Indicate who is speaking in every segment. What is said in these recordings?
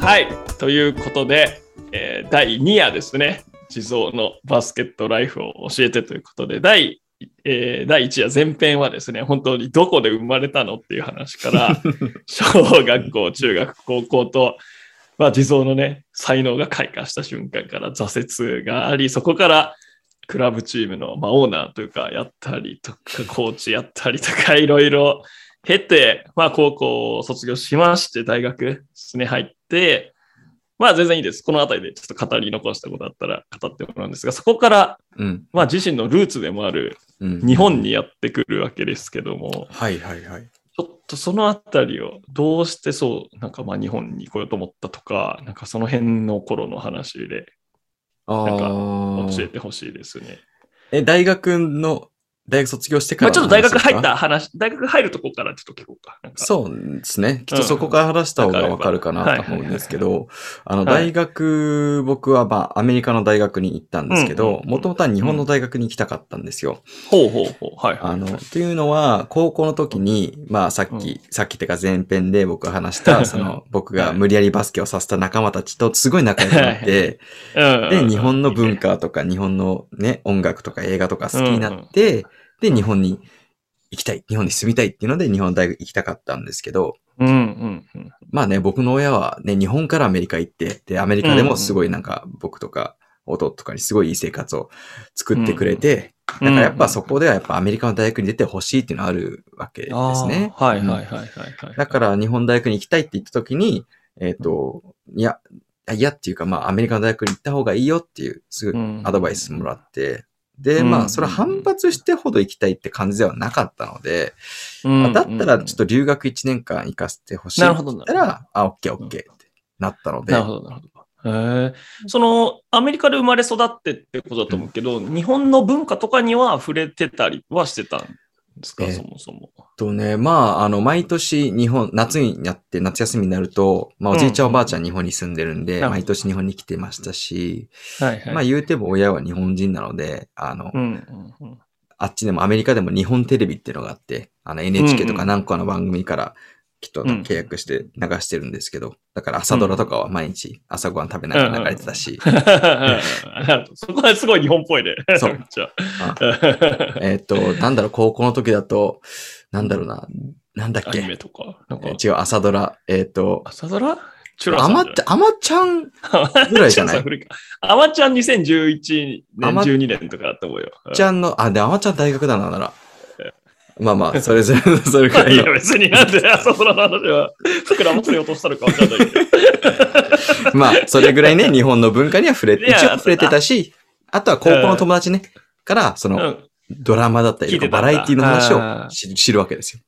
Speaker 1: はい。ということで、えー第2夜ですね。地蔵のバスケットライフを教えてということで、第,、えー第1夜前編はですね、本当にどこで生まれたのっていう話から、小学校、中学、高校と、まあ、地蔵のね、才能が開花した瞬間から挫折があり、そこからクラブチームの、まあ、オーナーというか、やったりとか、コーチやったりとか、いろいろ経て、まあ、高校を卒業しまして、大学ですね、入って、まあ、全然いいです。この辺りでちょっと語り残したことあったら語ってもらうんですが、そこから、
Speaker 2: うん。
Speaker 1: まあ、自身のルーツでもある
Speaker 2: うん
Speaker 1: 日本にやってくるわけですけども、
Speaker 2: はいはいはい。
Speaker 1: ちょっとその辺りを、どうしてそう、なんかまあ、日本に来ようと思ったとか、なんかその辺の頃の話で
Speaker 2: あ
Speaker 1: なんか
Speaker 2: あ。
Speaker 1: 教えてほしいですね。
Speaker 2: え、大学の、大学卒業して
Speaker 1: ま
Speaker 2: か
Speaker 1: あ、
Speaker 2: ら
Speaker 1: ち
Speaker 2: の
Speaker 1: ょっと
Speaker 2: 話
Speaker 1: 大
Speaker 2: です
Speaker 1: 学
Speaker 2: か。
Speaker 1: 入った話、大学入るとこからちょっと聞こうか。なんか
Speaker 2: そうですね。きっとそこから話した方がわかるかなと思うんですけど、あの、
Speaker 1: はい
Speaker 2: 大学、僕はまあ、アメリカの大学に行ったんですけ
Speaker 1: うん
Speaker 2: ど
Speaker 1: う、ん
Speaker 2: もともとは日本の大学に行きたかったんですよ。
Speaker 1: ほうほうほう。はい。
Speaker 2: あの、っていうのは、高校の時に、まあ、さっき、さっきってか前編で僕が話した、その、僕が無理やりバスケをさせた仲間たちとすごい仲良くなって、
Speaker 1: うん
Speaker 2: で、日本の文化とか、日本のね、音楽とか映画とか好きになって、で、日本に行きたい、日本に住みたいっていうので、日本大学行きたかったんですけど、
Speaker 1: うんうんうん。
Speaker 2: まあね、僕の親はね、日本からアメリカ行って、で、アメリカでもすごいなんか、僕とか、弟とかにすごいいい生活を作ってくれて、だからやっぱそこではやっぱアメリカの大学に出てほしいっていうのはあるわけで
Speaker 1: あー
Speaker 2: すね。
Speaker 1: はいはい
Speaker 2: うん
Speaker 1: はいはいはい。
Speaker 2: だから日本大学に行きたいって言った時に、えっ、と、いや、いやっていうかまあアメリカの大学に行った方がいいよっていう、すぐ
Speaker 1: うん
Speaker 2: アドバイスもらって、で、
Speaker 1: うん
Speaker 2: まあ、それは反発してほど行きたいって感じではなかったので、
Speaker 1: うん、
Speaker 2: まあだったらちょ
Speaker 1: と。
Speaker 2: っと留学1年間行かせてほしい
Speaker 1: な
Speaker 2: っ
Speaker 1: る
Speaker 2: て
Speaker 1: ほど
Speaker 2: 言ったら、あ、オッケーオッケーってなったので
Speaker 1: なる、ほどなるほど。へーそのアメリカで生まれ育ってってことだと思うけど、日本の文化とかには触れてたりはしてたんですか、
Speaker 2: えー
Speaker 1: そもそも。
Speaker 2: とね、まあ、あの、毎年日本、夏になって、夏休みになると、まあ、
Speaker 1: う
Speaker 2: お
Speaker 1: ん
Speaker 2: じいちゃんおばあちゃん日本に住んでるんで、
Speaker 1: なるほど
Speaker 2: 毎年日本に来てましたし、
Speaker 1: はいはい。
Speaker 2: まあ、言うても親は日本人なので、あの、
Speaker 1: うんうん うん
Speaker 2: あっちでもアメリカでも日本テレビっていうのがあって、あの NHK とか何個かの番組からきっと
Speaker 1: うん
Speaker 2: 契約して流してるんですけど、だから朝ドラとかは毎日朝ごはん食べながら流れてたし、
Speaker 1: なるほどそこはすごい日本っぽいね。
Speaker 2: そう
Speaker 1: めっちゃ
Speaker 2: あえーっと、なんだろう、高校の時だと、なんだろうな、なんだっ
Speaker 1: ア
Speaker 2: け、
Speaker 1: ニメとか。なんか
Speaker 2: えー違う、朝ドラ、えーっと、
Speaker 1: 朝ドラチュラ
Speaker 2: あ
Speaker 1: さんじゃ
Speaker 2: ま
Speaker 1: ない
Speaker 2: ちゃん、あまちゃん、ぐらいじゃない
Speaker 1: アマチュアさん古かアマちゃん2011年、
Speaker 2: アマ
Speaker 1: 12年とかだと思うよ。
Speaker 2: ちゃんの、あ、で、あまちゃん大学だな、なら。まあまあ、それぞ れ、それく
Speaker 1: まあ
Speaker 2: ら
Speaker 1: い
Speaker 2: い
Speaker 1: や
Speaker 2: の。
Speaker 1: 別になんで朝ドラの話は膨らませようとしたのかわかんないけ ど。
Speaker 2: まあ、それぐらいね、日本の文化には触れて、
Speaker 1: いや
Speaker 2: 一応触れてたし、あとは高校の友達ね、から、その、
Speaker 1: うん
Speaker 2: ドラマだったり
Speaker 1: 聞
Speaker 2: と
Speaker 1: い
Speaker 2: か
Speaker 1: てた
Speaker 2: バ
Speaker 1: んだ
Speaker 2: ラエティの話
Speaker 1: あー
Speaker 2: を知知るわけですよ。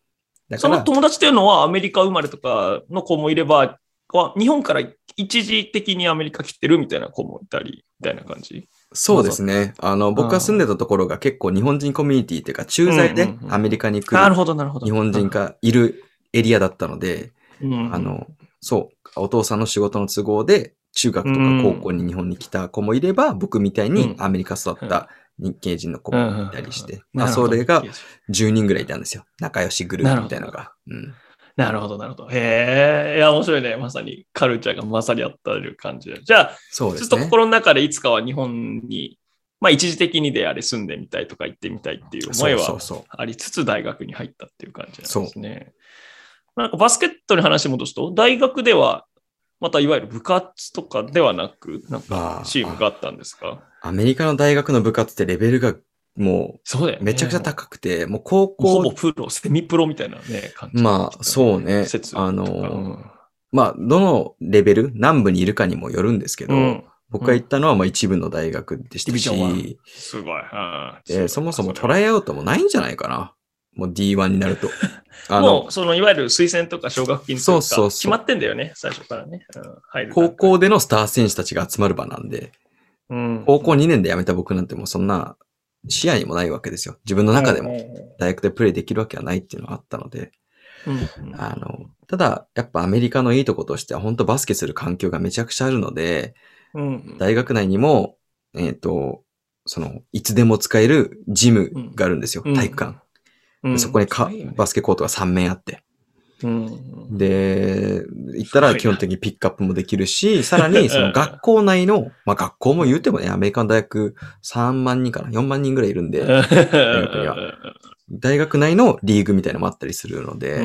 Speaker 2: だか
Speaker 1: その
Speaker 2: ら、
Speaker 1: 友達っていうのはアメリカ生まれとかの子もいれば、は日本から一時的にアメリカ来てるみたいな子もいたり、みたいな感じ。
Speaker 2: そうですね。あの、僕が住んでたところが結構日本人コミュニティというか、駐在
Speaker 1: う
Speaker 2: で
Speaker 1: んうんうん
Speaker 2: アメリカに来
Speaker 1: なる
Speaker 2: る
Speaker 1: ほど、なるほど。
Speaker 2: 日本人がいるエリアだったので、
Speaker 1: うん、
Speaker 2: あの、そう、お父さんの仕事の都合で、中学とか高校に日本に来た子もいれば、僕みたいにアメリカ育った日系人の子もいたりして、ま
Speaker 1: な
Speaker 2: あ、
Speaker 1: るほど
Speaker 2: それが10人ぐらいいたんですよ。仲良しグループみたいなのが。うん
Speaker 1: なるほど、なるほど。へえ、いや、面白いね。まさにカルチャーがまさにあったる感じだじゃあ、
Speaker 2: そうで
Speaker 1: ずっ
Speaker 2: す
Speaker 1: と
Speaker 2: ね。
Speaker 1: 心の中でいつかは日本に、まあ、一時的にであれ住んでみたいとか行ってみたいっていう思
Speaker 2: そ
Speaker 1: いう
Speaker 2: そ
Speaker 1: は
Speaker 2: うそう。
Speaker 1: ありつつ大学に入ったっていう感じなんですね。なんかバスケットに話戻すと大学ではまたいわゆる部活とかではなくなん
Speaker 2: ま
Speaker 1: か
Speaker 2: あ
Speaker 1: チームがあったんですか
Speaker 2: アメリカの大学の部活ってレベルがも
Speaker 1: そうだよ
Speaker 2: う
Speaker 1: ね
Speaker 2: めちゃくちゃ高くて、もう高
Speaker 1: もうほぼ
Speaker 2: 校、
Speaker 1: プロセミプロみたいなね感じ
Speaker 2: まあそうね
Speaker 1: 説、とかう
Speaker 2: あの、
Speaker 1: ん
Speaker 2: まあどのレベル、南部にいるかにもよるんですけど、
Speaker 1: うん
Speaker 2: 僕が行ったのはまあ一部の大学でし
Speaker 1: ディ
Speaker 2: た
Speaker 1: ビジョンワン
Speaker 2: し、
Speaker 1: すごい、うん
Speaker 2: でそもそもト
Speaker 1: イ
Speaker 2: ライアウトもないんじゃないかな。もう D1 になると。 あ
Speaker 1: も
Speaker 2: の、
Speaker 1: うそのいわゆる推薦とか奨学金とか
Speaker 2: そうそうそう
Speaker 1: 決まってんだよね最初からね、うん入る
Speaker 2: 高校でのスター選手たちが集まる場なんで、
Speaker 1: うん
Speaker 2: 高校2年で辞めた僕なんてもうそんな視野にもないわけですよ。自分の中でも
Speaker 1: も。
Speaker 2: 大学でプレーできるわけはないっていうのがあったので、
Speaker 1: うん
Speaker 2: あの、ただ、やっぱアメリカのいいとことしては、本当バスケする環境がめちゃくちゃあるので、
Speaker 1: うん
Speaker 2: 大学内にも、えっ、と、その、いつでも使えるジムがあるんですよ、
Speaker 1: うん
Speaker 2: 体育館。
Speaker 1: うん
Speaker 2: そこにか
Speaker 1: いいよね
Speaker 2: バスケコートが3面あって。
Speaker 1: うん。
Speaker 2: で、行ったら基本的にピックアップもできるし、さら にその学校内の、まあ学校も言うてもね、アメリカの大学3万人かな、4万人ぐらいいるんで、大学内のリーグみたいなのもあったりするので、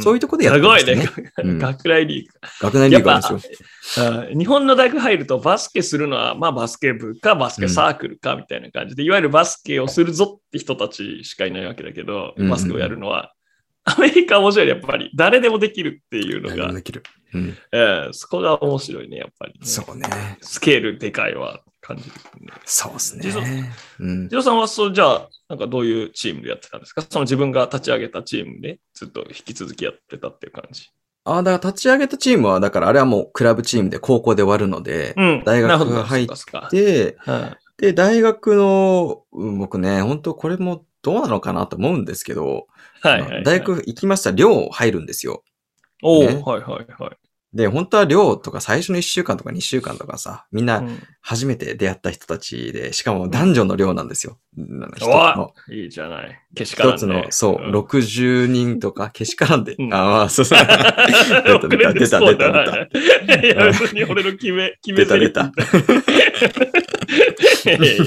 Speaker 2: そういうとこでやって
Speaker 1: すご
Speaker 2: まし
Speaker 1: い
Speaker 2: た
Speaker 1: ね
Speaker 2: ね。。うん
Speaker 1: 学内リーグ
Speaker 2: 学内リーグあるんですよ。
Speaker 1: あ。日本の大学入るとバスケするのは、まあバスケ部かバスケサークルかみたいな感じで、いわゆるバスケをするぞって人たちしかいないわけだけど、
Speaker 2: うん
Speaker 1: バスケをやるのは、 アメリカ面白いねやっぱり。誰でもできるっていうの
Speaker 2: 何で
Speaker 1: が
Speaker 2: も、できる。うん。
Speaker 1: えーそこが面白いね、やっぱりね、
Speaker 2: そうね。
Speaker 1: スケールでかいは感じるね。
Speaker 2: そうです
Speaker 1: 実
Speaker 2: ね。うん
Speaker 1: ジ。ローさんはそう、じゃあ、なんかどういうチームでやってたんですかその自分が立ち上げたチームでずっと引き続きやってたっていう感じ。
Speaker 2: ああ、だから立ち上げたチームは、だからあれはもうクラブチームで高校で終わるので、
Speaker 1: うん
Speaker 2: 大
Speaker 1: なるほ
Speaker 2: 学
Speaker 1: ど
Speaker 2: が入っ
Speaker 1: そっかそっ
Speaker 2: で、
Speaker 1: かはい
Speaker 2: で、大学の、うん僕ね、本当これもどうなのかなと思うんですけど、
Speaker 1: はいはいはい。
Speaker 2: 大学行きましたら寮入るんですよ。
Speaker 1: おお、
Speaker 2: ね
Speaker 1: はいはいはい。
Speaker 2: で、本当は寮とか最初の1週間とか2週間とかさ、みん
Speaker 1: う
Speaker 2: なん初めて出会った人たちで、しかも男女の寮なんですよ。なんか一つの
Speaker 1: いいじゃない。景色から、
Speaker 2: 一
Speaker 1: ね。
Speaker 2: つの、そう、
Speaker 1: ん
Speaker 2: 60人とか、けしからんで。
Speaker 1: うん
Speaker 2: ああ、そうそう。
Speaker 1: 遅れて
Speaker 2: 出た、
Speaker 1: そ
Speaker 2: 出
Speaker 1: うだ
Speaker 2: た、
Speaker 1: な
Speaker 2: 出た。
Speaker 1: いや、別に俺の決め、決め
Speaker 2: 出た出た。
Speaker 1: 台詞いやい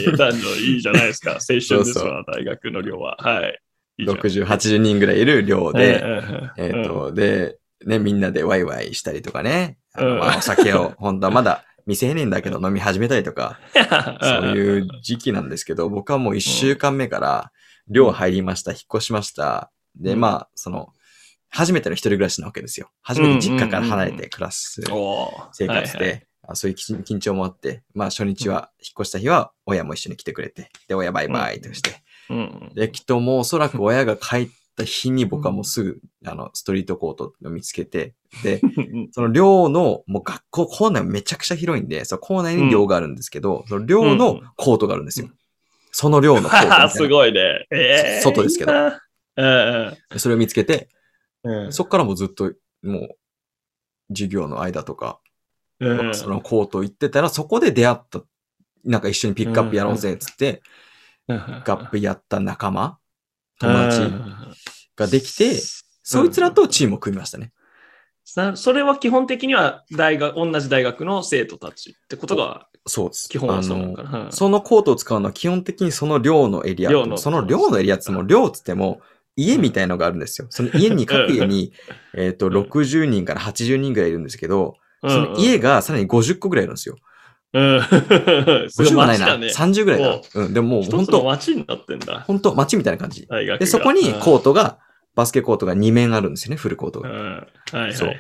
Speaker 1: や男女いいじゃないですか。青春ですわ、
Speaker 2: そうそう
Speaker 1: 大学の量は。はい。いいじゃん
Speaker 2: 60、80人ぐらいいる寮
Speaker 1: う
Speaker 2: で、
Speaker 1: んうんうん
Speaker 2: えっ、と、で、ね、みんなでワイワイしたりとかね、あ
Speaker 1: う
Speaker 2: の
Speaker 1: ん
Speaker 2: まあ、お酒を、本当はまだ未成年だけど飲み始めたりとか、そういう時期なんですけど、僕はもう1週間目から寮入りました、引っ越しました。で、
Speaker 1: うん
Speaker 2: まあ、その、初めての一人暮らしなわけですよ。初めて実家から離れて暮らす
Speaker 1: おー
Speaker 2: 生活で、
Speaker 1: はいはい
Speaker 2: あそういうき緊張もあって、まあ初日は、引っ越した日は親も一緒に来てくれて、で、親バイバイとして、
Speaker 1: うん
Speaker 2: で、きっともうおそらく親が帰った日に僕はもうすぐ、あの、ストリートコートを見つけて、で、
Speaker 1: うん
Speaker 2: その寮の、もう学校、校内めちゃくちゃ広いんで、その校内に寮があるんですけど、その寮のコートがあるんですよ。その寮のコートみたい
Speaker 1: は
Speaker 2: な。
Speaker 1: あ すごいね。えー、
Speaker 2: そ外ですけど
Speaker 1: いいなうん
Speaker 2: それを見つけて、
Speaker 1: うんうん
Speaker 2: そっからもうずっと、もう、授業の間とか、
Speaker 1: うん
Speaker 2: そのコート行ってたら、そこで出会った、なんか一緒にピックアップやろうぜ、っつって、ピックアップやった仲間、友
Speaker 1: う
Speaker 2: 達
Speaker 1: ん
Speaker 2: ができて、そいつらとチームを組みましたね。
Speaker 1: さそれは基本的には大学同じ大学の生徒たちってことが
Speaker 2: そうです。
Speaker 1: 基本はそう
Speaker 2: あ
Speaker 1: なの
Speaker 2: の
Speaker 1: かな。
Speaker 2: そのコートを使うのは基本的にその寮のエリア
Speaker 1: 寮の
Speaker 2: その寮のエリアっつっても、寮っつっても、家みたいのがあるんですよ。その家に、各 家に、えっと、60人から80人ぐらいいるんですけど、
Speaker 1: うん
Speaker 2: その家がさらに50個ぐらいいるんですよ。
Speaker 1: うんうん。 すごい
Speaker 2: 50もな
Speaker 1: 街
Speaker 2: いな。
Speaker 1: だね。
Speaker 2: 30ぐらいだな。うん、でももう
Speaker 1: 一
Speaker 2: 本
Speaker 1: つの
Speaker 2: 当
Speaker 1: 街になってんだ。
Speaker 2: 本当街みたいな感じ。
Speaker 1: 大学が
Speaker 2: で、そこにコ
Speaker 1: う
Speaker 2: ートが、バスケコートが2面あるんですよね、フルコート
Speaker 1: ん。う
Speaker 2: が。
Speaker 1: んはいはい
Speaker 2: そう
Speaker 1: はい。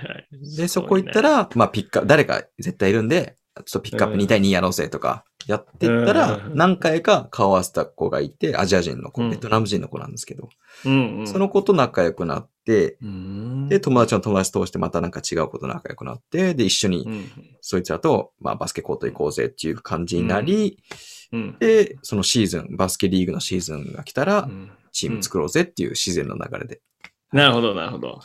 Speaker 2: で、そこ行ったら、まあ、ピックアップ、誰か絶対いるんで、ちょっとピックアップ
Speaker 1: うん
Speaker 2: 2対2やろうぜとか、やっていったら、
Speaker 1: うん
Speaker 2: 何回か顔合わせた子がいて、アジア人の
Speaker 1: う
Speaker 2: 子、
Speaker 1: ん
Speaker 2: ベトナム人の子なんですけど、
Speaker 1: すごいね、うんうん
Speaker 2: その子と仲良くなって、
Speaker 1: うん
Speaker 2: で、友達の友達通してまたなんか違う子と仲良くなって、で、一緒
Speaker 1: う
Speaker 2: に、
Speaker 1: ん
Speaker 2: そいつらと、まあ、バスケコート行こうぜっていう感じになり、
Speaker 1: うん
Speaker 2: で、そのシーズン、バスケリーグのシーズンが来たら
Speaker 1: う、ん
Speaker 2: チーム作ろうぜっていう自然の流れで。
Speaker 1: なるほど、なるほど。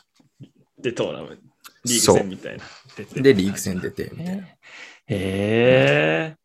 Speaker 1: で、トーナメント。リーグ戦みたいな。出て
Speaker 2: で、リーグ戦出て、みたいな。
Speaker 1: へえ。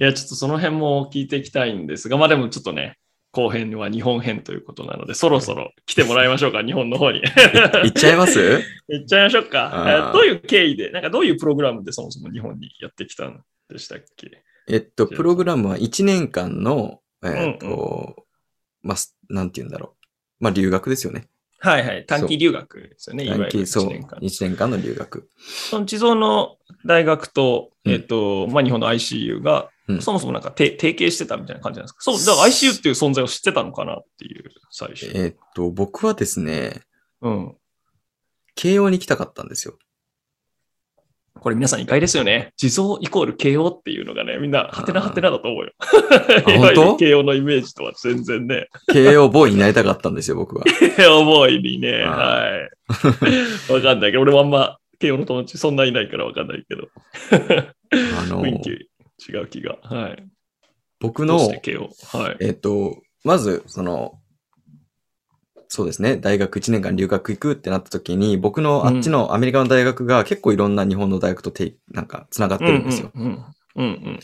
Speaker 1: いや、ちょっとその辺も聞いていきたいんですが、まあでもちょっとね、後編は日本編ということなので、そろそろ来てもらいましょうか、日本の 方に。
Speaker 2: いっちゃいます
Speaker 1: 行っちゃいましょう
Speaker 2: あ
Speaker 1: か。
Speaker 2: ー
Speaker 1: えどういう経緯で、なんかどういうプログラムでそもそも日本にやってきたんでしたっけ
Speaker 2: えっと、
Speaker 1: じゃあ
Speaker 2: プログラムは1年間の、えっと、
Speaker 1: うん
Speaker 2: まあ、すなんて言うんだろう。まあ、留学ですよね。
Speaker 1: はいはい、短期留学ですよね、いわゆ
Speaker 2: 短
Speaker 1: る
Speaker 2: 期、そう、
Speaker 1: 1
Speaker 2: 1
Speaker 1: 年間。
Speaker 2: 年間の留学。
Speaker 1: その地蔵の大学と、
Speaker 2: うん
Speaker 1: えっと、まあ日本の ICU が
Speaker 2: う、ん
Speaker 1: そもそもなんかて提携してたみたいな感じなんですかそう、だから ICU っていう存在を知ってたのかなっていう、最初。
Speaker 2: えっと、僕はですね、
Speaker 1: うん。
Speaker 2: 慶応に来たかったんですよ。
Speaker 1: これ皆さん意外ですよね。地蔵イコール慶応っていうのがね、みんな、はてなはてなだと思うよ。
Speaker 2: 当
Speaker 1: いわゆる慶応のイメージとは全然ね、
Speaker 2: 慶応ボーイになりたかったんですよ、僕は。
Speaker 1: 慶応ボーイにね、
Speaker 2: あ
Speaker 1: はい。わかんないけど、俺もあんま慶応の友達そんないないからわかんないけど、
Speaker 2: あの、
Speaker 1: 雰囲気違う気が。はい。
Speaker 2: 僕
Speaker 1: どう
Speaker 2: の
Speaker 1: し、て慶応はい。
Speaker 2: えっと、まず、その、そうですね、大学1年間留学行くってなった時に、僕のあっちのアメリカの大学が結構いろんな日本の大学とて、なんか、つながってるんですよ。
Speaker 1: うんうんうんうん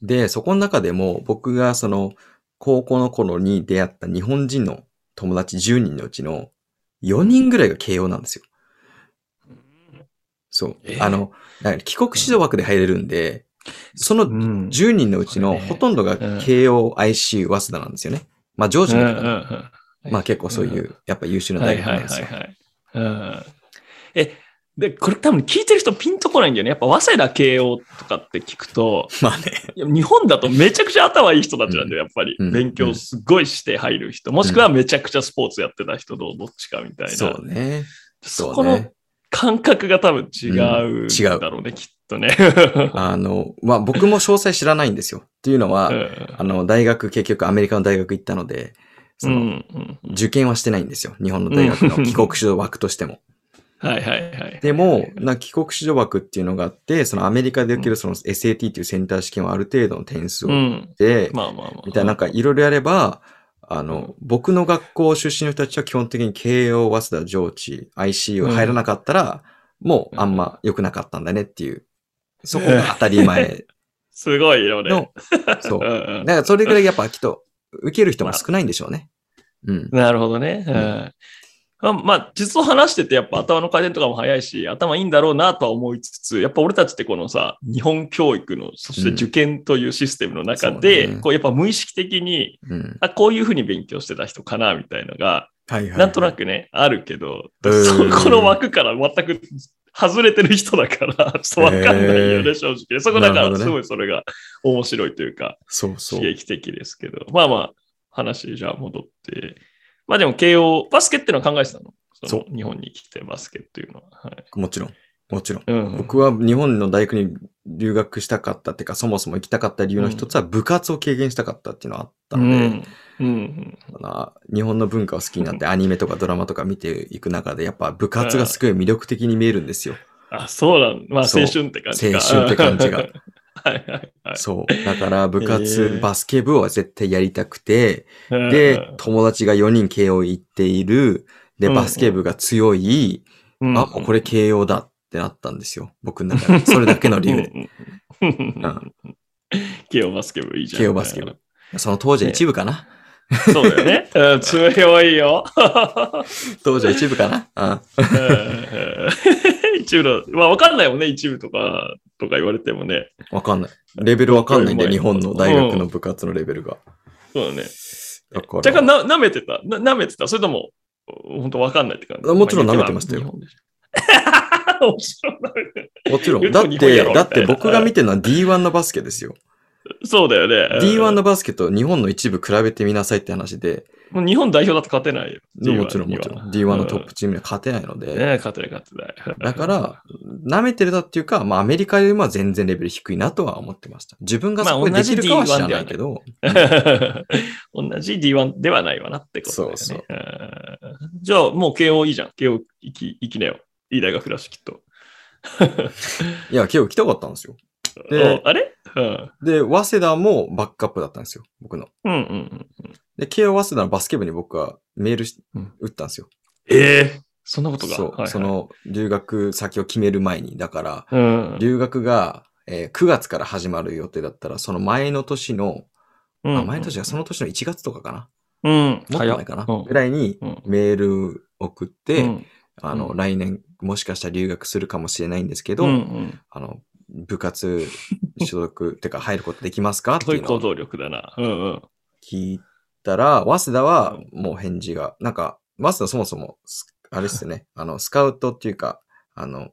Speaker 2: で、そこの中でも僕がその高校の頃に出会った日本人の友達10人のうちの4人ぐらいが慶応なんですよ。そう
Speaker 1: え。ー
Speaker 2: あの、だから帰国子女枠で入れるんで、その
Speaker 1: ん
Speaker 2: 10人のうちのほとんどが
Speaker 1: これねうん
Speaker 2: 慶応 IC 早稲田なんですよね。まあ、上司の方が、
Speaker 1: うん
Speaker 2: まあ結構そういうう、やっぱ優秀
Speaker 1: ん
Speaker 2: な
Speaker 1: はい
Speaker 2: 大学
Speaker 1: は
Speaker 2: ないんです
Speaker 1: はい
Speaker 2: よ。
Speaker 1: はい。うんえ、で、これ多分聞いてる人ピンとこないんだよね。やっぱ早稲田慶応とかって聞くと、
Speaker 2: まあね。
Speaker 1: いや日本だとめちゃくちゃ頭いい人たちなんだよ、やっぱり。
Speaker 2: うん
Speaker 1: 勉強すごいして入る人、もしくはめちゃくちゃスポーツやってた人とどっちかみたいな。
Speaker 2: そうね。
Speaker 1: そ
Speaker 2: そ
Speaker 1: こ
Speaker 2: う
Speaker 1: の
Speaker 2: ね。
Speaker 1: 感覚が多分違う、
Speaker 2: ん違う
Speaker 1: だろうね、きっとね。
Speaker 2: あの、まあ僕も詳細知らないんですよ。っていうのは、 あの、大学、結局アメリカの大学行ったので、その、
Speaker 1: うんうん
Speaker 2: 受験はしてないんですよ。日本の大学
Speaker 1: うん
Speaker 2: の帰国子女枠として も。
Speaker 1: はいはいはい。
Speaker 2: でも、な帰国子女枠っていうのがあって、そのアメリカで受けるその SAT っていうセンター試験はある程度の点数
Speaker 1: う
Speaker 2: を
Speaker 1: ん。
Speaker 2: で、
Speaker 1: まあまあまあ。
Speaker 2: みたいな、なんかいろいろやれば、あの、僕の学校出身の人たちは基本的に慶応、早稲田、上智、ICU
Speaker 1: うん
Speaker 2: 入らなかったら、もうあんま良くなかったんだねっていう、そこが当たり前
Speaker 1: すごいよ ね。
Speaker 2: の、そうう。
Speaker 1: ん
Speaker 2: だ
Speaker 1: うん
Speaker 2: からそれぐらいやっぱきっと、受ける人も少ないんでしょうね。うん。
Speaker 1: なるほどね。うんまあ、まあ、実を話してて、やっぱ頭の回転とかも早いし、頭いいんだろうなとは思いつつ、やっぱ俺たちってこのさ、日本教育の、そして受験というシステムの中で、
Speaker 2: うんそうね
Speaker 1: こうやっぱ無意識的に、
Speaker 2: うん。
Speaker 1: あ、こういうふうに勉強してた人かな、みたいのが、
Speaker 2: はいは
Speaker 1: なんとな。くね、あるけど、
Speaker 2: うん
Speaker 1: そこの枠から全く外れてる人だから、ちょっとわかんないよ
Speaker 2: へ
Speaker 1: ね、正直。そこだか
Speaker 2: なるほ
Speaker 1: ら、
Speaker 2: どね
Speaker 1: すごいそれが面白いというか、
Speaker 2: そうそう
Speaker 1: 刺。激的ですけど。まあまあ、話じゃあ戻って。まあでも、慶応、バスケってのは考えてたのその日本に来てバスケっていうのは。はい、
Speaker 2: もちろん。もちろん。
Speaker 1: うん。
Speaker 2: 僕は日本の大学に留学したかったっていうか、そもそも行きたかった理由の一つは部活を軽減したかったっていうのはあった
Speaker 1: う
Speaker 2: ので、
Speaker 1: ん。うん。
Speaker 2: あの日本の文化を好きになってアニメとかドラマとか見ていく中で、やっぱ部活がすごい魅力的に見えるんですよ。
Speaker 1: あ、そうなの。まあ、
Speaker 2: そう
Speaker 1: 青春って感じか。
Speaker 2: 青春って感じが
Speaker 1: はいはいはい。
Speaker 2: そう。だから部活、
Speaker 1: へー
Speaker 2: バスケ部は絶対やりたくて、
Speaker 1: うん
Speaker 2: で、友達が4人慶応行っている、で、
Speaker 1: うん
Speaker 2: バスケ部が強い、
Speaker 1: うん、
Speaker 2: あ、もうこれ慶応だってなったんですよ。僕の中で。それだけの理由 で。
Speaker 1: うんうんうん慶応バスケ部いいじゃん。
Speaker 2: 慶応バスケ部。その当時は一部かな、
Speaker 1: そうだよ ね。うん強いよ。
Speaker 2: 当時は一部かなう
Speaker 1: う
Speaker 2: ん。
Speaker 1: ん 一部の、まあわかんないもんね、一部とか、とか言われてもね。
Speaker 2: わかんない。レベルわかんないん
Speaker 1: う
Speaker 2: で、
Speaker 1: ん
Speaker 2: 日本の大学の部活のレベルが。
Speaker 1: そうだね。
Speaker 2: だか
Speaker 1: 若干
Speaker 2: ら、
Speaker 1: な舐めてたな舐めてたそれとも、本当わかんないって感じ
Speaker 2: あもちろん舐めてましたよ。
Speaker 1: あ日本でし ょもちろん舐めて
Speaker 2: もちろ
Speaker 1: 言う
Speaker 2: ん。だ
Speaker 1: ても
Speaker 2: っ
Speaker 1: 日本
Speaker 2: て、
Speaker 1: やろ
Speaker 2: だって
Speaker 1: みたいな
Speaker 2: 僕が見てるのは D1 のバスケですよ。
Speaker 1: そうだよね。
Speaker 2: D1 のバスケと日本の一部比べてみなさいって話で、
Speaker 1: もう日本代表だと勝てないよ。
Speaker 2: で
Speaker 1: D1
Speaker 2: もちろんもちろん D1 のトップチームには勝てないの
Speaker 1: うん
Speaker 2: で、
Speaker 1: ね勝てない勝てない。
Speaker 2: だから、舐めてるだっていうか、まあアメリカよりも全然レベル低いなとは思ってました。自分がそこで
Speaker 1: まあ
Speaker 2: できるかは知らないけど、
Speaker 1: 同じ D1 ではないわなってことだよね。
Speaker 2: そうそうん
Speaker 1: じゃあ、もう慶応いいじゃん。慶応行き行きなよ。いい大学だし、きっと。
Speaker 2: いや、今日来たかったんですよ。
Speaker 1: お
Speaker 2: で、
Speaker 1: あれ、うん、
Speaker 2: で、早稲田もバックアップだったんですよ、僕の。
Speaker 1: うんうんうん。
Speaker 2: で、慶応早稲田のバスケ部に僕はメールし
Speaker 1: うん
Speaker 2: 打ったんですよ。
Speaker 1: ええそんなことが。
Speaker 2: そう、
Speaker 1: はいはい
Speaker 2: そ、の留学先を決める前に、だか
Speaker 1: う
Speaker 2: ら、
Speaker 1: ん、
Speaker 2: 留学が、えー9月から始まる予定だったら、その前の年の、
Speaker 1: うん
Speaker 2: あ前の年がその年の1月とかかな、
Speaker 1: うん。
Speaker 2: もっと前かな、
Speaker 1: 早っ
Speaker 2: ぐらいに
Speaker 1: うん。
Speaker 2: メール送って、
Speaker 1: うん
Speaker 2: あ
Speaker 1: う
Speaker 2: の、
Speaker 1: ん
Speaker 2: 来年もしかしたら留学するかもしれないんですけど、
Speaker 1: うんうん
Speaker 2: あの、部活所属 ってか入ることできますかって
Speaker 1: そう
Speaker 2: い
Speaker 1: いうう
Speaker 2: の
Speaker 1: 行
Speaker 2: を
Speaker 1: 動力だな。うんうん。
Speaker 2: 聞いたら、早稲田は
Speaker 1: うん
Speaker 2: もう返事が、なんか、早稲田そもそもす、あれっすね、あの、スカウトっていうか、あの、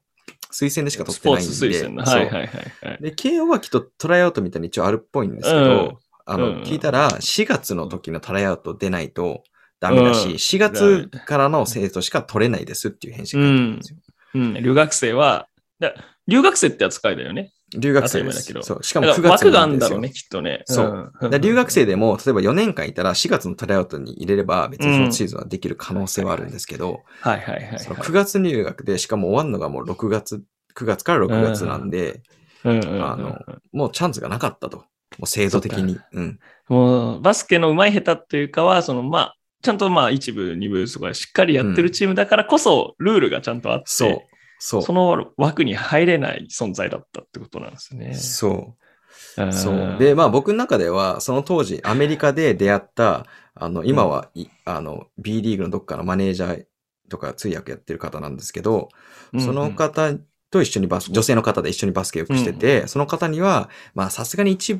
Speaker 2: 推薦でしか取
Speaker 1: ス
Speaker 2: って
Speaker 1: ポー
Speaker 2: ないんで。
Speaker 1: ツ推薦の。
Speaker 2: そう
Speaker 1: はいはいはいはい。
Speaker 2: で、慶応はきっとトライアウトみたいに一応あるっぽいんですけど、
Speaker 1: うん
Speaker 2: あ
Speaker 1: うん
Speaker 2: の、聞いたら4月の時のトライアウト出ないとダメだし、
Speaker 1: うん
Speaker 2: 4月からの生徒しか取れないですっていう返信が来たんですよ。
Speaker 1: うん。留学生は、だ留学生って扱いだよね。
Speaker 2: 留学生で
Speaker 1: 当たり前だけ
Speaker 2: す。
Speaker 1: ど
Speaker 2: そう。しか
Speaker 1: だ
Speaker 2: も
Speaker 1: か
Speaker 2: 9
Speaker 1: ら
Speaker 2: 月
Speaker 1: 枠があ
Speaker 2: な
Speaker 1: る
Speaker 2: ん
Speaker 1: ん
Speaker 2: で
Speaker 1: だ
Speaker 2: す
Speaker 1: ろ
Speaker 2: よ。
Speaker 1: うね、きっとね。
Speaker 2: そうん
Speaker 1: んん
Speaker 2: だから留学生でも、例えば4年間いたら4月のトライアウトに入れれば、別にそのシーズンはできる可能性はあるんですけど、
Speaker 1: はいはいはいはい。
Speaker 2: その9月入学で、しかも終わるのがもう6月、9月から6月なんで、
Speaker 1: うんうんうん
Speaker 2: あのもうチャンスがなかったと。もう制度的に。うん。
Speaker 1: もう、バスケの上手い下手っていうかは、その、まあ、ちゃんとまあ、一部、二部とかしっかりやってるチームだからこそ、ルールがちゃんとあって、
Speaker 2: そう。そう。
Speaker 1: その枠に入れない存在だったってことなんですね。
Speaker 2: そう。
Speaker 1: うん
Speaker 2: そう。で、、まあ僕の中では、その当時、アメリカで出会った、あの、今はい、あの、B リーグのどっかのマネージャーとか通訳やってる方なんですけど、その
Speaker 1: か
Speaker 2: 方と一緒にバス、女性の方で一緒にバスケよくしてて、その方には、まあさすがに一、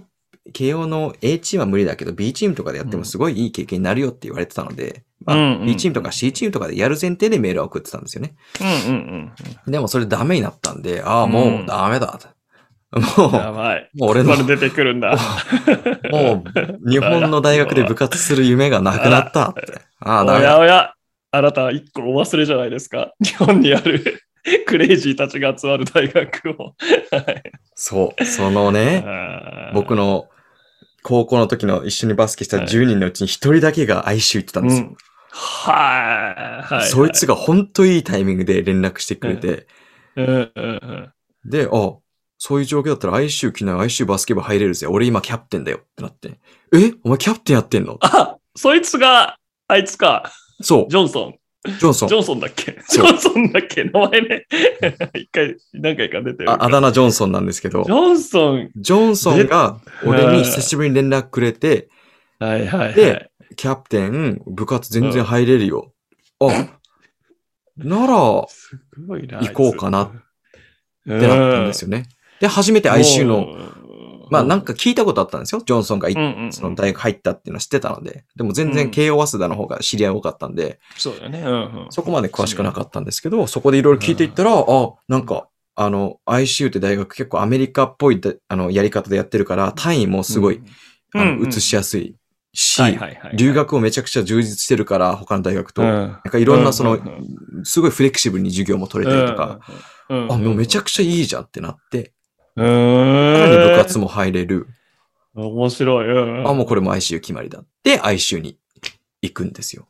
Speaker 2: 慶応の A チームは無理だけど、B チームとかでやってもすごいいい経験になるよって言われてたので、まあ
Speaker 1: うんうん
Speaker 2: B チームとか C チームとかでやる前提でメールは送ってたんですよね。
Speaker 1: うんうん
Speaker 2: でもそれダメになったんで、ああ、もうダメだと。もう、
Speaker 1: うん。やばい。
Speaker 2: もう俺の
Speaker 1: これ出てくるんだ。
Speaker 2: もう、日本の大学で部活する夢がなくなったって。ああ、
Speaker 1: お
Speaker 2: だ
Speaker 1: やお
Speaker 2: め。
Speaker 1: や、あなたは一個お忘れじゃないですか。日本にある クレイジーたちが集まる大学を。
Speaker 2: そう。その ね、僕
Speaker 1: の
Speaker 2: の高校の時の一緒にバスケした
Speaker 1: はい
Speaker 2: 10人のうちに1人だけが ICU 行ってたんですよ。
Speaker 1: はいはい。
Speaker 2: そいつがほんといいタイミングで連絡してくれて、
Speaker 1: うんうんうん。
Speaker 2: で、あ、そういう状況だったら ICU 来ない ICU バスケ部入れるぜ。俺今キャプテンだよってなって。えお前キャプテンやってんの
Speaker 1: あ、そいつが、あいつか、
Speaker 2: そう、
Speaker 1: ジョンソン。
Speaker 2: ジョンソン
Speaker 1: ジ。ョンソンだっけジ
Speaker 2: そう
Speaker 1: ョンソンだっけ名前ね。 一回、何回か出てる。
Speaker 2: ああだ名ジョンソンなんですけど
Speaker 1: ジ、ョンソン。
Speaker 2: ジョンソンが俺に久しぶりに連絡くれて、
Speaker 1: はいはい、はい。
Speaker 2: でキャプテン、部活全然入れるよ。あ、なら、っ
Speaker 1: すごいな。
Speaker 2: 行こうかなっててなったんです
Speaker 1: よ。
Speaker 2: よね。で、初めて ICU の、
Speaker 1: の
Speaker 2: まあなん、か聞いたことあったんですよ。ジョンソンがい、
Speaker 1: うんうんうん
Speaker 2: その大学入ったっていうのは知ってたので。でも
Speaker 1: う
Speaker 2: 全
Speaker 1: ん
Speaker 2: 然慶応早稲田の方が知り合い多かったんで、
Speaker 1: そうだね。うんうん、
Speaker 2: そこまで詳しくなかったんですけど、そこでいろいろ聞いていったら、あ、なんか、あの、ICU って大学結構アメリカっぽいだあのやり方でやってるから、単位もすごい、
Speaker 1: うん
Speaker 2: あ
Speaker 1: うん
Speaker 2: の
Speaker 1: うん
Speaker 2: 移しやすいし、
Speaker 1: はいはいはいはい
Speaker 2: 留学もめちゃくちゃ充実してるから、他の大学と。
Speaker 1: うん
Speaker 2: なんかいろんなその、
Speaker 1: うんうん
Speaker 2: すごいフレキシブルに授業も取れたりとか、
Speaker 1: うんうんうん、
Speaker 2: あ、もうめち
Speaker 1: ゃ
Speaker 2: ゃくちゃいいじゃんってなって、
Speaker 1: う
Speaker 2: さ
Speaker 1: ー
Speaker 2: ら
Speaker 1: ん
Speaker 2: に部活も入れる。
Speaker 1: 面白い。うん、
Speaker 2: あ、もうこれも ICU 決まりだ。で、ICU に行くんですよ。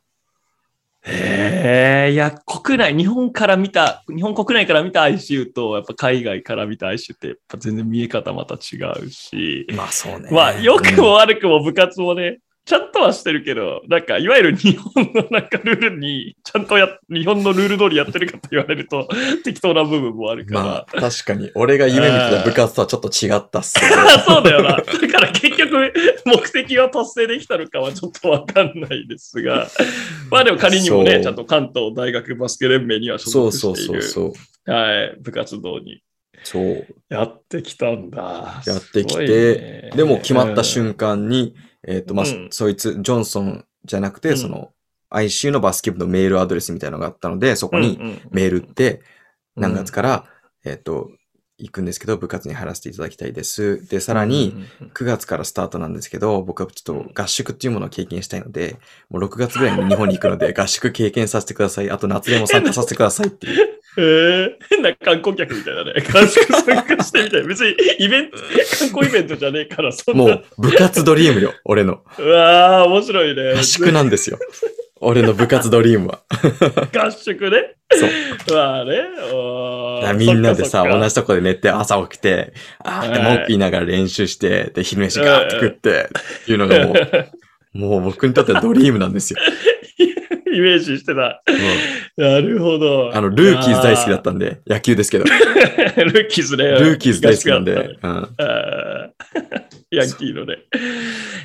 Speaker 1: へえ、いや、国内、日本から見た、日本国内から見た ICU と、やっぱ海外から見た ICU って、やっぱ全然見え方また違うし、
Speaker 2: まあそうね。
Speaker 1: まあ、良く
Speaker 2: うん
Speaker 1: も悪くも部活もね、ちゃんとはしてるけど、なんか、いわゆる日本のなんかルールに、ちゃんとや、日本のルール通りやってるかと言われると、 適当な部分もあるから。
Speaker 2: まあ確かに、俺が夢見てた部活とはちょっと違ったっすね。
Speaker 1: あ そうだよな。だから結局、目的は達成できたのかはちょっとわかんないです が、まあでも仮にも
Speaker 2: そ
Speaker 1: ね、
Speaker 2: う
Speaker 1: ちゃんと関東大学バスケ連盟には所
Speaker 2: そ
Speaker 1: 属
Speaker 2: う
Speaker 1: し
Speaker 2: そう
Speaker 1: てい
Speaker 2: そ
Speaker 1: る
Speaker 2: うそう。
Speaker 1: はい、部活動に
Speaker 2: そう。
Speaker 1: やってきたんだ。
Speaker 2: やってき
Speaker 1: すご
Speaker 2: て
Speaker 1: いね
Speaker 2: でも決まった瞬間に、えっ、と、まあ、
Speaker 1: うん
Speaker 2: そいつ、ジョンソンじゃなくて、
Speaker 1: うん
Speaker 2: その、ICU のバスケ部のメールアドレスみたいなのがあったので、そこにメールっ、て、何月から、えっ、と、行くんですけど、部活に入らせていただきたいです。で、さらに、9月からスタートなんですけど、僕はちょっと合宿っていうものを経験したいので、もう6月ぐらいに日本に行く ので、合宿経験させてください。あと夏でも参加させてくださいっていう。
Speaker 1: え変な観光客みたい なね。合宿参加してみたい。別にイベント、観光イベントじゃねえから、そんな。
Speaker 2: もう部活ドリームよ、俺の。
Speaker 1: うわあ、面白いね。
Speaker 2: 合宿なんですよ。俺の部活ドリームは。
Speaker 1: 合宿ね。
Speaker 2: そう。
Speaker 1: まあね。おー
Speaker 2: みんな
Speaker 1: そ
Speaker 2: で
Speaker 1: っ
Speaker 2: さ、
Speaker 1: かそっか
Speaker 2: 同じとこで寝て、朝起きて、あーって
Speaker 1: はい
Speaker 2: 文句言いながら練習して、で、昼飯ガーって食って、っていうのがもう、もう僕にとってはドリームなんですよ。
Speaker 1: イメージしてた。
Speaker 2: うん
Speaker 1: なるほど。
Speaker 2: あの、ルーキーズ大好きだったんで、野球ですけど、ル
Speaker 1: た。ルー キーズね。
Speaker 2: ーキーズ大好きなん
Speaker 1: 合宿
Speaker 2: で、う
Speaker 1: だ
Speaker 2: ん。
Speaker 1: ったね。あーヤンキーのね。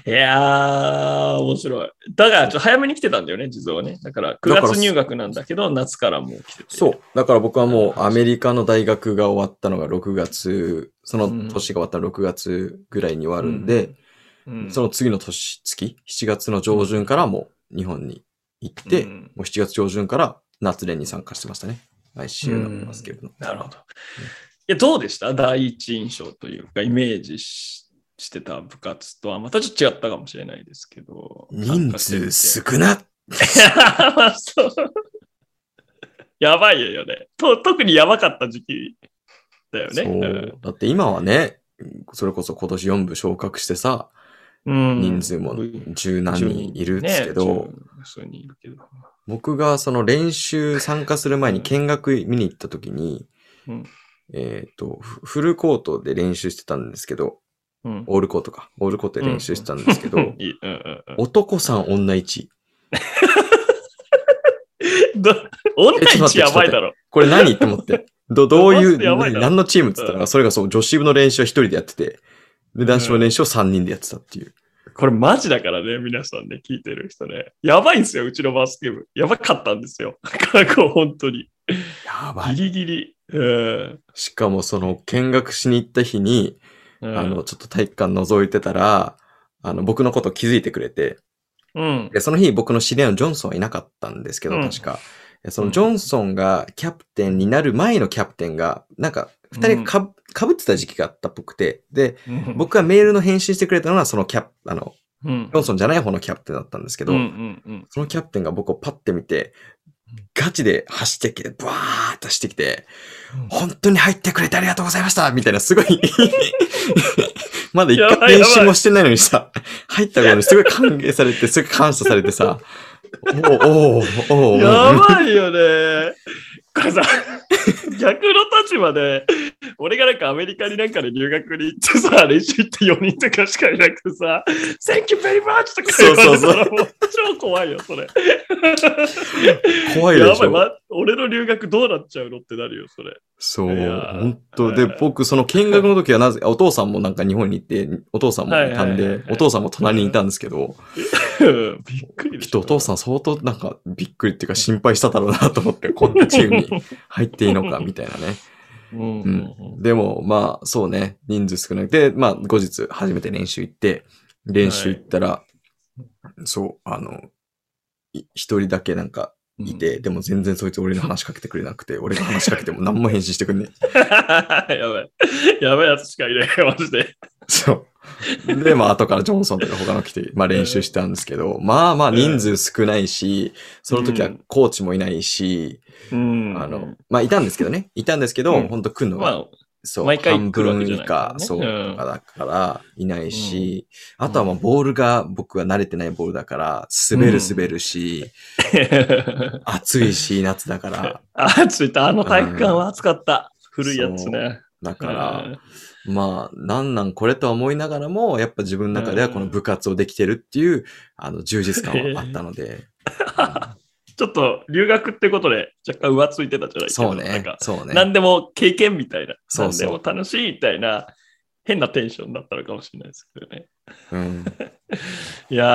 Speaker 1: いやー、面白い。だから、ちょっと早めに来てたんだよね、地蔵はね。だから、9
Speaker 2: だから
Speaker 1: 月入学なんだけど、夏からもう来てて。
Speaker 2: そう。だから僕はもうアメリカの大学が終わったのが6月、その年が終わったの6月ぐらいに終わるんで、
Speaker 1: うん。
Speaker 2: その次の年、月、7月の上旬からもう日本に行って、
Speaker 1: うん
Speaker 2: もう7月上旬から夏連に参加してましたね。ICU のバスケ部の。
Speaker 1: なるほど。いや、どうでした第一印象というか、イメージししてた部活とはまたちょっと違ったかもしれないですけど。
Speaker 2: 人数
Speaker 1: す
Speaker 2: 少な
Speaker 1: そう やばいよねと。特にやばかった時期だよね。
Speaker 2: そう。だって今はね、それこそ今年4部昇格してさ、
Speaker 1: うん
Speaker 2: 人数も十何人いるんですけど、、
Speaker 1: ね10数人いるけど
Speaker 2: 僕がその練習参加する前に見学見に行った時に、
Speaker 1: うん
Speaker 2: えっ、と、フフルコートで練習してたんですけど、
Speaker 1: うん
Speaker 2: オールコートか。オールコートで練習してたんですけど、
Speaker 1: いいうんうんうん
Speaker 2: 男さん女1。
Speaker 1: どオンラインやばいだろ。
Speaker 2: これ何って思って。ど、どういう、
Speaker 1: やばいな
Speaker 2: 何のチームって言ったら、それがそう、女子部の練習は一人でやってて、で、男子部の練習を3人でやってたっていう。
Speaker 1: これマジだからね、皆さんね、聞いてる人ね。やばいん ですよ、うちのバスケ部。やばかったんですよ。過去、本当に。
Speaker 2: やばい。
Speaker 1: ギリギリ。うん。
Speaker 2: しかもその見学しに行った日に、
Speaker 1: うん
Speaker 2: あの、、ちょっと体育館覗いてたら、あの、僕のこと気づいてくれて、
Speaker 1: うん。
Speaker 2: で、その日僕の知り合いのジョンソンはいなかったんですけど、
Speaker 1: うん
Speaker 2: 確か。でそのジョンソンがキャプテンになる前のキャプテンが、なんか、二人かぶ、かぶってた時期があったっぽくて、で、僕がメールの返信してくれたのは、そのキャプ、あの、
Speaker 1: うん、
Speaker 2: ジョンソンじゃない方のキャプテンだったんですけど、
Speaker 1: うんうんうん
Speaker 2: そのキャプテンが僕をパッて見て、ガチで走ってきて、ブワーッとしてきて、
Speaker 1: うん
Speaker 2: 本当に入ってくれてありがとうございましたみたいな、すごい、まだ一
Speaker 1: やばい
Speaker 2: 回練習もしてないのにさ、入ったことにすごい歓迎されて、すごい感謝されてさ、おーおーおーおー
Speaker 1: やばいよね。これさ、逆の立場で、俺がなんかアメリカになんかで留学に行ってさ、練習行って4人とかしかいなくてさ、Thank you very much! とか言われたらもう超怖いよ、それ。
Speaker 2: 怖い
Speaker 1: や
Speaker 2: でし
Speaker 1: ばい、
Speaker 2: ょ。
Speaker 1: ま、俺の留学どうなっちゃうのってなるよ、それ。
Speaker 2: そう、
Speaker 1: いやー
Speaker 2: 本当で
Speaker 1: はい、
Speaker 2: 僕、その見学の時はなぜ、お父さんもなんか日本に行って、お父さんもいたん
Speaker 1: はいはい
Speaker 2: で
Speaker 1: は、い
Speaker 2: お父さんも隣にいたんですけど、
Speaker 1: うんびっくりで
Speaker 2: きっ
Speaker 1: しょ
Speaker 2: とお父さん相当なんかびっくりっていうか心配しただろうなと 思って、こんなチームに入っていいのかみたいなね。
Speaker 1: うん
Speaker 2: う
Speaker 1: うんん。
Speaker 2: でもまあそうね、人数少なくて、まあ後日初めて練習行って、練習行ったら、そう、あの、い一人だけなんか
Speaker 1: うん
Speaker 2: い。て、でも全然そいつ俺に話しかけてくれなくて、俺が話しかけても何も返信してくんね え。
Speaker 1: やばい。やばいやつしかいない、マジで。
Speaker 2: そう。で、まあ、後からジョンソンとか他の来て、まあ練習したんですけど、まあまあ人数少ないし、その時はコーチもいないし、
Speaker 1: うん
Speaker 2: あの、まあ、いたんですけどね。いたんですけど、
Speaker 1: うん
Speaker 2: 本当来るの
Speaker 1: ま
Speaker 2: が、
Speaker 1: あ、
Speaker 2: そう、
Speaker 1: 毎回
Speaker 2: 半
Speaker 1: 来るわ
Speaker 2: 分
Speaker 1: けじゃ
Speaker 2: 以
Speaker 1: ないから
Speaker 2: 下、
Speaker 1: ね
Speaker 2: そう、
Speaker 1: うん
Speaker 2: とかだから、いないし、あとはまあ、ボールが、僕が慣れてないボールだから、滑る滑るし、暑いし、夏 だから、
Speaker 1: あ、ついた。あの体育館は暑かった。古いやつね。
Speaker 2: だ
Speaker 1: だ
Speaker 2: から、まあ、なんなんこれとは思いながらも、やっぱ自分の中ではこの部活をできてるっていう、あの、充実感はあった ので、
Speaker 1: ちょっと留学ってことで若干浮ついてたじゃないです
Speaker 2: そう
Speaker 1: なん
Speaker 2: ね
Speaker 1: か、、
Speaker 2: そうね。
Speaker 1: 何でも経験みたいな。
Speaker 2: そうそう
Speaker 1: 何でも楽しいみたいな。変なテンションだったのかもしれないですけどね。
Speaker 2: うん
Speaker 1: いや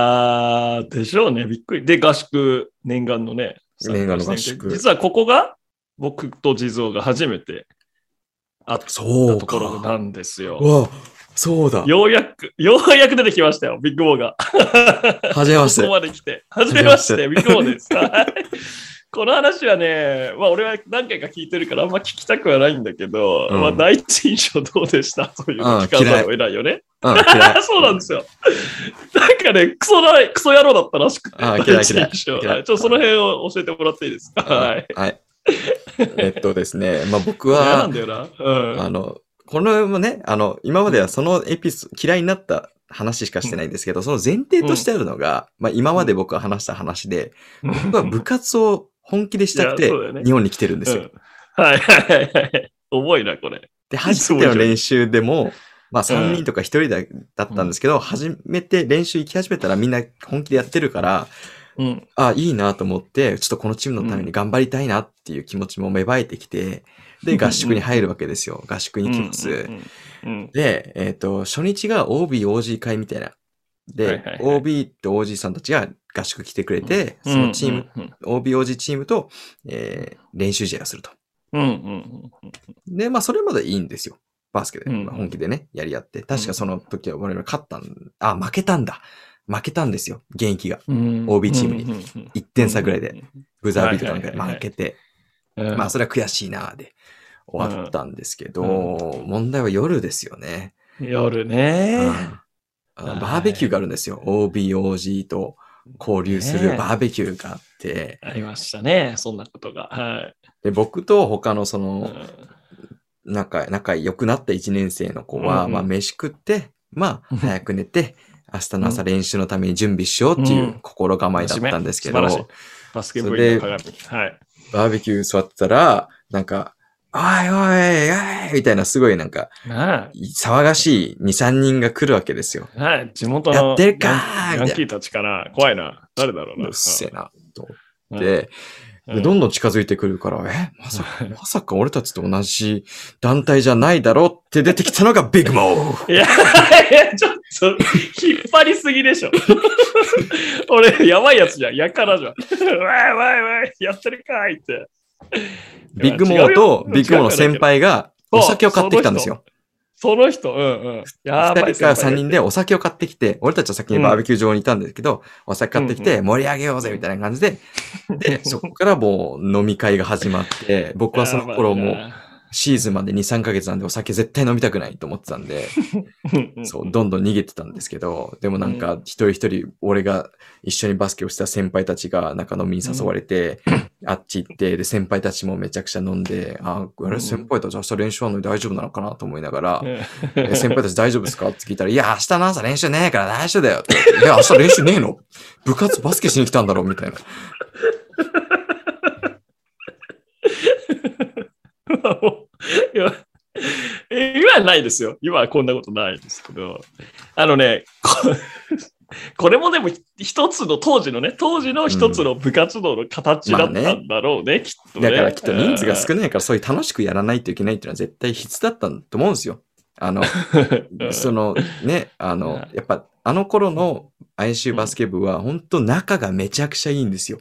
Speaker 1: ー、でしょうね。びっくり。で、合宿、念願のね。
Speaker 2: 念願の合宿
Speaker 1: 実はここが、僕と地蔵が初めて会った
Speaker 2: そう
Speaker 1: ところ
Speaker 2: か。
Speaker 1: なんです
Speaker 2: う
Speaker 1: よ。
Speaker 2: わ、そうだ。
Speaker 1: ようやく、ようやく出てきましたよ、ビッグボーが。
Speaker 2: はじめま し
Speaker 1: ここま
Speaker 2: て。
Speaker 1: で来て。はじめまして、ビッグボーです。はいこの話はね、まあ俺は何回か聞いてるからあんま聞きたくはないんだけど、
Speaker 2: うん
Speaker 1: まあ第一印象どうでしたという
Speaker 2: うん
Speaker 1: 聞かざるを得ないよね。。
Speaker 2: うん、嫌 い
Speaker 1: そうなんですよ。なんかね、クソな、クソ野郎だったらしくて、
Speaker 2: あ嫌い
Speaker 1: 第一
Speaker 2: 嫌い
Speaker 1: 印象
Speaker 2: 嫌い
Speaker 1: はいちょっとその辺を教えてもらっていいですか。はい。
Speaker 2: はい。えっとですね、まあ僕
Speaker 1: 嫌な
Speaker 2: は
Speaker 1: ん、だよな。うん。
Speaker 2: あの、このね、あの、今まではそのエピソード、嫌いになった話しかしてないんですけど、その前提としてあるのが、まあ今まで僕は話した話で、僕は部活を本気でしたく
Speaker 1: いや
Speaker 2: て
Speaker 1: そうだよね、
Speaker 2: 日本に来てるんです
Speaker 1: う
Speaker 2: よ
Speaker 1: ん。はいはいはいはい。重いな、これ。
Speaker 2: で、初めての練習でも、まあ3人とか1人だだったんですけど、初めて練習行き始めたらみんな本気でやってるから、
Speaker 1: うん。
Speaker 2: あ、いいなと思って、ちょっとこのチームのために頑張りたいなっていう気持ちも芽生えてきて、
Speaker 1: う
Speaker 2: で、
Speaker 1: んうん
Speaker 2: 合宿に入るわけですよ。合宿に行きます。
Speaker 1: うんうんうん。
Speaker 2: で、えっ、と、初日が OB、OG 会みたいな。で、
Speaker 1: はいはいはい
Speaker 2: OB って OG さんたちが合宿来てくれて、
Speaker 1: うん
Speaker 2: そのチーム、。
Speaker 1: うん
Speaker 2: OB、OG チームと、えー練習試合をすると。
Speaker 1: うんうん
Speaker 2: で、まあ、それまでいいんですよ。バスケで、
Speaker 1: うん
Speaker 2: まあ本気でね、やり合って。確かその時は我々勝ったん、あ、負けたんだ。負けたんですよ。現役が。
Speaker 1: うんうん。
Speaker 2: OB チームに
Speaker 1: に
Speaker 2: 1点差ぐらいで、。ブザービートなんか
Speaker 1: は
Speaker 2: で
Speaker 1: いはいはいはい
Speaker 2: 負けて。
Speaker 1: うん
Speaker 2: まあ、それは悔しいなーで終わったんですけど、問題は夜ですよね。
Speaker 1: 夜ね。
Speaker 2: あのバーベキューがあるんですよ。OBOG と交流するバーベキューがあって、
Speaker 1: ありましたね、そんなことが。はい。
Speaker 2: で僕と他のその
Speaker 1: う
Speaker 2: 仲仲良くなった1年生の子
Speaker 1: うん
Speaker 2: は、
Speaker 1: うん
Speaker 2: まあ飯食って、ま
Speaker 1: う
Speaker 2: あ
Speaker 1: ん
Speaker 2: 早く寝て、明日の朝練習のために準備しようっていううん心構えだったんですけ
Speaker 1: 真
Speaker 2: ど、
Speaker 1: 面目素晴らしバスケ部員の鏡。はい。
Speaker 2: バーベキュー座ってたら、なんか、おいおいおいみたいなすごいなんか
Speaker 1: は
Speaker 2: 騒がしい2、3人が来るわけですよ。
Speaker 1: い。はい。地元の
Speaker 2: やってるか
Speaker 1: ヤ
Speaker 2: ー
Speaker 1: ンヤ
Speaker 2: み
Speaker 1: ン
Speaker 2: た
Speaker 1: キ
Speaker 2: い
Speaker 1: ーたちかな。怖いな。誰だろう
Speaker 2: な。
Speaker 1: な。
Speaker 2: うっせえな、と思
Speaker 1: うん
Speaker 2: って、、
Speaker 1: う
Speaker 2: で、どんどん近づいてくるから、え、まさか、まさか俺たちと同じ団体じゃないだろうって出てきたのが ビッグモー
Speaker 1: いや、いやちょっと、引っ張りすぎでしょ。俺、やばいやつじゃん。やからじゃん。わいわいわい、やってるかいって。
Speaker 2: ビッグモーとビッグモーの先輩がお酒を買ってきたんですよ。
Speaker 1: その人、うんうん。やばい
Speaker 2: 2人か3人でお酒を買ってきて、俺たちは先にバーベキュー場にいたんですけど、お酒買ってきて盛り上げようぜみたいな感じで、 で、そこからもう飲み会が始まって、僕はその頃もうシーズンまで2、3ヶ月なんでお酒絶対飲みたくないと思ってたんで、
Speaker 1: う
Speaker 2: そう、どんどん逃げてたんですけど、でもなんか一人一人、俺が一緒にバスケをした先輩たちがなんか飲みに誘われて、あっち行って、で、先輩たちもめちゃくちゃ飲んで、あ、あ
Speaker 1: う
Speaker 2: れ
Speaker 1: ん
Speaker 2: 先輩たち明日練習あるのに大丈夫なのかなと思いながら、え
Speaker 1: ん。
Speaker 2: 先輩たち大丈夫ですかって聞いたら、いや、明日の朝練習ねえから大丈夫だよって。いや、明日練習ねえの部活バスケしに来たんだろうみたいな。
Speaker 1: いや今はないですよ。今はこんなことないですけど。あのね、こ これもでも一つの当時のね、当時の一つの部活動の形だったんだろうね、きっとね。
Speaker 2: だからきっと人数が少ないから、そういう楽しくやらないといけないっていうのは絶対必須だったと思うんですよ。あの、
Speaker 1: うん
Speaker 2: そのね、あの、やっぱあの頃の ICU バスケ部は本当仲がめちゃくちゃいいんですよ。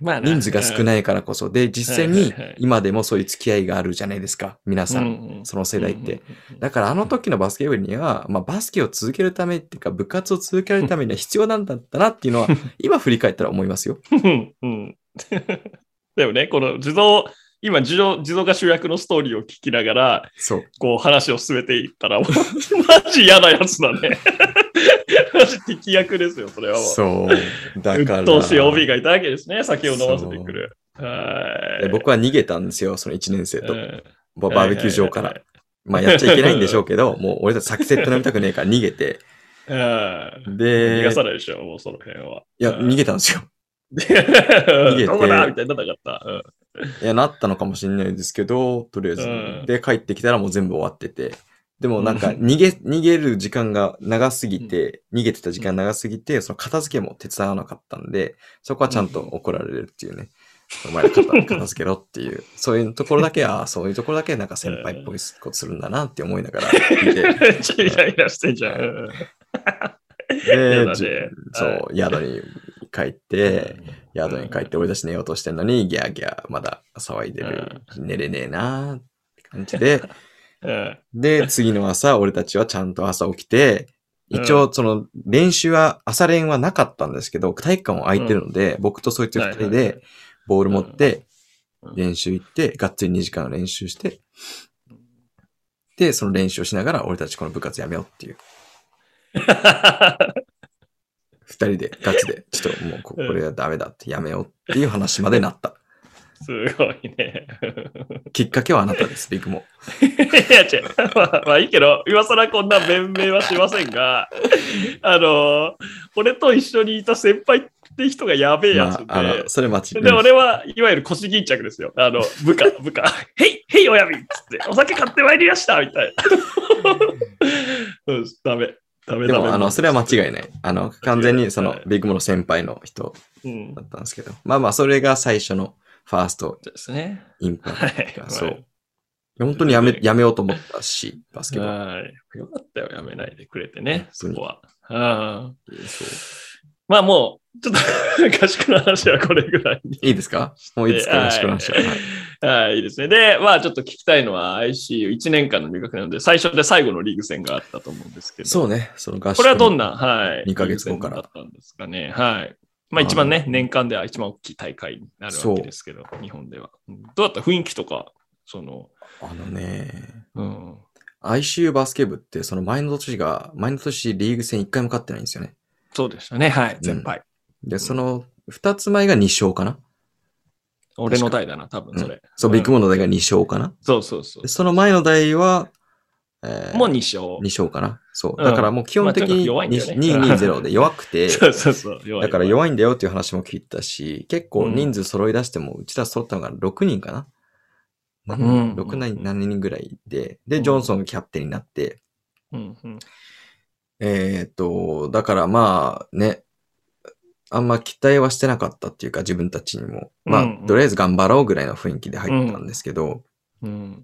Speaker 1: まあね
Speaker 2: 人数が少ないからこそ。で、実際
Speaker 1: はい
Speaker 2: に
Speaker 1: はいはい
Speaker 2: 今でもそういう付き合いがあるじゃないですか。皆さん、
Speaker 1: うんうん
Speaker 2: その世代って。
Speaker 1: うん
Speaker 2: だからあの時のバスケ部には、まあ、バスケを続けるためっていうか、部活を続けるためには必要なんだったなっ ていうのは、今振り返ったら思いますよ。
Speaker 1: うんうん、 でもね、この自動、今自動、自動が主役のストーリーを聞きながら、
Speaker 2: そう。
Speaker 1: こう話を進めていったら、 もうマジ嫌なやつだね。 マジ敵役ですよ、それはもう。
Speaker 2: そう。だから。
Speaker 1: 鬱陶しい OB がいたわけですね、酒を飲ませてくる。は
Speaker 2: で
Speaker 1: い。
Speaker 2: 僕は逃げたんですよ、その1年生
Speaker 1: う
Speaker 2: と。
Speaker 1: ん
Speaker 2: ババーベキュー場か
Speaker 1: はい
Speaker 2: ら。まあ、やっちゃいけないんでしょうけど、もう俺たち酒絶対飲みたくねえから逃げ て。
Speaker 1: うん逃
Speaker 2: で、
Speaker 1: がさないでしょ、もうその辺は。
Speaker 2: いや、逃げたんですよ。
Speaker 1: 逃
Speaker 2: げて
Speaker 1: どこだみたいにならなかった。うん
Speaker 2: いや、なったのかもしれないですけど、とりあえず。
Speaker 1: うん
Speaker 2: で、帰ってきたらもう全部終わってて。でもなんか、逃げ、逃げる時間が長すぎて、逃げてた時間長すぎて、その片付けも手伝わなかったんで、そこはちゃんと怒られるっていうね。お前ら 片片付けろっていう、そういうところだけ、ああ、そういうところだけなんか先輩っぽいことするんだなって思いながら聞 いて。
Speaker 1: めっちゃイライラしてんじゃん。うん嫌だね
Speaker 2: で、じそう
Speaker 1: は、
Speaker 2: 宿に帰って、宿に帰って俺たち寝ようとしてるのに、ギャーギャーまだ騒いでる。寝れねえなーって感 じで、
Speaker 1: うん
Speaker 2: で、次の朝、俺たちはちゃんと朝起きて、一応、その、練習は、朝練はなかったんですけど、体育館は空いてるので、僕とそいつ二
Speaker 1: は
Speaker 2: 人
Speaker 1: いはいは
Speaker 2: で、ボール持って
Speaker 1: うん、
Speaker 2: 練習行って、がっつり2時間練習して、で、その練習をしながら、俺たちこの部活やめようっていう、二人で、ガチで、ちょっともうこ、こ
Speaker 1: うん
Speaker 2: れはダメだって、やめようっていう話までな った。
Speaker 1: すごいね。
Speaker 2: きっかけはあなたです、ビッグも。
Speaker 1: いや、違う。 まあ、まあいいけど、今更こんな弁明はしませんが、 あの、俺と一緒にいた先輩って人がやべえやつで、
Speaker 2: まあ、あの、それ間違い
Speaker 1: で、俺はいわゆる腰巾着ですよ。あの、部下、 部下、へい、へい、親指っつって、お酒買ってまいりましたみたい な。うん、ダメ、ダメ、
Speaker 2: で
Speaker 1: ダメ。
Speaker 2: も、あの、それは間違いない。あの、完全にその
Speaker 1: はい、
Speaker 2: ビッグモの先輩の人
Speaker 1: うん
Speaker 2: だ。ったんですけど。まあまあ、それが最初のファースト
Speaker 1: そうですね。
Speaker 2: インパク
Speaker 1: は
Speaker 2: ト
Speaker 1: い。
Speaker 2: が。そう。いや本当にやめ、やめようと思ったし、バスケ部。
Speaker 1: はい。よかったよ、やめないでくれてね、そ
Speaker 2: 本当に
Speaker 1: こは。あ
Speaker 2: そう
Speaker 1: まあもう、ちょっと 賢い話はこれぐらいに。
Speaker 2: いいですかもういいですかよろしくお願いします。はい
Speaker 1: はい、いいですね。で、まあちょっと聞きたいのは ICU1 年間の留学なので、最初で最後のリーグ戦があったと思うんですけど、
Speaker 2: そうね、その合宿。
Speaker 1: これはどんな、はい、
Speaker 2: 二ヶ月後から
Speaker 1: リーグ戦だったんですかね。はい。まあ一番ね、年間では一番大きい大会になるわけですけど、日本では。うんどうだった雰囲気とか、その、
Speaker 2: あのね、
Speaker 1: うん。
Speaker 2: ICU バスケ部って、その前の年が、前の年リーグ戦1回も勝ってないんですよね。
Speaker 1: そうでしたね、はい、全敗。
Speaker 2: で、その、2つ前が2勝かな
Speaker 1: 俺の代だな、多分それ。
Speaker 2: そう、
Speaker 1: ん
Speaker 2: ビッグモの代が2勝かな
Speaker 1: そうそうそう
Speaker 2: で。その前の代は、えー
Speaker 1: もう2
Speaker 2: 2勝かな。そう。
Speaker 1: うん
Speaker 2: だからもう基本的に
Speaker 1: まあとにかく弱いん だよね
Speaker 2: 220で弱くて
Speaker 1: 勝。、 そうそうそう。弱
Speaker 2: だ
Speaker 1: い
Speaker 2: から弱いんだよっていう話も聞いたし、結構人数揃い出しても、うちら揃ったのが6人かな。
Speaker 1: うん
Speaker 2: 6人、7人ぐらいで、で、
Speaker 1: うん
Speaker 2: ジョンソンがキャプテンになって、
Speaker 1: うんうん
Speaker 2: えっ、と、だからまあね、あんま期待はしてなかったっていうか自分たちにも、ま
Speaker 1: うんうん
Speaker 2: あ、とりあえず頑張ろうぐらいの雰囲気で入ったんですけど、
Speaker 1: うん。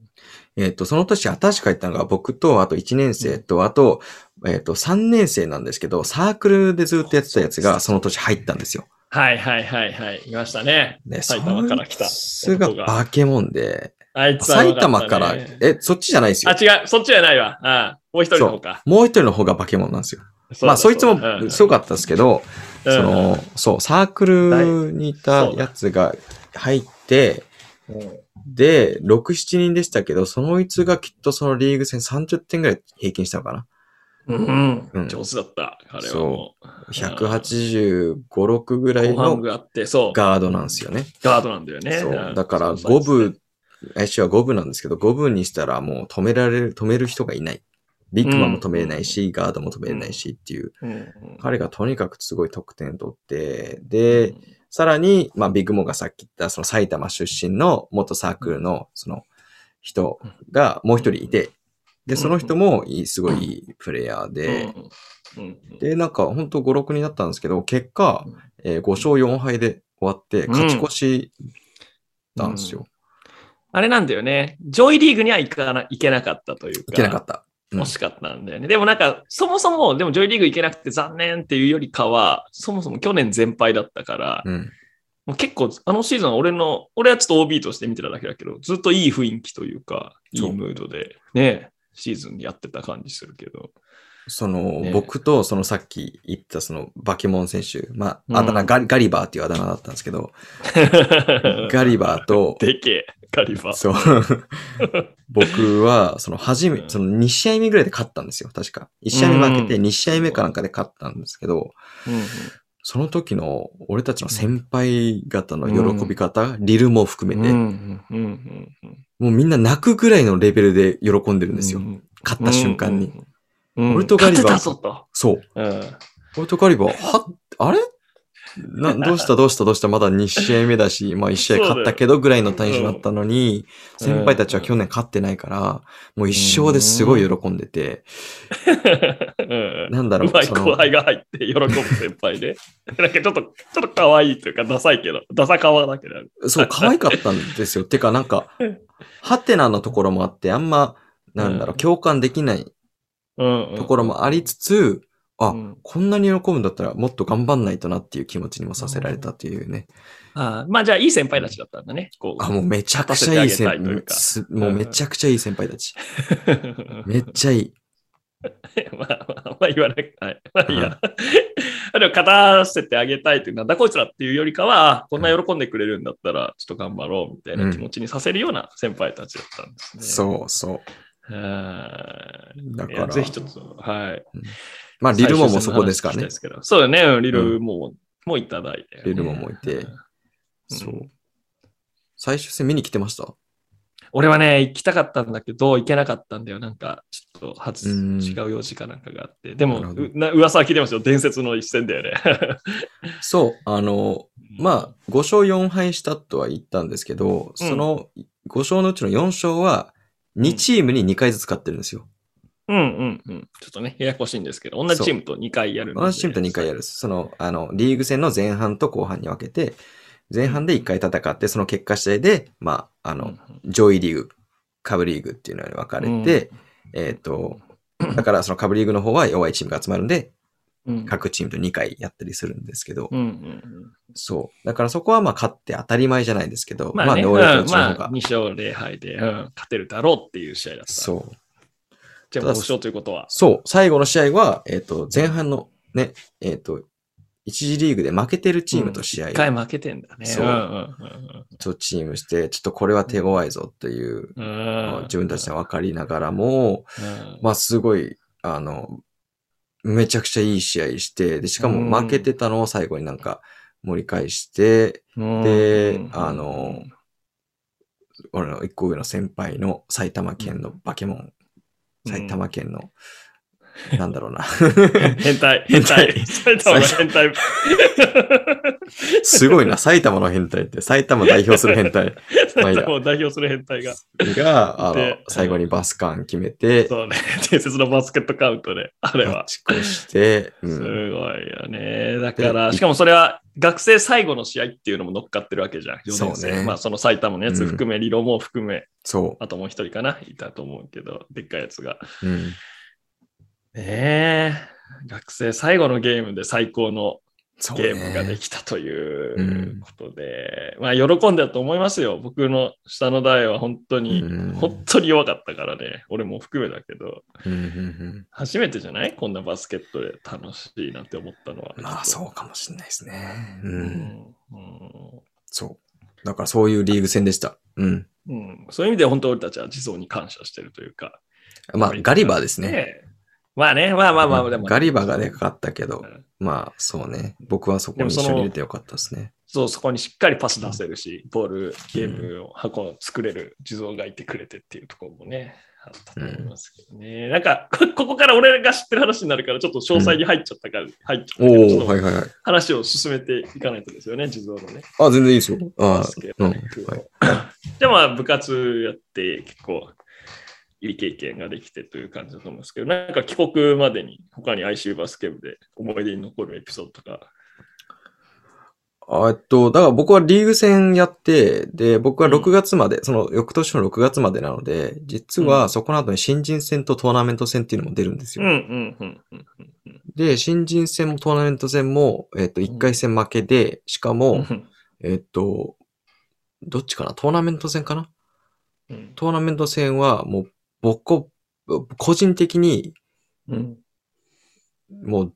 Speaker 2: えっ、と、その年新しく入ったのが僕と、あと1年生と、あと、えっ、と、3年生なんですけど、サークルでずっとやってたやつが、その年入ったんですよ。
Speaker 1: はいはいはいはい。いましたね。
Speaker 2: ね、
Speaker 1: 埼玉から来た
Speaker 2: そいつが化け物で、
Speaker 1: あいつは、
Speaker 2: 埼玉から、え、そっちじゃないです
Speaker 1: あ、
Speaker 2: よ。
Speaker 1: 違う。そっちじゃないわ。あもう一人の方か。
Speaker 2: もう一人の方が化け物なんですよ。
Speaker 1: うだ
Speaker 2: まあ、そいつも
Speaker 1: うだうん
Speaker 2: すごかったですけど、
Speaker 1: うん
Speaker 2: その、そう、サークルにいたやつが入って、
Speaker 1: うん
Speaker 2: で、6、7人でしたけど、そのいつがきっとそのリーグ戦30点ぐらい平均したのかな。
Speaker 1: うん
Speaker 2: うん
Speaker 1: 上手だった。彼はも。
Speaker 2: そう185、6ぐらい
Speaker 1: 後半
Speaker 2: の
Speaker 1: があって、そう。
Speaker 2: ガードなんですよね。
Speaker 1: ガードなんだよね。
Speaker 2: そう。
Speaker 1: ん
Speaker 2: だから
Speaker 1: そうそう
Speaker 2: 5
Speaker 1: そう
Speaker 2: 分、来週は5分なんですけど、5分にしたらもう止められる、止める人がいない。ビッグマンも止めれないし、ガードも止めれないしっていう。
Speaker 1: うんうん
Speaker 2: 彼がとにかくすごい得点取って、で、さらに、まあ、ビッグモンがさっき言った、その埼玉出身の元サークルの、その人がもう一人いて、で、その人もいい、すごいいいプレイヤーで、
Speaker 1: うんうん
Speaker 2: で、なんか本当5、6になったんですけど、結果
Speaker 1: うん、
Speaker 2: えー5勝4敗で終わって、
Speaker 1: うん
Speaker 2: 勝ち越しなんですよ。
Speaker 1: あれなんだよね。上位リーグには行かな行けなかったというか。
Speaker 2: いけなかった。うん
Speaker 1: 惜しかったんだよね。でもなんか、そもそも、でもジョイリーグ行けなくて残念っていうよりかは、そもそも去年全敗だったから、
Speaker 2: うん。
Speaker 1: もう結構、あのシーズンは俺の、俺はちょっと OB として見てただけだけど、ずっといい雰囲気というか、い
Speaker 2: そ
Speaker 1: い
Speaker 2: う
Speaker 1: ムードで、ね、シーズンやってた感じするけど。
Speaker 2: その、
Speaker 1: ね
Speaker 2: 僕と、そのさっき言った、その、バケモン選手、まあ、あだ名、
Speaker 1: うん
Speaker 2: ガリガリバーっていうあだ名だったんです けど、ガリバーと、
Speaker 1: でけえ、ガリバー。
Speaker 2: そう。 僕は、その初め、その2試合目ぐらいで勝ったんですよ、確か。1試合目負けて
Speaker 1: うん
Speaker 2: 2試合目かなんかで勝ったんですけど、その時の俺たちの先輩方の喜び方、リルも含
Speaker 1: うん
Speaker 2: めて、
Speaker 1: うんうんうんうん
Speaker 2: もうみんな泣くぐらいのレベルで喜んでるんですよ。
Speaker 1: うんうん
Speaker 2: 勝った瞬間に。。
Speaker 1: うん
Speaker 2: 俺とガリバー
Speaker 1: 勝てたぞ
Speaker 2: そう。
Speaker 1: と。うん
Speaker 2: ポルトガリバー、は、あれ などうしたどうしたどうしたまだ2試合目だし、まあ1試合勝ったけどぐらいのテンションだったのに、
Speaker 1: そうだよ
Speaker 2: 先輩たちは去年勝ってないから、もう一生ですごい喜んでて、
Speaker 1: うん
Speaker 2: なんだろう
Speaker 1: うまい
Speaker 2: そ
Speaker 1: 後
Speaker 2: の
Speaker 1: 輩が入って喜ぶ先輩で。 なんかちょっと、ちょっと可愛いというか、ダサいけど、ダサかわだけど。
Speaker 2: そう、可愛かったんですよ。てか、なんか、ハテナのところもあって、あんま、なんだろう、
Speaker 1: うん
Speaker 2: 共感できない
Speaker 1: うんうん
Speaker 2: ところもありつつ、あ
Speaker 1: うん
Speaker 2: こんなに喜ぶんだったら、もっと頑張んないとなっていう気持ちにもさせられたというね。
Speaker 1: ああまあじゃあ、いい先輩たちだったんだ ね。こう
Speaker 2: あ、もうめちゃくちゃいい先
Speaker 1: 立たせてあげたいという
Speaker 2: 輩
Speaker 1: か、
Speaker 2: すもうめちゃくちゃいい先輩た ち。
Speaker 1: ま
Speaker 2: めっちゃいい。
Speaker 1: あまあ、まあ言わなくない。まあいいや。 でも、勝たせてあげたいという、なんだこいつらっていうよりかは、あこんな喜んでくれるんだったら、ちょっと頑張ろうみたいな気持ちにさせるような先輩たちだったんですね。
Speaker 2: そうそう。
Speaker 1: ああ
Speaker 2: だか
Speaker 1: いや
Speaker 2: ら、
Speaker 1: ぜひちょっと、はい。
Speaker 2: まあ、リルモもそこですか
Speaker 1: 最。終戦の話聞
Speaker 2: らね
Speaker 1: きたいですけどそうだね、うんリルモもいただいて。
Speaker 2: リルモもいて。
Speaker 1: うん
Speaker 2: そう。最終戦見に来てました
Speaker 1: 俺はね、行きたかったんだけど、行けなかったんだよ。なんか、ちょっと外す、
Speaker 2: うん
Speaker 1: 違う用事かなんかがあって。でも、
Speaker 2: なるほど
Speaker 1: うな噂は聞いてますよ。伝説の一戦だよね。
Speaker 2: そう、あの、 まあ、5勝4敗したとは言ったんですけど、
Speaker 1: うん
Speaker 2: その5勝のうちの4勝は、2チームに2回ずつ勝ってるんですよ。
Speaker 1: うんうんうん。ちょっとね、ややこしいんですけど、同じチームと2回やるので
Speaker 2: 同じチームと2回やる。その、あの、リーグ戦の前半と後半に分けて、前半で1回戦って、その結果次第で、まあ、あ
Speaker 1: うんう
Speaker 2: の、
Speaker 1: ん
Speaker 2: 上位リーグ、下部リーグっていうのに分かれて、えっ、と、だからその下部リーグの方は弱いチームが集まるんで、
Speaker 1: うん
Speaker 2: 各チームと2回やったりするんですけど、
Speaker 1: うんうん
Speaker 2: そう。だからそこはまあ勝って当たり前じゃないですけど、
Speaker 1: まあね、
Speaker 2: 能力のう
Speaker 1: うん
Speaker 2: ちの
Speaker 1: ま
Speaker 2: 方
Speaker 1: あ、
Speaker 2: が。
Speaker 1: 2勝0敗で、うん勝てるだろうっていう試合だった。
Speaker 2: そう。
Speaker 1: じゃあ、5勝ということは。
Speaker 2: そう。最後の試合は、えっ、と、前半のね、えっ、と、一次リーグで負けてるチームと試合
Speaker 1: 1、回負けてんだね。
Speaker 2: そうん
Speaker 1: ん
Speaker 2: とチームして、ちょっとこれは手強いぞっていう、
Speaker 1: うんうん
Speaker 2: 自分たちで分かりながらも、
Speaker 1: うん
Speaker 2: まあすごい、あの、めちゃくちゃいい試合して、で、しか
Speaker 1: うん
Speaker 2: も負けてたのを最後になんか盛り返して、で
Speaker 1: うん
Speaker 2: あの俺の一個上の先輩の埼玉県のバケモン、
Speaker 1: うん
Speaker 2: 埼玉県の、なんだろうな、
Speaker 1: 変態、
Speaker 2: 変
Speaker 1: 変
Speaker 2: 態
Speaker 1: 態、埼玉変態。
Speaker 2: すごいな、埼玉の変態って、埼玉代表する変態 まあ
Speaker 1: 埼
Speaker 2: いいや
Speaker 1: 玉を代表する変態が。
Speaker 2: が、あの
Speaker 1: で、
Speaker 2: 最後にバスカン決めて、
Speaker 1: そうね、伝説のバスケットカウントで、あれは
Speaker 2: 勝。ち越して、う
Speaker 1: すご
Speaker 2: ん、
Speaker 1: いよね。だから、
Speaker 2: で
Speaker 1: しかもそれは学生最後の試合っていうのも乗っかってるわけじゃん。4年
Speaker 2: そう
Speaker 1: 生。
Speaker 2: ね
Speaker 1: まあ、その埼玉のやつ含め、理論も含め、
Speaker 2: そ
Speaker 1: あともう一人かな、いたと思うけど、でっかいやつが。
Speaker 2: う、うん、
Speaker 1: ねえ、学生最後のゲームで最高の
Speaker 2: そう
Speaker 1: ゲ
Speaker 2: ね
Speaker 1: ームができたと
Speaker 2: う
Speaker 1: い
Speaker 2: ん
Speaker 1: うことで、まあ喜んだと思いますよ。僕の下の代は本当に、
Speaker 2: うん
Speaker 1: 本当に弱かったからね、俺も含めだけど、
Speaker 2: うんうん
Speaker 1: 初めてじゃないこんなバスケットで楽しいなんて思ったのは。
Speaker 2: うんまあ
Speaker 1: う。
Speaker 2: そうかもしれないですね。う。
Speaker 1: うんんうん
Speaker 2: そう。だからそういうリーグ戦でした。うん。
Speaker 1: うん、そういう意味で本当俺たちは地蔵に感謝してるというか。
Speaker 2: まあガリバーですね。
Speaker 1: ねえまあね、まあまあま
Speaker 2: う
Speaker 1: あ、
Speaker 2: ん
Speaker 1: でも、
Speaker 2: ガリバーがね、かかったけど
Speaker 1: う、ん
Speaker 2: まあそうね。僕はそこ
Speaker 1: でも
Speaker 2: に
Speaker 1: そ
Speaker 2: 一
Speaker 1: の
Speaker 2: 緒に入れてよかったですね。
Speaker 1: そう、そこにしっかりパス出せるし、ボール、ゲームを箱を作れる地蔵がいてくれてっていうところもね、あったと思いますけどね。なんか、こここから俺が知ってる話になるから、ちょっと詳細に入っちゃったから、入っちゃった
Speaker 2: お
Speaker 1: けどちょ
Speaker 2: お
Speaker 1: っ
Speaker 2: は
Speaker 1: と
Speaker 2: いはいはい。
Speaker 1: 話を進めていかないとですよね、地蔵のね。
Speaker 2: あ、全然いいですよ。あ
Speaker 1: バ
Speaker 2: あ
Speaker 1: スケ、
Speaker 2: う
Speaker 1: の
Speaker 2: ん。
Speaker 1: ね
Speaker 2: は
Speaker 1: 工
Speaker 2: い
Speaker 1: 夫で、まあ、部活やって、結構、いい経験ができてという感じだと思うんですけど、なんか帰国までに、他に ICU バスケ部で思い出に残るエピソードとか。
Speaker 2: あえっと、だから僕はリーグ戦やって、で、僕は6月まで、その翌年の6月までなので、実はそこの後に新人戦とトーナメント戦っていうのも出るんです
Speaker 1: うん
Speaker 2: よ。
Speaker 1: うんうんうんうん
Speaker 2: で、新人戦もトーナメント戦も、えっと、1回戦負けで、しか
Speaker 1: うん
Speaker 2: も、
Speaker 1: うん
Speaker 2: えっと、どっちかなトーナメント戦かな
Speaker 1: うん
Speaker 2: トーナメント戦はもう、僕こ、個人的に、
Speaker 1: うん。
Speaker 2: もう、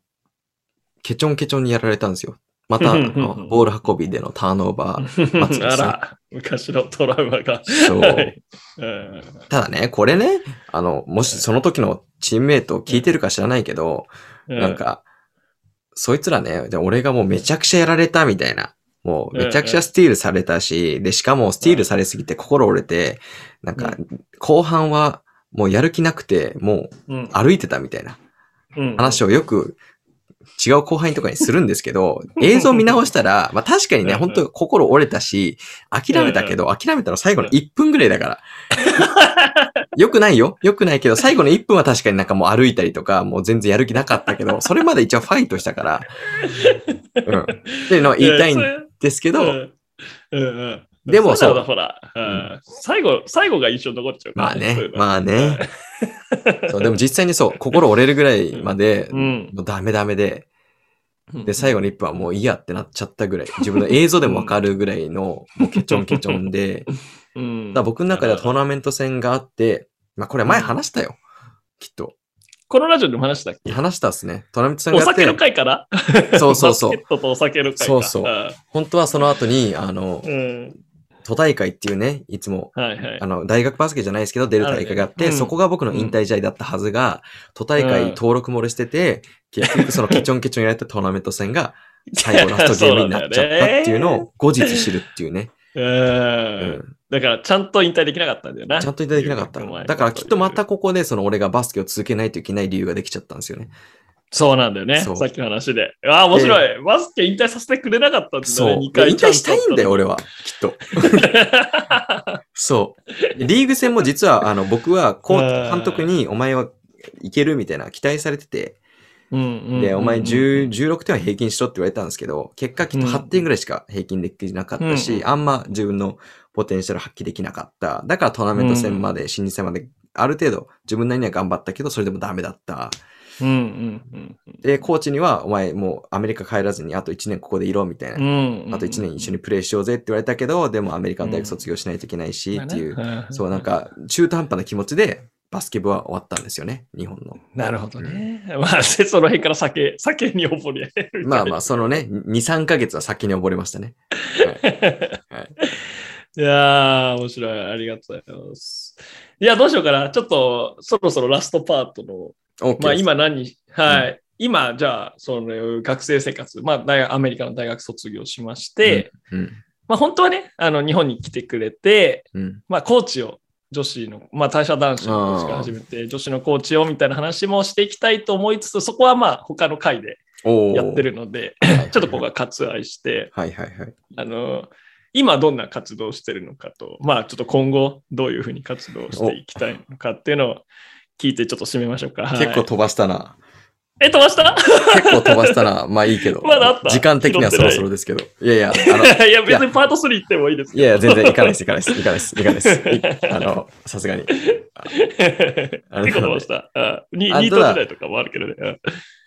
Speaker 2: ケチョンケチョンにやられたんですよ。また、あ
Speaker 1: うんうんうん
Speaker 2: のボール運びでのターンオーバー。松井
Speaker 1: あ
Speaker 2: さん
Speaker 1: ら、昔のトラウマが。
Speaker 2: そう。
Speaker 1: はいうん
Speaker 2: ただね、これね、あの、もしその時のチームメイト聞いてるか知らないけど、なん、か、そいつらね、で俺がもうめちゃくちゃやられたみたいな。もうめちゃくちゃスティールされたし、で、しかもスティールされすぎて心折れて、なんか、後半はもうやる気なくて、もう
Speaker 1: うん
Speaker 2: 歩いてたみたいな
Speaker 1: うん
Speaker 2: 話をよく違う後輩とかにするんですけど、映像見直したら、まあ確かにね、
Speaker 1: うん
Speaker 2: 本当心折れたし、諦めたけど、諦めたの最後の1分ぐらいだから。 よくないよ。よくないけど、最後の1分は確かになんかもう歩いたりとか、もう全然やる気なかったけど、それまで一応ファイトしたから、うん。っていうのは言いたいん
Speaker 1: や
Speaker 2: ですけ
Speaker 1: それ
Speaker 2: ど、
Speaker 1: うんうんうん
Speaker 2: でも
Speaker 1: そうだ
Speaker 2: そう
Speaker 1: ほら、うん最後、最後が印象に残っちゃうか
Speaker 2: まあ
Speaker 1: らそうい
Speaker 2: ね
Speaker 1: う、の
Speaker 2: まあね。そうでも実際にそう、心折れるぐらいまで、
Speaker 1: うん
Speaker 2: もうダメダメで、
Speaker 1: うん
Speaker 2: で、最後の1分はもういいやってなっちゃったぐらい、自分の映像でもわかるぐらいの、もうケチョンケチョンで、
Speaker 1: うん
Speaker 2: だから僕の中ではトー
Speaker 1: あ
Speaker 2: ナメント戦があって、まあこれ前話したよ。きっと。
Speaker 1: このラジオでも話したっけ
Speaker 2: 話したっすね。トーナメント戦
Speaker 1: お
Speaker 2: があっ
Speaker 1: 酒の
Speaker 2: て、
Speaker 1: 会から
Speaker 2: そうそうそう
Speaker 1: バスケットとお酒の会か
Speaker 2: そうそう本当はその後に、あの
Speaker 1: う、ん。
Speaker 2: 都大会っていうね、いつも、
Speaker 1: はいはい
Speaker 2: あ。の、大学バスケじゃないですけど、出る大会があっ
Speaker 1: あ
Speaker 2: て、
Speaker 1: るねうん
Speaker 2: そこが僕の引退試合だったはずが、都大会登録漏れしてて、結局そのケチョンケチョンやられたトーナメント戦が、最後ラストゲームになっちゃったっていう のを後日知るっていうね。
Speaker 1: うん
Speaker 2: うん
Speaker 1: だから、ちゃんと引退できなかったんだ よな。
Speaker 2: ちゃんといただけなかった。だからきっとまたここでその俺がバスケを続けないといけない理由ができちゃったんですよね。
Speaker 1: そうなんだよね。
Speaker 2: そう
Speaker 1: さっきの話で。ああ、面白い。バスケ引退させてくれなかったんだ
Speaker 2: そう。
Speaker 1: ね。
Speaker 2: 引
Speaker 1: 二回
Speaker 2: 退したいんだよ、
Speaker 1: ち
Speaker 2: 俺は。きっと。
Speaker 1: ゃんと。
Speaker 2: そう。リーグ戦も実は、あの、僕は、こう、
Speaker 1: うん
Speaker 2: 監督に、お前はいけるみたいな期待されてて、
Speaker 1: うん
Speaker 2: で、お前
Speaker 1: 10
Speaker 2: 10 16点は平均しろって言われたんですけど、結果きっと8点ぐらいしか平均できなかった
Speaker 1: うん
Speaker 2: し、
Speaker 1: う
Speaker 2: あんま自分のポテンシャル発揮できなかった。だからトーナメント戦まで、新日戦まで、ある程度自分なりには頑張ったけど、それでもダメだった。
Speaker 1: うんうん
Speaker 2: で、コーチには、お前もうアメリカ帰らずにあと1年ここでいろ、みたい
Speaker 1: うんう
Speaker 2: な。
Speaker 1: んうん。
Speaker 2: あと1年一緒
Speaker 1: に
Speaker 2: にプレイしようぜって言われたけど、でもアメリカの大学卒業しないといけないし、っていう、そうなん。か中途半端な気持ちでバスケ部は終わったんですよね、日本の。
Speaker 1: なるほどね。 まあ、でその辺から酒、酒に溺れる。
Speaker 2: まあまあ、そのね、2、3ヶ月は先に溺れましたね。
Speaker 1: いやー、面白い。ありがとうございます。いや、どうしようかな。ちょっと、そろそろラストパートの
Speaker 2: OK
Speaker 1: まあ今何、はい。今、じゃあ、その学生生活、まあ大学、アメリカの大学卒業しまして、
Speaker 2: うん、
Speaker 1: まあ本当はね、あの、日本に来てくれて、
Speaker 2: うん、
Speaker 1: まあコーチを、女子の、まあ退社男子のコーチから始めて、女子のコーチをみたいな話もしていきたいと思いつつ、そこはまあ他の回で
Speaker 2: おー
Speaker 1: やってるの で、
Speaker 2: はいはいはい
Speaker 1: ちょっとここが割愛して、
Speaker 2: はいはいはい。
Speaker 1: あの、今どんな活動をしてるのかと、まあちょっと今後どういうふうに活動をしていきたいのかっていうのを聞いてちょっと締めましょうか。はい
Speaker 2: 結構飛ばしたな。
Speaker 1: え、飛ばした
Speaker 2: 結構飛ばしたな。まあいいけど
Speaker 1: まだあっ。た
Speaker 2: 時間的にはそろそろですけど。いやいや、あの、い
Speaker 1: いや、別にパート3行ってもいい です。
Speaker 2: やいや、全然行かないですす、行かないです、行かないです、行かないです。いあの、さすがに。
Speaker 1: 結構飛ばした。2と時代とかもあるけどね。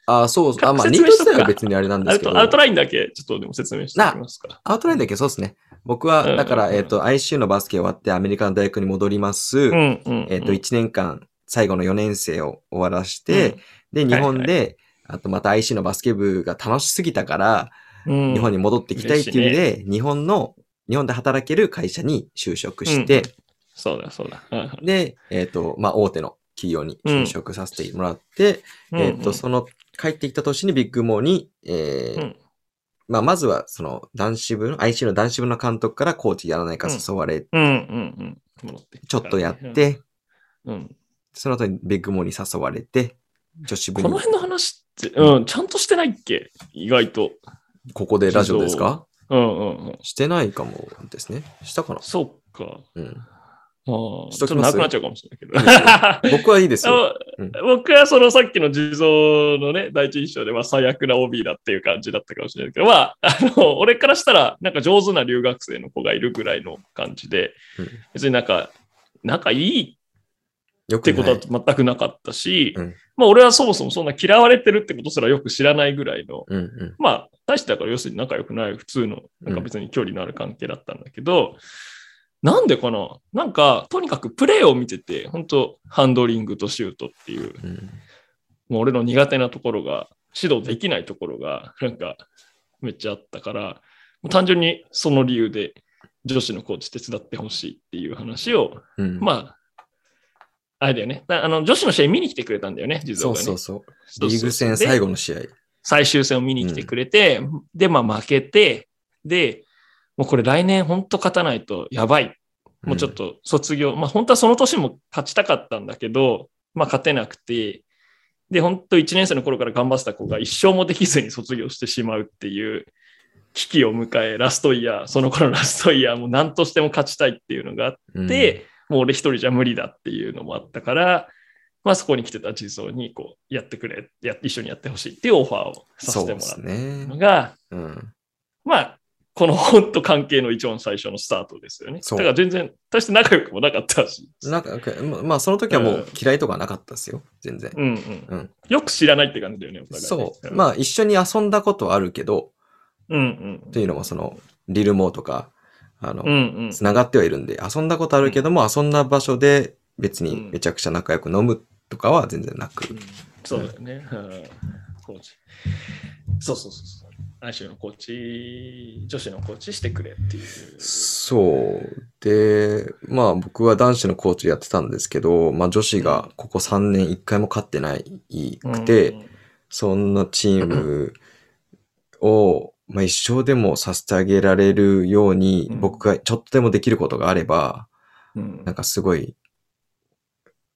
Speaker 2: あ、そうそう。あ、まあ、
Speaker 1: 説
Speaker 2: ニー
Speaker 1: 明
Speaker 2: ト
Speaker 1: しとく
Speaker 2: 自
Speaker 1: か
Speaker 2: 体は別にあれなんで
Speaker 1: ア
Speaker 2: す
Speaker 1: ウ
Speaker 2: けど。
Speaker 1: トアウトラインだけ、ちょっとでも説明しておきますか。
Speaker 2: アウトラインだけそうですね。僕
Speaker 1: うんうんう
Speaker 2: は、
Speaker 1: ん
Speaker 2: だから、えっ、と、ICU のバスケ終わってアメリカの大学に戻ります。
Speaker 1: うんうんうん
Speaker 2: えっ、と、1年間、最後の4年生を終わらして、で、日本で、あとまた ICU のバスケ部が楽しすぎたから、
Speaker 1: うん
Speaker 2: 日本に戻ってきたいっていう意味で、日本の、日本で働ける会社に就職して、
Speaker 1: そうだ、そうだ。うん
Speaker 2: で、えっ、と、まあ、大手の企業に就職させてもらって、
Speaker 1: うん
Speaker 2: えっ、と、その、帰ってきた年にビッグモーに、えー
Speaker 1: うん
Speaker 2: まあ、まずは、その、男子部の、IC の男子部の監督からコーチやらないか誘われ、
Speaker 1: うんうんうん。戻てきた
Speaker 2: ちょっとやって、
Speaker 1: うん
Speaker 2: その後にビッグモーに誘われて、女子部
Speaker 1: この
Speaker 2: に、
Speaker 1: 辺の話って、うん、ちゃんとしてないっけ意外と。
Speaker 2: ここでラジオですか
Speaker 1: うんうんうん。
Speaker 2: してないかもですね。したかな
Speaker 1: そうか。
Speaker 2: うん。
Speaker 1: あー
Speaker 2: し
Speaker 1: ちょ
Speaker 2: と
Speaker 1: っ
Speaker 2: き
Speaker 1: と
Speaker 2: ま
Speaker 1: な
Speaker 2: す
Speaker 1: くなっちゃうかもしれ
Speaker 2: い
Speaker 1: ないけど。
Speaker 2: 僕はいいです
Speaker 1: あ
Speaker 2: よ。
Speaker 1: の
Speaker 2: うん
Speaker 1: 僕はそのさっきの地蔵のね、第一印象では最悪な OB だっていう感じだったかもしれないけど、まあ、あの、俺からしたらなんか上手な留学生の子がいるぐらいの感じで
Speaker 2: うん、
Speaker 1: 別になんか、仲いい
Speaker 2: よ
Speaker 1: っ
Speaker 2: く
Speaker 1: て
Speaker 2: ない
Speaker 1: ことは全くなかったし、
Speaker 2: うん
Speaker 1: まあ俺はそもそもそんな嫌われてるってことすらよく知らないぐらいの、
Speaker 2: うんうん。
Speaker 1: まあ大してだから要するに仲良くない普通の、なんか別に距離のある関係だったんだけど、なんでかななんかとにかくプレーを見てて、本当ハンドリングとシュートっていう、
Speaker 2: うん
Speaker 1: もう俺の苦手なところが、指導できないところが、なんかめっちゃあったから、もう単純にその理由で女子のコーチ手伝ってほしいっていう話を
Speaker 2: うん。
Speaker 1: まあ、あれだよね。だあの女子の試合見に来てくれたんだよね、実
Speaker 2: そ
Speaker 1: は
Speaker 2: う
Speaker 1: ね。
Speaker 2: そうそう。
Speaker 1: そうそう
Speaker 2: リーグ戦最
Speaker 1: で
Speaker 2: 後の試合。
Speaker 1: 最終戦を見に来てくれて、で、まあ負けて、で、もうこれ来年本当勝たないとやばい。もうちょっと卒業、まあ本当はその年も勝ちたかったんだけど、まあ勝てなくて、で、本当1年生の頃から頑張ってた子が一生もできずに卒業してしまうっていう危機を迎え、ラストイヤー、その頃のラストイヤー、もう何としても勝ちたいっていうのがあって
Speaker 2: うん、
Speaker 1: で、もう俺一人じゃ無理だっていうのもあったから、まあ、そこに来てた地蔵にこうやってくれや、一緒にやってほしいっていうオファーをさ
Speaker 2: そ
Speaker 1: せ
Speaker 2: う
Speaker 1: てもら
Speaker 2: で
Speaker 1: っ
Speaker 2: す
Speaker 1: たの
Speaker 2: ね。
Speaker 1: が、
Speaker 2: うん。
Speaker 1: まあ、この本と関係の一番最初のスタートですよね。
Speaker 2: そ
Speaker 1: だ
Speaker 2: う
Speaker 1: から全然、大して仲良くもなかったし。
Speaker 2: なんか、ままあ、その時はもう嫌いとかなかったですよ。全然。
Speaker 1: うんうん
Speaker 2: うん
Speaker 1: よく知らないって感じだよね、お互いね
Speaker 2: そう。まあ、一緒に遊んだことはあるけど、
Speaker 1: うんうん。
Speaker 2: というのも、その、リルモーとか、あの
Speaker 1: うん、うん。
Speaker 2: つながってはいるんで、遊んだことあるけども、遊んだ場所で別にめちゃくちゃ仲良く飲むとかは全然なく。
Speaker 1: そうだよね。うんコーチ。そうそうそうそう。愛称のコーチ、女子のコーチしてくれっていう。
Speaker 2: そう。で、まあ僕は男子のコーチやってたんですけど、まあ女子がここ3年1回も勝ってないくて、
Speaker 1: うんうん
Speaker 2: そんなチームを、まあ、一生でもさせてあげられるように、
Speaker 1: うん
Speaker 2: 僕がちょっとでもできることがあれば、
Speaker 1: うん
Speaker 2: なんかすごい、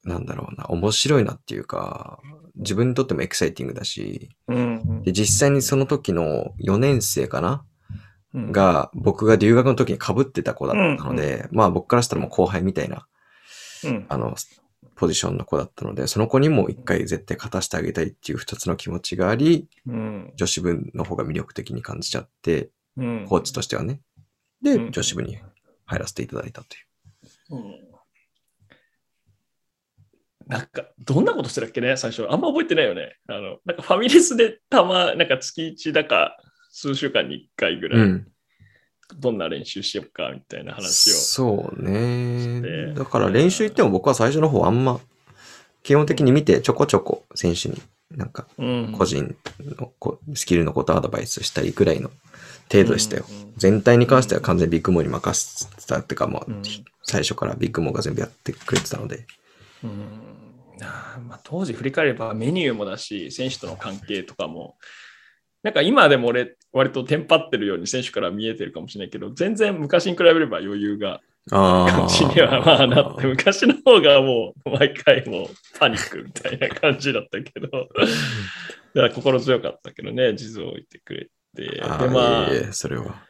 Speaker 2: なんだろうな、面白いなっていうか、自分にとってもエキサイティングだし、
Speaker 1: うん
Speaker 2: で、実際にその時の4年生かな
Speaker 1: うん、
Speaker 2: が、僕が留学の時に被ってた子だったので、まあ僕からしたらもう後輩みたいな、
Speaker 1: うん
Speaker 2: あの、ポジションの子だったので、その子にも一回絶対勝たせてあげたいっていう二つの気持ちがあり、
Speaker 1: うん
Speaker 2: 女子部の方が魅力的に感じちゃって、
Speaker 1: うん
Speaker 2: コーチとしてはね。で、
Speaker 1: うん
Speaker 2: 女子部に入らせていただいたと
Speaker 1: う
Speaker 2: いう。
Speaker 1: んなんか、どんなことしてたっけね、最初。あんま覚えてないよね。あの、なんかファミレスでたま、なんか月1だか、数週間に1回ぐらい、
Speaker 2: ん。
Speaker 1: どんな練習しようか、みたいな話を。
Speaker 2: そ
Speaker 1: し
Speaker 2: う
Speaker 1: て
Speaker 2: ね。だから練習行っても僕は最初の方あんま、基本的に見てちょこちょこ選手になんか
Speaker 1: うん
Speaker 2: 個人のこスキルのことアドバイスしたりぐらいの程度でしたよ。
Speaker 1: うんうん
Speaker 2: 全体に関しては完全にビッグモーに任せてたっていうか、まあ
Speaker 1: うん、
Speaker 2: 最初からビッグモーが全部やってくれてた ので。
Speaker 1: うんあーまあ、当時振り返ればメニューもだし選手との関係とかもなんか今でも俺割とテンパってるように選手から見えてるかもしれないけど全然昔に比べれば余裕が
Speaker 2: あ
Speaker 1: 感じにはまあなって昔の方がもう毎回もうパニックみたいな感じだったけどだから心強かったけどね地蔵を置いてくれてで
Speaker 2: あー
Speaker 1: まあ
Speaker 2: いえいえそれは。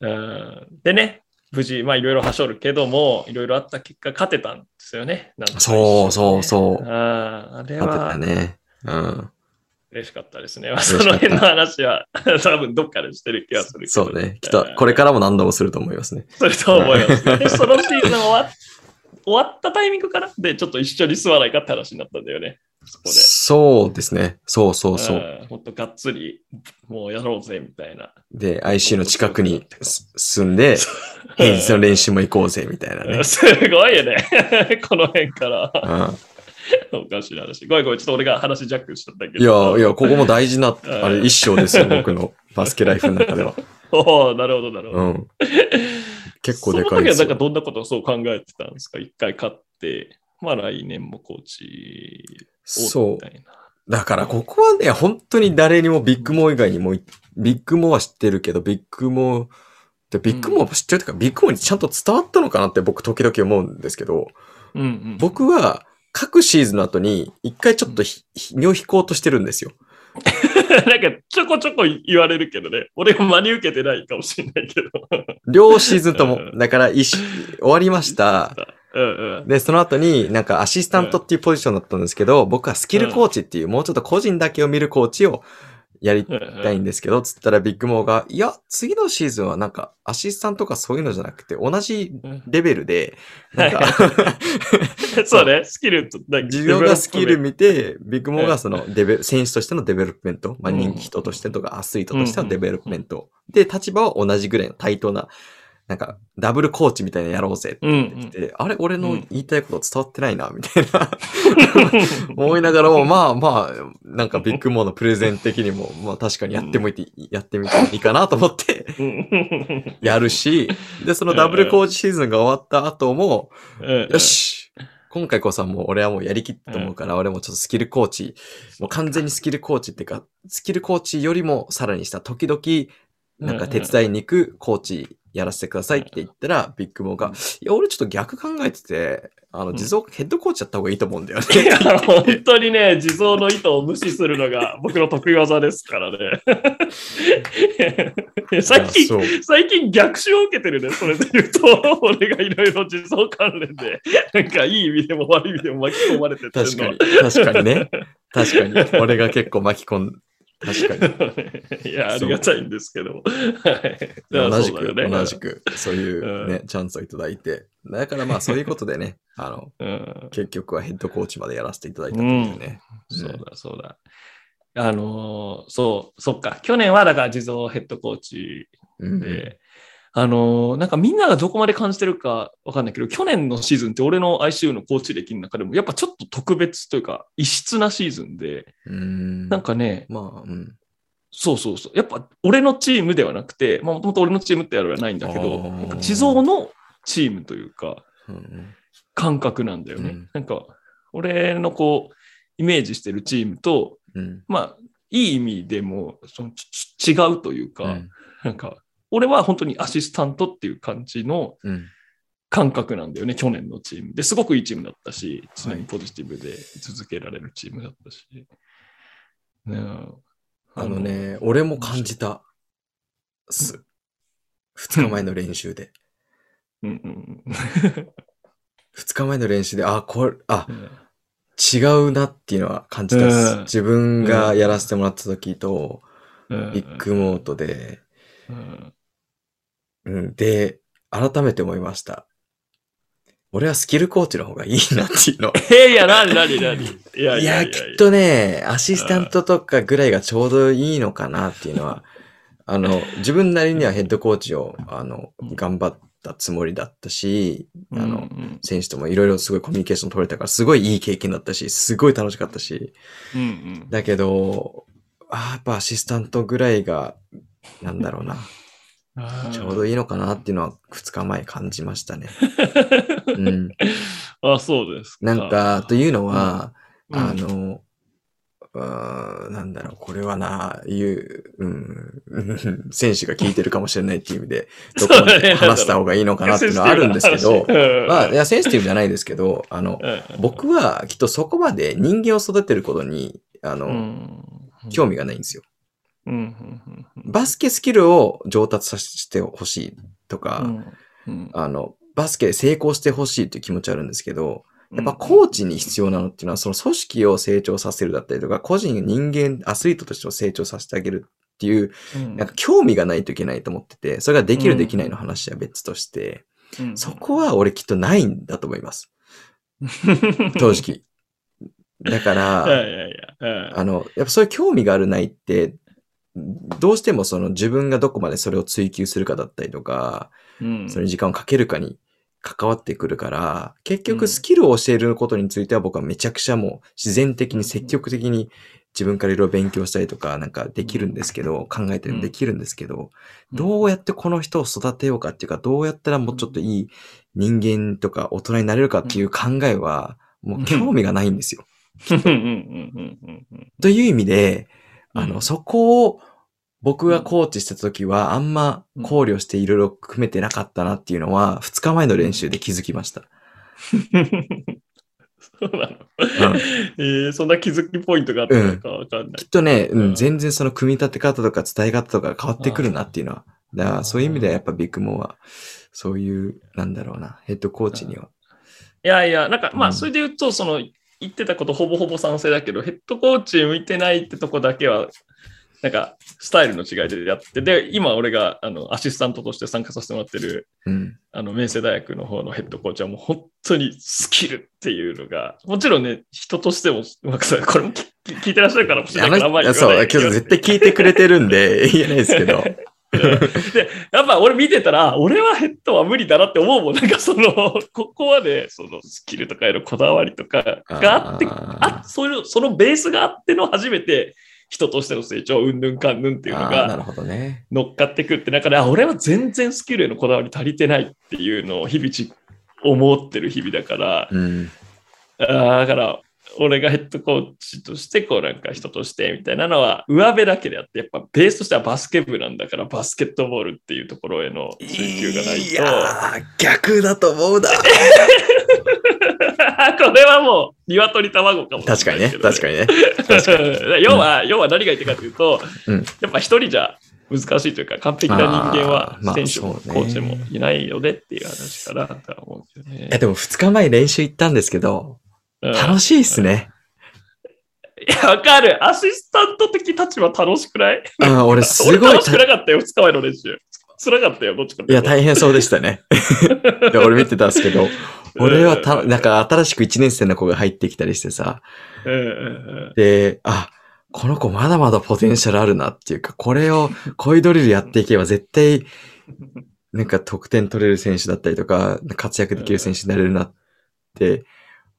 Speaker 1: うんでね無事まあいろいろはしょるけどもいろいろあった結果勝てたんですよねなんとか一緒に
Speaker 2: そ
Speaker 1: ね
Speaker 2: うそうそう。
Speaker 1: あああれ
Speaker 2: 勝てた
Speaker 1: は
Speaker 2: ね。うん。
Speaker 1: 嬉しかったですね。
Speaker 2: しか
Speaker 1: そ
Speaker 2: った
Speaker 1: の辺の話は多分どっかでしてる気がするけど。
Speaker 2: そうね。きっと、これからも何度もすると思いますね。
Speaker 1: それと思います。 でそのシーズン終わっ終わったタイミングからで、ちょっと一緒に住まないかって話になったんだよね。そこで。
Speaker 2: そうですね。そうそうそう。
Speaker 1: んほんとがっつり、もうやろうぜ、みたいな。
Speaker 2: で、IC の近くにす住ん で、平日の練習も行こうぜ、みたいなね。
Speaker 1: すごいよね。 この辺から。
Speaker 2: う
Speaker 1: おかしな話。ごめんごめん、ちょっと俺が話ジャックしちゃったけ
Speaker 2: ん、い
Speaker 1: ど。
Speaker 2: や、いや、ここも大事な、
Speaker 1: ん
Speaker 2: あれ、一 生ですよ、僕のバスケライフの中では。
Speaker 1: おおなるほど、なるほ
Speaker 2: う
Speaker 1: ど。
Speaker 2: ん。結構でかい
Speaker 1: で。
Speaker 2: ですす
Speaker 1: その時はなんか
Speaker 2: よ。
Speaker 1: どんなことをそう考えてたんですか一回勝って、まあ来年もコーチを
Speaker 2: そ
Speaker 1: みたいな。
Speaker 2: う。だから、ここはね、本当に誰にもビッグモー以外にもい、ビッグモーは知ってるけど、ビッグモー、でビッグモー知ってるというか、ビッグモーにちゃんと伝わったのかなって僕時々思うんですけど、
Speaker 1: うんうん。
Speaker 2: 僕は各シーズンの後に一回ちょっとひひ身を引こうとしてるんですよ。
Speaker 1: なんかちょこちょこ言われるけどね。俺が真に受けてないかもしれないけど。
Speaker 2: 両シーズンとも
Speaker 1: う。
Speaker 2: だから一し、終わりました。
Speaker 1: うんうん。
Speaker 2: で、その後になんかアシスタントっていうポジションだったんですけど、僕はスキルコーチっていうもうちょっと個人だけを見るコーチをやりたいんですけど、つったらビッグモーが、いや、次のシーズンはなんかアシスタントとかそういうのじゃなくて、同じレベルで、なんか、
Speaker 1: そうね、スキルと、だ
Speaker 2: 自分がスキ
Speaker 1: デ
Speaker 2: ル見て、ビッグモーがそのデベ、選手としてのデベロップメント、まあ、
Speaker 1: うん
Speaker 2: 人気人としてとかアスリートとしてのデベロップメント。で、立場は同じぐらいの対等な、なんか、ダブルコーチみたいなのやろうぜ。
Speaker 1: ベロップ面
Speaker 2: で、あれ、俺
Speaker 1: う
Speaker 2: の
Speaker 1: ん
Speaker 2: 言いたいこと伝わってないな、みたいな、
Speaker 1: うんうん。
Speaker 2: 思いながらも、まあまあ、なんかビッグモーのプレゼン的にも、まあ確かにやってもいて、やってみてもいいかなと思って
Speaker 1: うん
Speaker 2: やるし、で、そのダブルコーチシーズンが終わった後も、
Speaker 1: うん
Speaker 2: よし今回こそはもう俺はもうやりきったと思うから、俺もちょっとスキルコーチ、もう完全にスキルコーチっていうか、スキルコーチよりもさらにした、時々、なんか手伝いに行くコーチやらせてくださいって言ったら、ビッグモーが、いや、俺ちょっと逆考えてて、あの、
Speaker 1: うん
Speaker 2: 持続ヘッドコーチやった方がいいと思うんだよね。
Speaker 1: いや、本当にね、地蔵の意図を無視するのが僕の得意技ですから ね。最
Speaker 2: いや
Speaker 1: 近、
Speaker 2: そう
Speaker 1: 最近逆襲を受けてるね、それで言うと、俺がいろいろ地蔵関連で、なんかいい意味でも悪い意味でも巻き込まれてって
Speaker 2: 確か
Speaker 1: る
Speaker 2: に、確かにね。確かに。俺が結構巻き込ん、確かに。
Speaker 1: のは。 いや、ありがたいんですけど。はい
Speaker 2: 同じく、
Speaker 1: だからそう
Speaker 2: 同。
Speaker 1: だよね
Speaker 2: じく、そういうね、チャンスをいただいて。だからまあ、そういうことでね、あの、
Speaker 1: うん
Speaker 2: 結局はヘッドコーチまでやらせていただいたっていうね。
Speaker 1: そうだ、そうだ。あのーそう、そっか。去年はだから地蔵ヘッドコーチ
Speaker 2: うん
Speaker 1: で、あのーなんかみんながどこまで感じてるかわかんないけど、去年のシーズンって俺の ICU のコーチ歴の中でも、やっぱちょっと特別というか、異質なシーズンで、
Speaker 2: うん
Speaker 1: なんかね、
Speaker 2: まあ、うん。
Speaker 1: そうそうそう、やっぱ俺のチームではなくて、まあもともと俺のチームってやるはないんだけ
Speaker 2: あ
Speaker 1: ど、
Speaker 2: ー
Speaker 1: なんか地蔵のチームというか、
Speaker 2: うん
Speaker 1: 感覚なんだよね。
Speaker 2: うん
Speaker 1: なんか、俺のこう、イメージしてるチームと、
Speaker 2: うん。
Speaker 1: まあ、いい意味でもそのちち違うというか、
Speaker 2: うん
Speaker 1: なんか、俺は本当にアシスタントっていう感じの
Speaker 2: うん。
Speaker 1: 感覚なんだよね、去年のチーム。ですごくいいチームだったし、常にポジティブで続けられるチームだったし。ねえ
Speaker 2: あの、ね、俺も感じた。す。二日前の練習で。
Speaker 1: うんうん
Speaker 2: 二日前の練習で、あ、これ、あ
Speaker 1: う、ん、
Speaker 2: 違うなっていうのは感じたっ
Speaker 1: うん
Speaker 2: す。自分がやらせてもらった時と、
Speaker 1: うん
Speaker 2: ビッグモートで、
Speaker 1: うん
Speaker 2: うん、で、改めて思いました。俺はスキルコーチの方がいいなっていうの。
Speaker 1: えいや、なになになにいや
Speaker 2: いや、きっ。とね、アシスタントとかぐらいがちょうどいいのかなっていう のは、あの、自分なりにはヘッドコーチを、あの、
Speaker 1: うん
Speaker 2: 頑張ったつもりだったし、あの、
Speaker 1: うん
Speaker 2: 選手ともいろいろすごいコミュニケーション取れたから、すごいいい経験だったし、すごい楽しかったし、
Speaker 1: うんうん
Speaker 2: だけど、あーやっぱアシスタントぐらいが、なんだろうな、
Speaker 1: あー
Speaker 2: ちょうどいいのかなっていうのは2日前感じ ましたね。うん。
Speaker 1: あ、そうです
Speaker 2: なんか、というのは、
Speaker 1: うん
Speaker 2: あの、うーん、なんだろう、これはな、いう、うん、うん選手が聞いてるかもしれないっていう意味 で、どこまで話した方がいいのかなっていうのはあるん ですけど、まあ、いや、センシティブじゃないですけど、あの、僕はきっとそこまで人間を育てることに、あの、興
Speaker 1: 味。
Speaker 2: 味がないんですよ。
Speaker 1: うんうんうん
Speaker 2: バスケスキルを上達させてほしいとか、
Speaker 1: うん
Speaker 2: あの、バスケで成功してほしいっていう気持ちはあるんですけど、
Speaker 1: うん
Speaker 2: やっぱコーチに必要なのっていうのは、その組織を成長させるだったりとか、個人、人間、アスリートとしてを成長させてあげるっていう、
Speaker 1: うん
Speaker 2: なんか興味がないといけないと思ってて、それができ
Speaker 1: う
Speaker 2: る
Speaker 1: ん
Speaker 2: できないの話は別として、
Speaker 1: うん
Speaker 2: そこは俺きっとないんだと思います。正直。だか
Speaker 1: いや
Speaker 2: ら、
Speaker 1: いやいや。うん
Speaker 2: あの、やっぱそういう興味があるないって、どうしてもその自分がどこまでそれを追求するかだったりとか、
Speaker 1: うん
Speaker 2: それに時間をかけるかに関わってくるから、結
Speaker 1: う
Speaker 2: 局
Speaker 1: ん
Speaker 2: スキルを教えることについては僕はめちゃくちゃもう自然的に積極的に自分からいろいろ勉強したりとかなんかできるんですけど、考えて
Speaker 1: うん
Speaker 2: できるんですけど、
Speaker 1: うん
Speaker 2: どうやってこの人を育てようかっていうか、どうやったらもうちょっといい人間とか大人になれるかっていう考えは、もう興味がないんですよ。
Speaker 1: うんうんうんうんうん
Speaker 2: という意味で、
Speaker 1: うん
Speaker 2: あの、そこを僕がコーチした時は、あんま考慮していろいろ組めてなかったなっていうのは、2日前の練習で気づきました。
Speaker 1: そうなの。
Speaker 2: うん
Speaker 1: えーそんな気づきポイントがあったのかわかんな
Speaker 2: き
Speaker 1: い
Speaker 2: っ。とね、う、
Speaker 1: うんん
Speaker 2: 全然その組み立て方とか伝え方とか変わってくるなっていうのは。だからそういう意味ではやっぱビッグモアは、そういう、なんだろうな、ヘッドコーチには。
Speaker 1: いやいや、なんか、まあ、
Speaker 2: うん
Speaker 1: それで言うと、その、言ってたことほぼほぼ賛成だけど、ヘッドコーチ向いてないってとこだけは、なんか、スタイルの違いでやって、で、今俺が、あの、アシスタントとして参加させてもらってる、
Speaker 2: うん。
Speaker 1: あの、明星大学の方のヘッドコーチはもう本当にスキルっていうのが、もちろんね、人としても、まくさ、これも聞き聞いてらっしゃるかもしれないから、あんまり
Speaker 2: あの
Speaker 1: 言わ
Speaker 2: そ
Speaker 1: な
Speaker 2: う、
Speaker 1: い
Speaker 2: けど絶対聞いてくれてるんで、言えないです けど。
Speaker 1: で、やっぱ俺見てたら、あ俺はヘッドは無理だなって思うもん。なんかその、ここはね、そのスキルとかへのこだわりとかがあって、
Speaker 2: あー
Speaker 1: あそういう、そのベースがあっての初めて人としての成長、うんぬんかんぬんっていうの
Speaker 2: あーな
Speaker 1: が
Speaker 2: るほどね。
Speaker 1: 乗っかってくるって中で、あ、俺は全然スキルへのこだわり足りてないっていうのを日々じ思ってる日々だから、
Speaker 2: うん。
Speaker 1: あーだから、俺がヘッドコーチとして、こうなんか人としてみたいなのは上辺だけであって、やっぱベースとしてはバスケ部なんだから、バスケットボールっていうところへの追求がない
Speaker 2: い
Speaker 1: と。
Speaker 2: やー、逆だと思うな。
Speaker 1: これはもう、鶏卵かもしれない
Speaker 2: 確
Speaker 1: け
Speaker 2: か
Speaker 1: ど、
Speaker 2: にね、確か
Speaker 1: に。
Speaker 2: にね。
Speaker 1: 要は、要は何が言ってかというと、
Speaker 2: うん
Speaker 1: やっぱ一人じゃ難しいというか、完璧な人間は
Speaker 2: あーまあ
Speaker 1: 選手も
Speaker 2: そうね
Speaker 1: コーチもいないよねっていう話かなとは思うけどね
Speaker 2: え、。でも2日前練習行ったんですけど、
Speaker 1: うん
Speaker 2: 楽しいっすね。
Speaker 1: いや、わかる。アシスタント的立場楽しくない
Speaker 2: うん、俺す
Speaker 1: 俺
Speaker 2: ごい
Speaker 1: 楽しくなかったよ、2日前の練習。辛かったよ、どっちかって
Speaker 2: いや、
Speaker 1: 変
Speaker 2: 大変そうでし たね。いや俺見てたんですけど、俺はた、なんか新しく1年生の子が入ってきたりしてさ、
Speaker 1: うんうん
Speaker 2: で、あ、この子まだまだポテンシャルあるなっていうか、これを、こういうドリルやっていけば絶対、なんか得点取れる選手だったりとか、活躍できる選手になれるなって、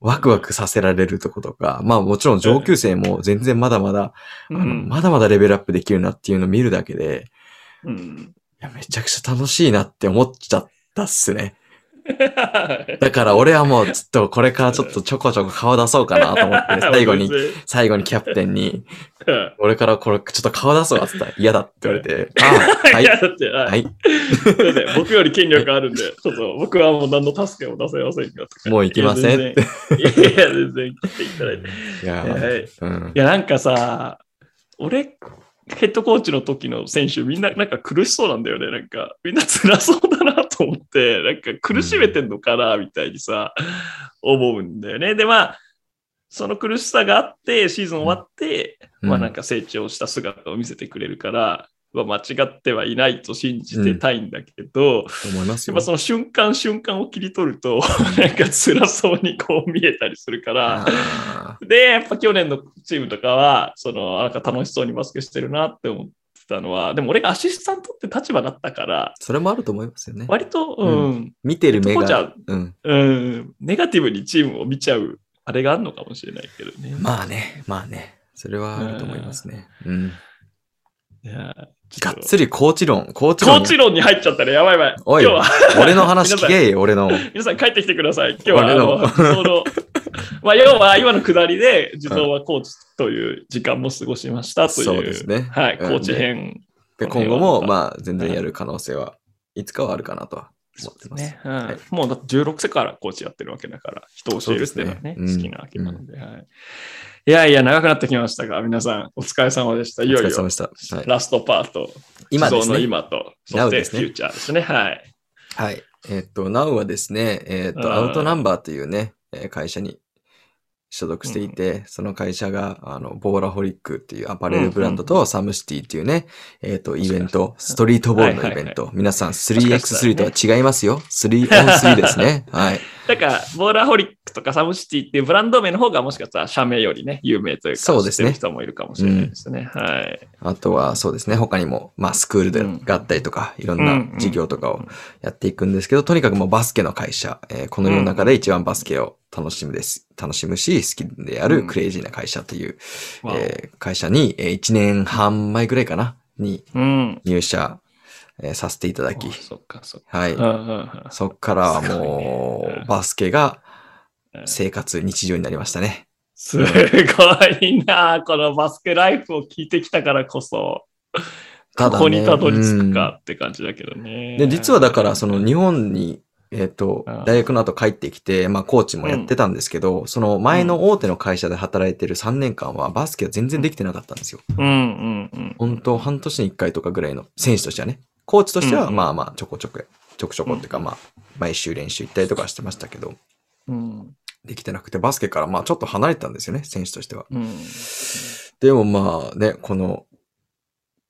Speaker 2: ワクワクさせられるとことか、まあもちろん上級生も全然まだまだ、あ
Speaker 1: うん。
Speaker 2: の、まだまだレベルアップできるなっていうのを見るだけで、
Speaker 1: うん。
Speaker 2: いや、めちゃくちゃ楽しいなって思っちゃったっすね。だから俺はもうちょっとこれからちょっとちょこちょこ顔出そうかなと 思って、最後に、
Speaker 1: 全
Speaker 2: 最後にキャプテンに、
Speaker 1: 然
Speaker 2: 俺からこれちょっと顔出そうかって言ったら嫌だって言われ て、あ
Speaker 1: うん
Speaker 2: はいい、
Speaker 1: や、だって、はい
Speaker 2: はい、
Speaker 1: すいません僕より権力あるんで、 ちょっと僕はもう何の助けも出せませんがとか。
Speaker 2: もう行きません
Speaker 1: いや、全然いや全然来ていただいて。い
Speaker 2: いや、
Speaker 1: はい
Speaker 2: うん。
Speaker 1: や、なんかさ、俺、ヘッドコーチの時の選手、みんななんか苦しそうなんだよね。なんか、みんな辛そうだなと思って、なんか苦しめてんのかな、みたいにさ、思うんだよね。で、まあ、その苦しさがあって、シーズン終わって、まあなん
Speaker 2: か、
Speaker 1: か成長した姿を見せてくれるから、まあ、間違ってはいないと信じてたいんだけど、
Speaker 2: 思います
Speaker 1: やっ
Speaker 2: よ
Speaker 1: ぱ。その瞬間瞬間を切り取ると、なんか辛そうにこう見えたりするから、
Speaker 2: あ
Speaker 1: で、やっぱ去年のチームとかは、その、なんか楽しそうにバスケしてるなって思ってたのは、でも俺がアシスタントって立場だったから、
Speaker 2: ーそれもあると思いますよね。
Speaker 1: 割と、うん、
Speaker 2: 見てる目
Speaker 1: ヘッドコー
Speaker 2: が、うん。
Speaker 1: うん、ネガティブにチームを見ちゃう、あれがあるのかもしれないけどね。
Speaker 2: まあね、まあね。それはあると思いますね。うん。
Speaker 1: いやちょ
Speaker 2: が
Speaker 1: っ
Speaker 2: っ
Speaker 1: と
Speaker 2: つりコーチ論、コーチ
Speaker 1: コ
Speaker 2: 論
Speaker 1: ー。チ論に入っちゃったね。やばいやばい。今
Speaker 2: おい
Speaker 1: 日は、
Speaker 2: 俺の話聞けよ、俺の。
Speaker 1: 皆さん帰ってきてください。今日は、あの、
Speaker 2: 我々の
Speaker 1: 地蔵の、まあ、要は今のくだりで、地蔵はコーチという時間も過ごしましたという、
Speaker 2: そうですね
Speaker 1: はい、
Speaker 2: う
Speaker 1: コ
Speaker 2: ん
Speaker 1: ーチ編。
Speaker 2: で
Speaker 1: この
Speaker 2: 今
Speaker 1: 辺
Speaker 2: 後
Speaker 1: は
Speaker 2: も、
Speaker 1: また
Speaker 2: まあ、全然やる可能性はいつかはあるかなとは思ってます。
Speaker 1: ね、うん
Speaker 2: はい
Speaker 1: もうだって16世からコーチやってるわけだから、人を教えるっていうのはね、
Speaker 2: そうですねう
Speaker 1: 好き
Speaker 2: ん
Speaker 1: なわけなので、はい。いやいや、長くなってきましたが、皆さん、お疲れ様でした。いよい
Speaker 2: お疲れ様
Speaker 1: よ
Speaker 2: で、した。はい、
Speaker 1: ラストパート、
Speaker 2: 今で
Speaker 1: 地
Speaker 2: す
Speaker 1: 蔵の
Speaker 2: ね。
Speaker 1: 今と、そ
Speaker 2: Now
Speaker 1: し
Speaker 2: で
Speaker 1: て
Speaker 2: す
Speaker 1: フ
Speaker 2: ね
Speaker 1: ューチャーですね。はい。
Speaker 2: はい。えっと、Now はですね、えっと、
Speaker 1: あ
Speaker 2: ア
Speaker 1: ー
Speaker 2: ウトナンバーというね、えー会社に所属していて、その会社が、あの、ボーラホリックっていうアパレルブランドと、サムシティっていうね、えっと、イベント、ストリートボールのイベント。皆さん
Speaker 1: もしかしたらね
Speaker 2: 3x3 とは違いますよ。3on3 ですね。はい。
Speaker 1: だから、ボーラーホリックとかサムシティっていうブランド名の方がもしかしたら社名よりね、有名というか、
Speaker 2: そうですね
Speaker 1: 知ってる人もいるかもしれないですね。はい。
Speaker 2: あとはそうですね、他にも、まあスクールで
Speaker 1: うん
Speaker 2: があったりとか、いろん
Speaker 1: う
Speaker 2: なん
Speaker 1: うん
Speaker 2: 事業とかをやっていくんですけど、とにかくもうバスケの会社、えーこの世の中で一番バスケを楽しむです。楽しむし、好きでや
Speaker 1: う
Speaker 2: る
Speaker 1: ん
Speaker 2: クレイジーな会社という、
Speaker 1: わお
Speaker 2: えー会社に、え1年半前ぐらいかな、に
Speaker 1: うん。
Speaker 2: 入社、えーさせていただき
Speaker 1: お、そっか、そっか。
Speaker 2: はい。
Speaker 1: うんうんうん
Speaker 2: そっからは
Speaker 1: すごい
Speaker 2: も
Speaker 1: ねう
Speaker 2: う、
Speaker 1: ん
Speaker 2: バスケが
Speaker 1: うん
Speaker 2: 生活、日常になりましたね。
Speaker 1: すごいなあこのバスケライフを聞いてきたからこそ、
Speaker 2: ただ
Speaker 1: こ
Speaker 2: ね
Speaker 1: こにたどり着くかって感じだけどね。
Speaker 2: で、実はだから、その日本に、えっ、と
Speaker 1: うん、
Speaker 2: 大学の後帰ってきて、まあ、コーチもやってたんですけど、その前の大手の会社で働いてる3年間は、バスケは全然できてなかったんですよ。
Speaker 1: うんうんうん。
Speaker 2: 本当半年に1回とかぐらいの選手としてはね。コーチとして
Speaker 1: うん
Speaker 2: は、
Speaker 1: うん
Speaker 2: まあまあ、ちょこちょこ、ちょこちょこっていうか、
Speaker 1: うん
Speaker 2: まあ、毎週練習行ったりとかしてましたけど、
Speaker 1: うん
Speaker 2: できてなくて、バスケからまあ、ちょっと離れてたんですよね、選手としては。
Speaker 1: うん
Speaker 2: でもまあね、この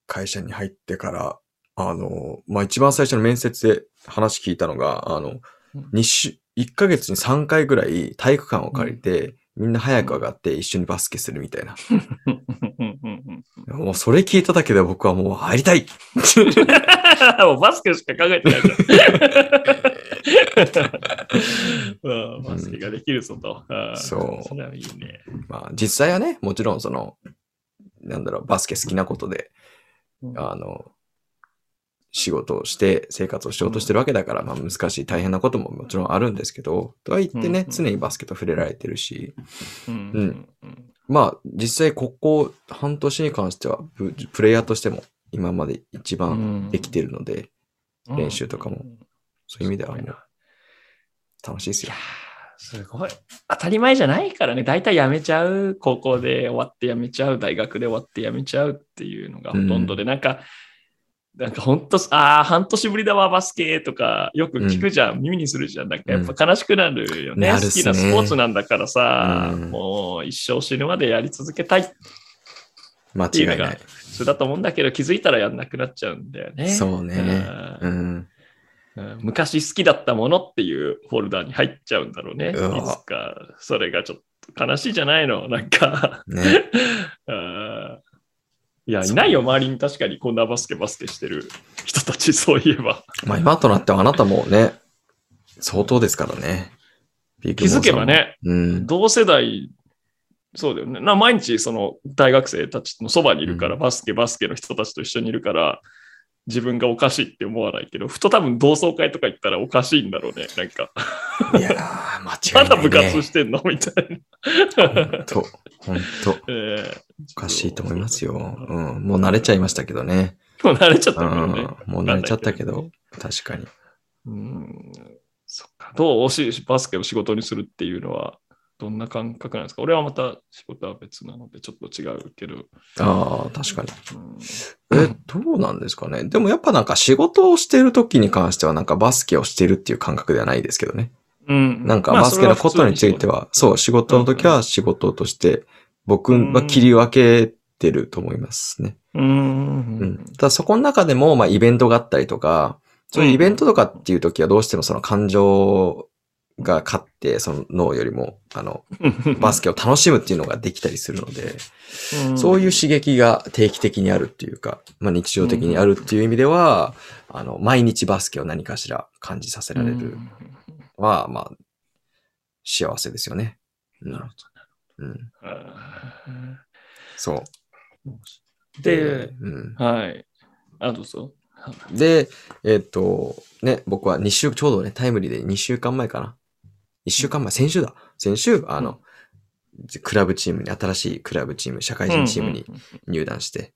Speaker 2: 会社に入ってから、あの、まあ一番最初の面接で話聞いたのが、あの
Speaker 1: うん、
Speaker 2: 2週、1ヶ月に3回ぐらい体育館を借りて、みんな早く上がって一緒にバスケするみたいな。
Speaker 1: うんうんうんうん
Speaker 2: もうそれ聞いただけで僕はもう入りたい
Speaker 1: もうバスケしか考えてない じゃん。うんバスケができるぞと。うん
Speaker 2: そう
Speaker 1: それはいいね。
Speaker 2: まあ実際はね、もちろんその、なんだろう、バスケ好きなことで、
Speaker 1: うん
Speaker 2: あの、仕事をして生活をしようとしてるわけだから、まあ難しい大変なことももちろんあるんですけど、とは言ってね、
Speaker 1: うんうん
Speaker 2: 常にバスケと触れられてるし、
Speaker 1: うん
Speaker 2: うん
Speaker 1: うん
Speaker 2: まあ、実際ここ半年に関しては、ぶプレイヤーとしても今まで一番できてるので、
Speaker 1: うん
Speaker 2: 練習とかも
Speaker 1: うん
Speaker 2: そういう意味ではも
Speaker 1: すごいうな
Speaker 2: 楽しいです
Speaker 1: い
Speaker 2: よ
Speaker 1: や。ーすごい。当たり前じゃないからね。大体辞めちゃう。高校で終わって辞めちゃう。大学で終わって辞めちゃうっていうのがほとんどで、なんか、なんか本当、ああ、半年ぶりだわ、バスケとか、よく聞くじゃん、耳にするじゃん。なんかやっぱ悲しくなるよね。
Speaker 2: うんなるっ
Speaker 1: 好
Speaker 2: すね
Speaker 1: きなスポーツなんだからさ、
Speaker 2: うん
Speaker 1: もう一生死ぬまでやり続けたいっ
Speaker 2: 間
Speaker 1: ていう
Speaker 2: 違
Speaker 1: の
Speaker 2: い
Speaker 1: が
Speaker 2: ない。
Speaker 1: 普通だと思うんだけど、気づいたらやんなくなっちゃうんだよね。
Speaker 2: そうね。
Speaker 1: う
Speaker 2: うんん。
Speaker 1: うん昔好きだったものっていうフォルダに入っちゃうんだろうね。いう
Speaker 2: わ
Speaker 1: つか、それがちょっと悲しいじゃないの、 なんか。
Speaker 2: ね。
Speaker 1: うんいや、
Speaker 2: そう
Speaker 1: いないよ、周りに確かにこんなバスケバスケしてる人たち、そういえば。
Speaker 2: まあ今となってはあなたもね、相当ですからね。ビッ
Speaker 1: 気
Speaker 2: グモ
Speaker 1: づ
Speaker 2: ーさん
Speaker 1: けば。ね、
Speaker 2: うん。
Speaker 1: 同世代、そうだよね。な毎日、その大学生たちのそばにいるから、
Speaker 2: う
Speaker 1: バスケバスケの人たちと一緒にいるから、自分がおかしいって思わないけど、ふと多分同窓会とか行ったらおかしいんだろうね。なんか、
Speaker 2: いやー、間
Speaker 1: ま
Speaker 2: 違い
Speaker 1: だ
Speaker 2: ない、ね。
Speaker 1: 部活してんのみたい な。
Speaker 2: 本当本当
Speaker 1: ええ
Speaker 2: おかしいと思いま すよ。
Speaker 1: そう
Speaker 2: うん。もう慣れちゃいましたけどね。
Speaker 1: もう慣れちゃった
Speaker 2: うん。
Speaker 1: からね。
Speaker 2: もう慣れちゃったけど、確かに。
Speaker 1: うん。そっか。どうしバスケを仕事にするっていうのは、どんな感覚なんですか俺はまた仕事は別なので、ちょっと違うけど。
Speaker 2: ああ、確かに。
Speaker 1: うん
Speaker 2: え、どうなんですかね。でもやっぱなんか仕事をしてる時に関してはなんかバスケをしてるっていう感覚ではないですけどね。
Speaker 1: うん。
Speaker 2: なんか
Speaker 1: まあ
Speaker 2: バスケのことについて。は、そう、仕事の時は仕事として、僕は切り分けてると思いますね。
Speaker 1: それは普通にそうだ
Speaker 2: う。
Speaker 1: うんん。
Speaker 2: ただそこの中でも、まあイベントがあったりとか、そういうイベントとかっていう時はどうしてもその感情が勝って、その脳よりも、あの、バスケを楽しむっていうのができたりするので、
Speaker 1: うん
Speaker 2: そういう刺激が定期的にあるっていうか、まあ、日常的にあるっていう意味では、あの、毎日バスケを何かしら感じさせられるは、まあ、幸せですよね。うん
Speaker 1: なるほ
Speaker 2: うん。
Speaker 1: どあ
Speaker 2: そ
Speaker 1: ー。
Speaker 2: う。
Speaker 1: で、
Speaker 2: うん。
Speaker 1: はい。あ、どうぞ。
Speaker 2: で、えっ、と、ね、僕は2週、ちょうどね、タイムリーで2週間前かな。1週間前、先週だ。先週、あの、クラブチームに、新しいクラブチーム、社会人チームに
Speaker 1: うんうん
Speaker 2: 入団して、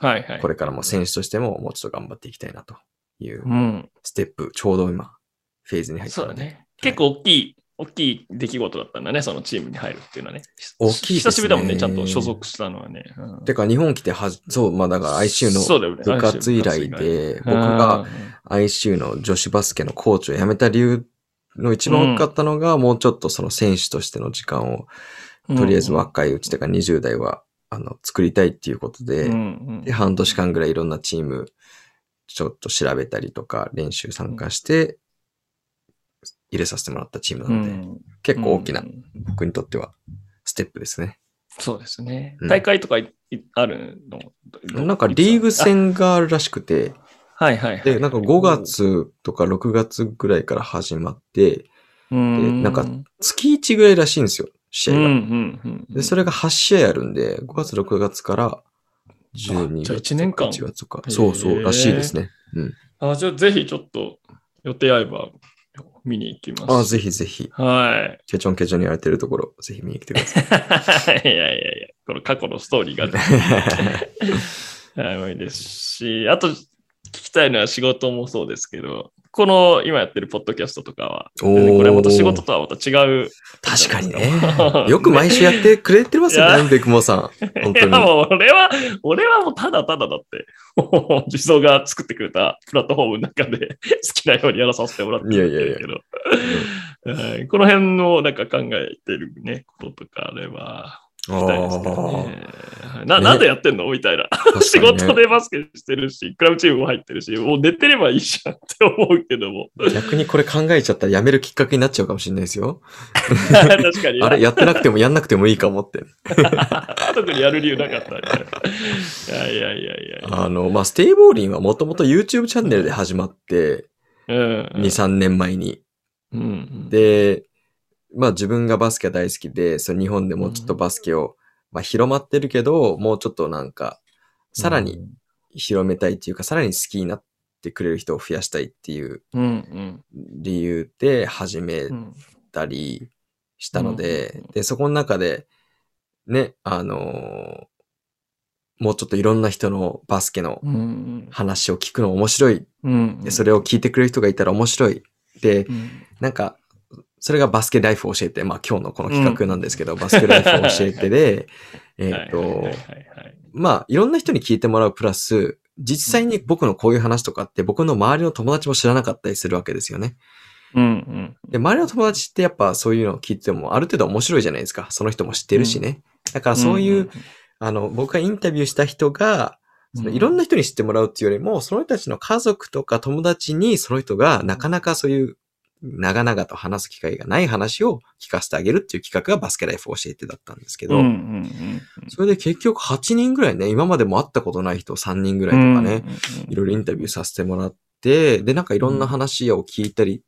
Speaker 1: うん。はいはい。
Speaker 2: これからも選手としてももうちょっと頑張っていきたいなという
Speaker 1: うん。
Speaker 2: ステップ、ちょうど今、フェーズに入った
Speaker 1: そう
Speaker 2: の
Speaker 1: だ
Speaker 2: で。
Speaker 1: ね。結構大きい、大きい出来事だったんだね、そのチームに入るっていうのはね。
Speaker 2: 大きいです
Speaker 1: 久
Speaker 2: ね
Speaker 1: しぶりだもんね、ちゃんと所属したのはね。うん
Speaker 2: てか、日本来てはじ、そう、まあだから ICU
Speaker 1: そう
Speaker 2: の
Speaker 1: だよね
Speaker 2: 部活以来で、僕が、ICU の女子バスケのコーチを辞めた理由の一番大きかったのが、もうちょっとその選手としての時間を、
Speaker 1: うん
Speaker 2: とりあえず若いうちとか20代は、あの、作りたいっていうことで、
Speaker 1: うん
Speaker 2: で、半年間ぐらいいろんなチーム、ちょっと調べたりとか、練習参加して、入れさせてもらったチーム
Speaker 1: う
Speaker 2: なので、
Speaker 1: ん
Speaker 2: 結構大きな、
Speaker 1: うん
Speaker 2: 僕にとってはステップですね。
Speaker 1: そうですね
Speaker 2: う。ん
Speaker 1: 大会とかいいあるのど
Speaker 2: なんかリーグ戦があるらしくて、
Speaker 1: あはいはいはい。
Speaker 2: で、なんか5月とか6月ぐらいから始まって、
Speaker 1: うん、
Speaker 2: なんか月1ぐらいらしいんですよ、試
Speaker 1: う
Speaker 2: 合
Speaker 1: んう
Speaker 2: が。
Speaker 1: んうんうん、
Speaker 2: で、それが8試合あるんで、5月6月から12
Speaker 1: あじゃあ
Speaker 2: 月
Speaker 1: 1年間
Speaker 2: 1月とか、
Speaker 1: へー
Speaker 2: そうそう、らしいですね。
Speaker 1: あじゃあぜひちょっと予定合えば見に行きます。
Speaker 2: ああ、ぜひぜひ、
Speaker 1: はい。
Speaker 2: ケチョンケチョンにやられてるところ、ぜひ見に来てく ださい。
Speaker 1: いやいやいや、この過去のストーリーが、 ね、はい多いですし、あと聞きたいのは仕事もそうですけど、この今やってるポッドキャストとかは、
Speaker 2: おー
Speaker 1: これはまた仕事とはまた違う。
Speaker 2: 確かにね。 よく毎週やってくれてますよ
Speaker 1: いや
Speaker 2: ね、ベクモさん。本
Speaker 1: い
Speaker 2: 当
Speaker 1: や
Speaker 2: に。
Speaker 1: もう俺は、俺はもうただただだって、 もう地蔵が作ってくれたプラットフォームの中で 好きなようにやらさせてもらってるんですけど、はいこの辺のなんか考えてるね、こととかあれば、聞きたいですけどね。はいな、
Speaker 2: ね
Speaker 1: なんでやってんのみたいな。
Speaker 2: あー
Speaker 1: 仕事。
Speaker 2: 確
Speaker 1: でバスケしてるし、クラブチームも入ってるし、もう寝てればいいじゃんって思うけど も。
Speaker 2: かにね逆にこれ考えちゃったらやめるきっかけになっちゃうかもしれないですよ。
Speaker 1: 確かに。
Speaker 2: あれやってなくてもやんなくてもいいかもって。
Speaker 1: 特にやる理由なかったみたいな。いやいやいやいや。
Speaker 2: あの、まあ、ステイボーリンはもともと YouTube チャンネルで始まって、
Speaker 1: うん
Speaker 2: 2、3年前に。
Speaker 1: うんうん。
Speaker 2: で、まあ自分がバスケ大好きで、その日本でもうちょっとバスケを、まあ広まってるけど、もうちょっとなんか、さらに広めたいっていうか、さらに好きになってくれる人を増やしたいっていう
Speaker 1: うんうん
Speaker 2: 理由で始め
Speaker 1: うん。
Speaker 2: たりしたので、
Speaker 1: うん
Speaker 2: で、そこの中で、ね、あのーもうちょっといろんな人のバスケの
Speaker 1: うん
Speaker 2: 話を聞くの面白い。
Speaker 1: うん
Speaker 2: で、それを聞いてくれる人がいたら面白い。で、
Speaker 1: うん
Speaker 2: なんか、それがバスケライフを教えて、まあ今日のこの企画なんですけど、バスケライフを教えて で、えっ
Speaker 1: はいはい
Speaker 2: と
Speaker 1: はい、はい
Speaker 2: まあいろんな人に聞いてもらうプラス、実際に僕のこういう話とかって僕の周りの友達も知らなかったりするわけですよね。
Speaker 1: うん
Speaker 2: で、周りの友達ってやっぱそういうのを聞いてもある程度面白いじゃないですか。その人も知ってるしね。だか
Speaker 1: う
Speaker 2: ら
Speaker 1: ん。
Speaker 2: そういう、
Speaker 1: ん
Speaker 2: あの、僕がインタビューした人が、そのいろんな人に知ってもらうっていうよりも、その人たちの家族とか友達にその人がなかなかそういう長々と話す機会がない話を聞かせてあげるっていう企画がバスケライフを教えてだったんですけ
Speaker 1: うん
Speaker 2: ど、
Speaker 1: うんうん
Speaker 2: それで結局8人ぐらいね、今までも会ったことない人3人ぐらいとかね、いろいろインタビューさせてもらって、で、なんかいろんな話を聞いたり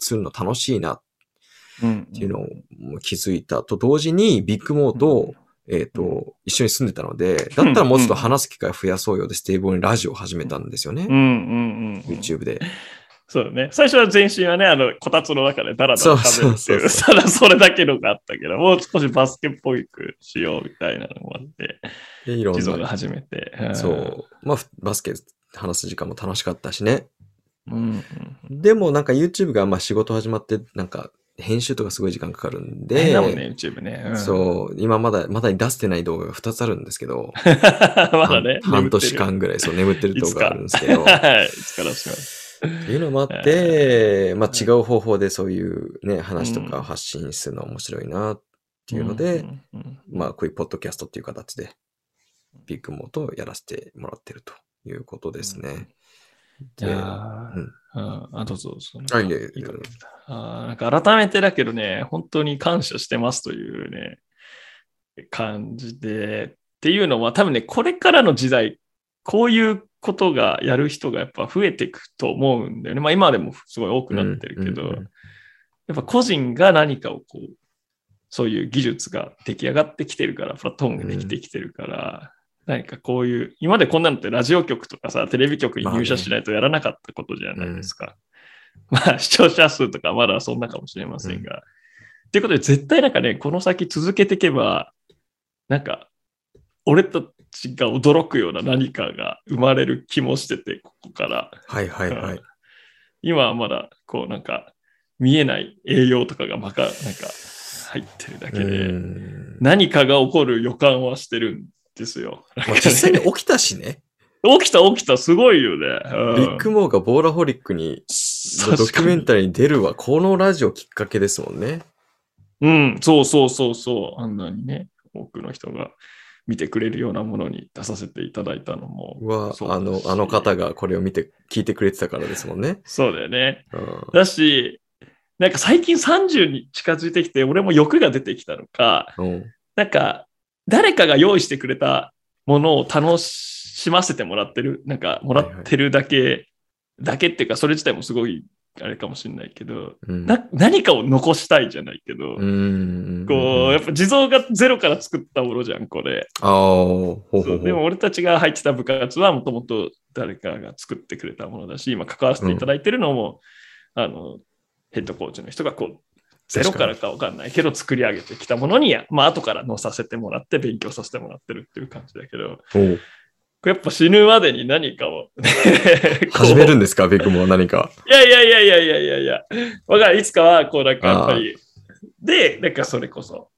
Speaker 2: するの楽しいなっ
Speaker 1: うん
Speaker 2: ていうのを気づいたと同時に、ビッグモーと、えっ、と、
Speaker 1: うん
Speaker 2: 一緒に住んでたので、だったらもうちょっと話す機会増やそうよで、ステイボーにラジオを始めたんですよね。
Speaker 1: うんうんうん。
Speaker 2: YouTube で。
Speaker 1: そうだね。最初は全身はね、あの、こたつの中でダラダラ食べるっていう、
Speaker 2: そうそうそうそ
Speaker 1: ただそれだけのがあったけど、もう少しバスケっぽくしようみたいなのもあって、
Speaker 2: で、いろ
Speaker 1: 地蔵
Speaker 2: ん
Speaker 1: が
Speaker 2: な。
Speaker 1: 始めて。
Speaker 2: そう。まあ、ふバスケ話す時間も楽しかったしね。
Speaker 1: うん。うん
Speaker 2: でもなんか YouTube がまあ仕事始まって、なんか編集とかすごい時間かかるん
Speaker 1: 大変
Speaker 2: で、
Speaker 1: だもんね、YouTube ね。うん
Speaker 2: そう、今まだ、まだに出してない動画が2つあるんですけど、
Speaker 1: まだね。
Speaker 2: 半半年間ぐらい、そう、眠ってる動画があるんですけど、
Speaker 1: 眠ってる。はい。いつからします。
Speaker 2: っていうのもあって、まあ違う方法でそういうね、話とかを発信するのは面白いなっていうので、
Speaker 1: んうん
Speaker 2: まあこういうポッドキャストっていう形で、ビッグモートをやらせてもらってるということですね。
Speaker 1: い
Speaker 2: で
Speaker 1: やー
Speaker 2: うん
Speaker 1: うんあ、どうぞどうぞ。
Speaker 2: あいえ
Speaker 1: いいこと言ったあーなんか改めてだけどね、本当に感謝してますというね、感じで。っていうのは、多分ね、これからの時代、こういうことがやる人がやっぱ増えていくと思うんだよね。まあ今でもすごい多くなってるけど、
Speaker 2: うんうんうん
Speaker 1: やっぱ個人が何かをこう、そういう技術が出来上がってきてるから、プラットフォームができてきてるから、何かこういう、今までこんなのってラジオ局とかさ、テレビ局に入社しないとやらなかったことじゃないですか。まあ、視聴者数とかまだそんなかもしれませんが。っていうことで、絶対なんかね、この先続けていけば、なんか、俺たちが驚くような何かが生まれる気もしてて、ここから。
Speaker 2: はいはいは
Speaker 1: うん
Speaker 2: い。
Speaker 1: 今はまだこうなんか見えない栄養とかがまかなんか入ってるだけで、
Speaker 2: うん
Speaker 1: 何かが起こる予感はしてるんですよ。
Speaker 2: まあ実際に起きたしね、
Speaker 1: 起きた起きたすごいよね。うん
Speaker 2: ビッグモーがボーラホリックに、ドキュメンタリーに出るは、このラジオきっかけですもんね。
Speaker 1: うん、そうそうそうそう。あんなにね、多くの人が見てくれるようなものに出させていただいたのも。
Speaker 2: は、
Speaker 1: そうだ
Speaker 2: あの
Speaker 1: し、
Speaker 2: あの方がこれを見て、聞いてくれてたからですもんね。
Speaker 1: そうだよね。
Speaker 2: うん
Speaker 1: だし、なんか最近30に近づいてきて、俺も欲が出てきたのか、
Speaker 2: うん
Speaker 1: なんか、誰かが用意してくれたものを楽しませてもらってる、なんか、もらってるだけ、だけっていうか、それ自体もすごい、あれかもしれないけど、
Speaker 2: うん。
Speaker 1: な何かを残したいじゃないけど、
Speaker 2: うん。
Speaker 1: こう、やっ
Speaker 2: ぱ。
Speaker 1: ぱ地蔵がゼロから作ったものじゃん、これ。
Speaker 2: ああ、ほうほうほ。
Speaker 1: そううでも俺たちが入ってた部活はもともと誰かが作ってくれたものだし、今関わらせていただいてるのも、あのヘッドコーチの人がこうゼロからかわかんないけど作り上げてきたものに、まあ後から載させてもらって勉強させてもらってるっていう感じだけど、
Speaker 2: ほう
Speaker 1: やっぱ死ぬまでに何かを
Speaker 2: 始める
Speaker 1: こ
Speaker 2: んですか、ベクも何か。
Speaker 1: ういやいやいやいやいやいやいや、わかるいつかはこうなんかやっぱり、で、なんかそれこそ、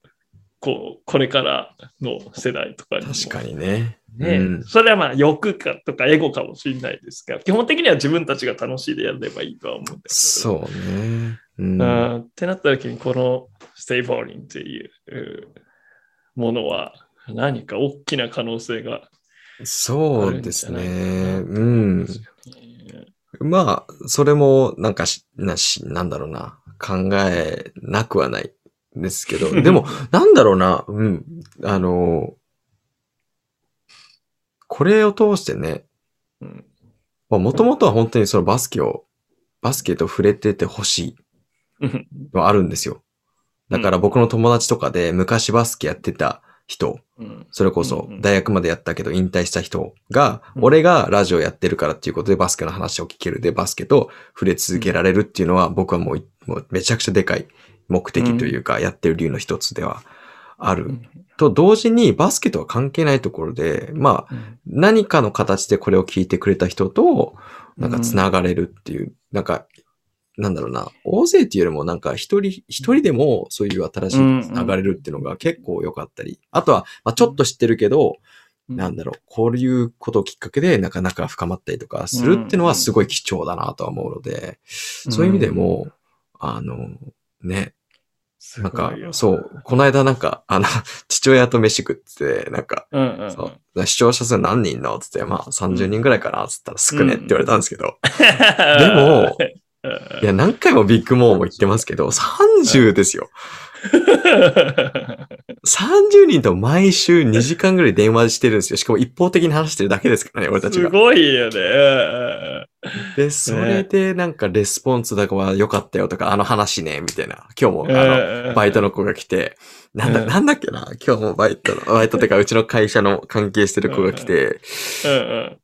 Speaker 1: こうこれからの世代とかにも
Speaker 2: 確かにね。
Speaker 1: ね、
Speaker 2: うん
Speaker 1: それはまあ欲かとかエゴかもしれないですが、基本的には自分たちが楽しいでやればいいとは思うんですけど。
Speaker 2: そうね。うん。
Speaker 1: うん、ってなった時に、このステイボーリンっていううんものは何か大きな可能性が
Speaker 2: そうです
Speaker 1: あるん
Speaker 2: ね。
Speaker 1: じ
Speaker 2: うん。
Speaker 1: ね
Speaker 2: まあ、それも、なんかし、なし、なんだろうな。考えなくはないです けど。でも、なんだろうな。うん。あの、これを通してね、
Speaker 1: うん
Speaker 2: もともとは本当にそのバスケを、バスケと触れててほしい
Speaker 1: うん
Speaker 2: のはあるんですよ。だから僕の友達とかで昔バスケやってた人、
Speaker 1: うん
Speaker 2: それこそ
Speaker 1: うんうん
Speaker 2: 大学までやったけど引退した人が、
Speaker 1: うん
Speaker 2: 俺がラジオやってるからっていうことでバスケの話を聞けるで、バスケと触れ続けられるっていうのは僕はもういもうめちゃくちゃでかい目的というか、やってる理由の一つではあ
Speaker 1: う
Speaker 2: る。
Speaker 1: ん
Speaker 2: と同時にバスケとは関係ないところで、まあ何かの形でこれを聞いてくれた人と、なんか繋がれるっていう、なんか、なんだろうな、大勢っていうよりもなんか一人、一人でもそういう新しい
Speaker 1: うんうん
Speaker 2: 繋がれるっていうのが結構良かったり、あとは、まあちょっと知ってるけど、
Speaker 1: うん
Speaker 2: なんだろう、こういうことをきっかけでなかなか深まったりとかするっていうのはすごい貴重だなとは思うので、そういう意味でも、あの、ね、
Speaker 1: す
Speaker 2: なん
Speaker 1: ご
Speaker 2: か
Speaker 1: いよ、
Speaker 2: そう、この間なんか、あの、 父親と飯食ってて、なんか、
Speaker 1: うんうんうん。
Speaker 2: そうだから視聴者数何人いんのつって、まあ30人ぐらいかなつったら少ねって言われたんですけど、でも
Speaker 1: うん
Speaker 2: いや、何回もビッグモーも言ってますけど、30ですよ。30人と毎週2時間ぐらい電話してるんですよ。しかも一方的に話してるだけですからね、俺たち
Speaker 1: す
Speaker 2: が。
Speaker 1: ごいよね。うんうん
Speaker 2: で、それでなんかレスポンスだから良かったよとか、あの話ね、みたいな。今日も、
Speaker 1: うん
Speaker 2: あ
Speaker 1: う
Speaker 2: の、
Speaker 1: ん
Speaker 2: バイトの子が来て、なんだ、
Speaker 1: うん
Speaker 2: なんだっけな、今日もバイトの、バイトってか、うちの会社の関係してる子が来て、
Speaker 1: うんうん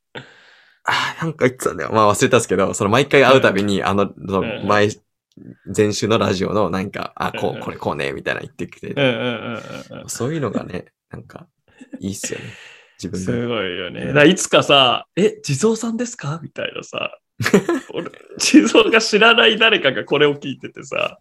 Speaker 2: あーなんか言ってたんだよ。まあ忘れたんですけど、その毎回会うたびに、あの、その前、前週のラジオのなんか、あ、こ
Speaker 1: うん
Speaker 2: う、これこうね、みたいな言ってきて、
Speaker 1: うんうんうんうんうん
Speaker 2: そういうのがね、 なんか、いいっすよね。自分
Speaker 1: す
Speaker 2: が。
Speaker 1: ごいよね。だからいつかさ、え、地蔵さんですかみたいな さ、俺地蔵が知らない誰かがこれを聞いててさ、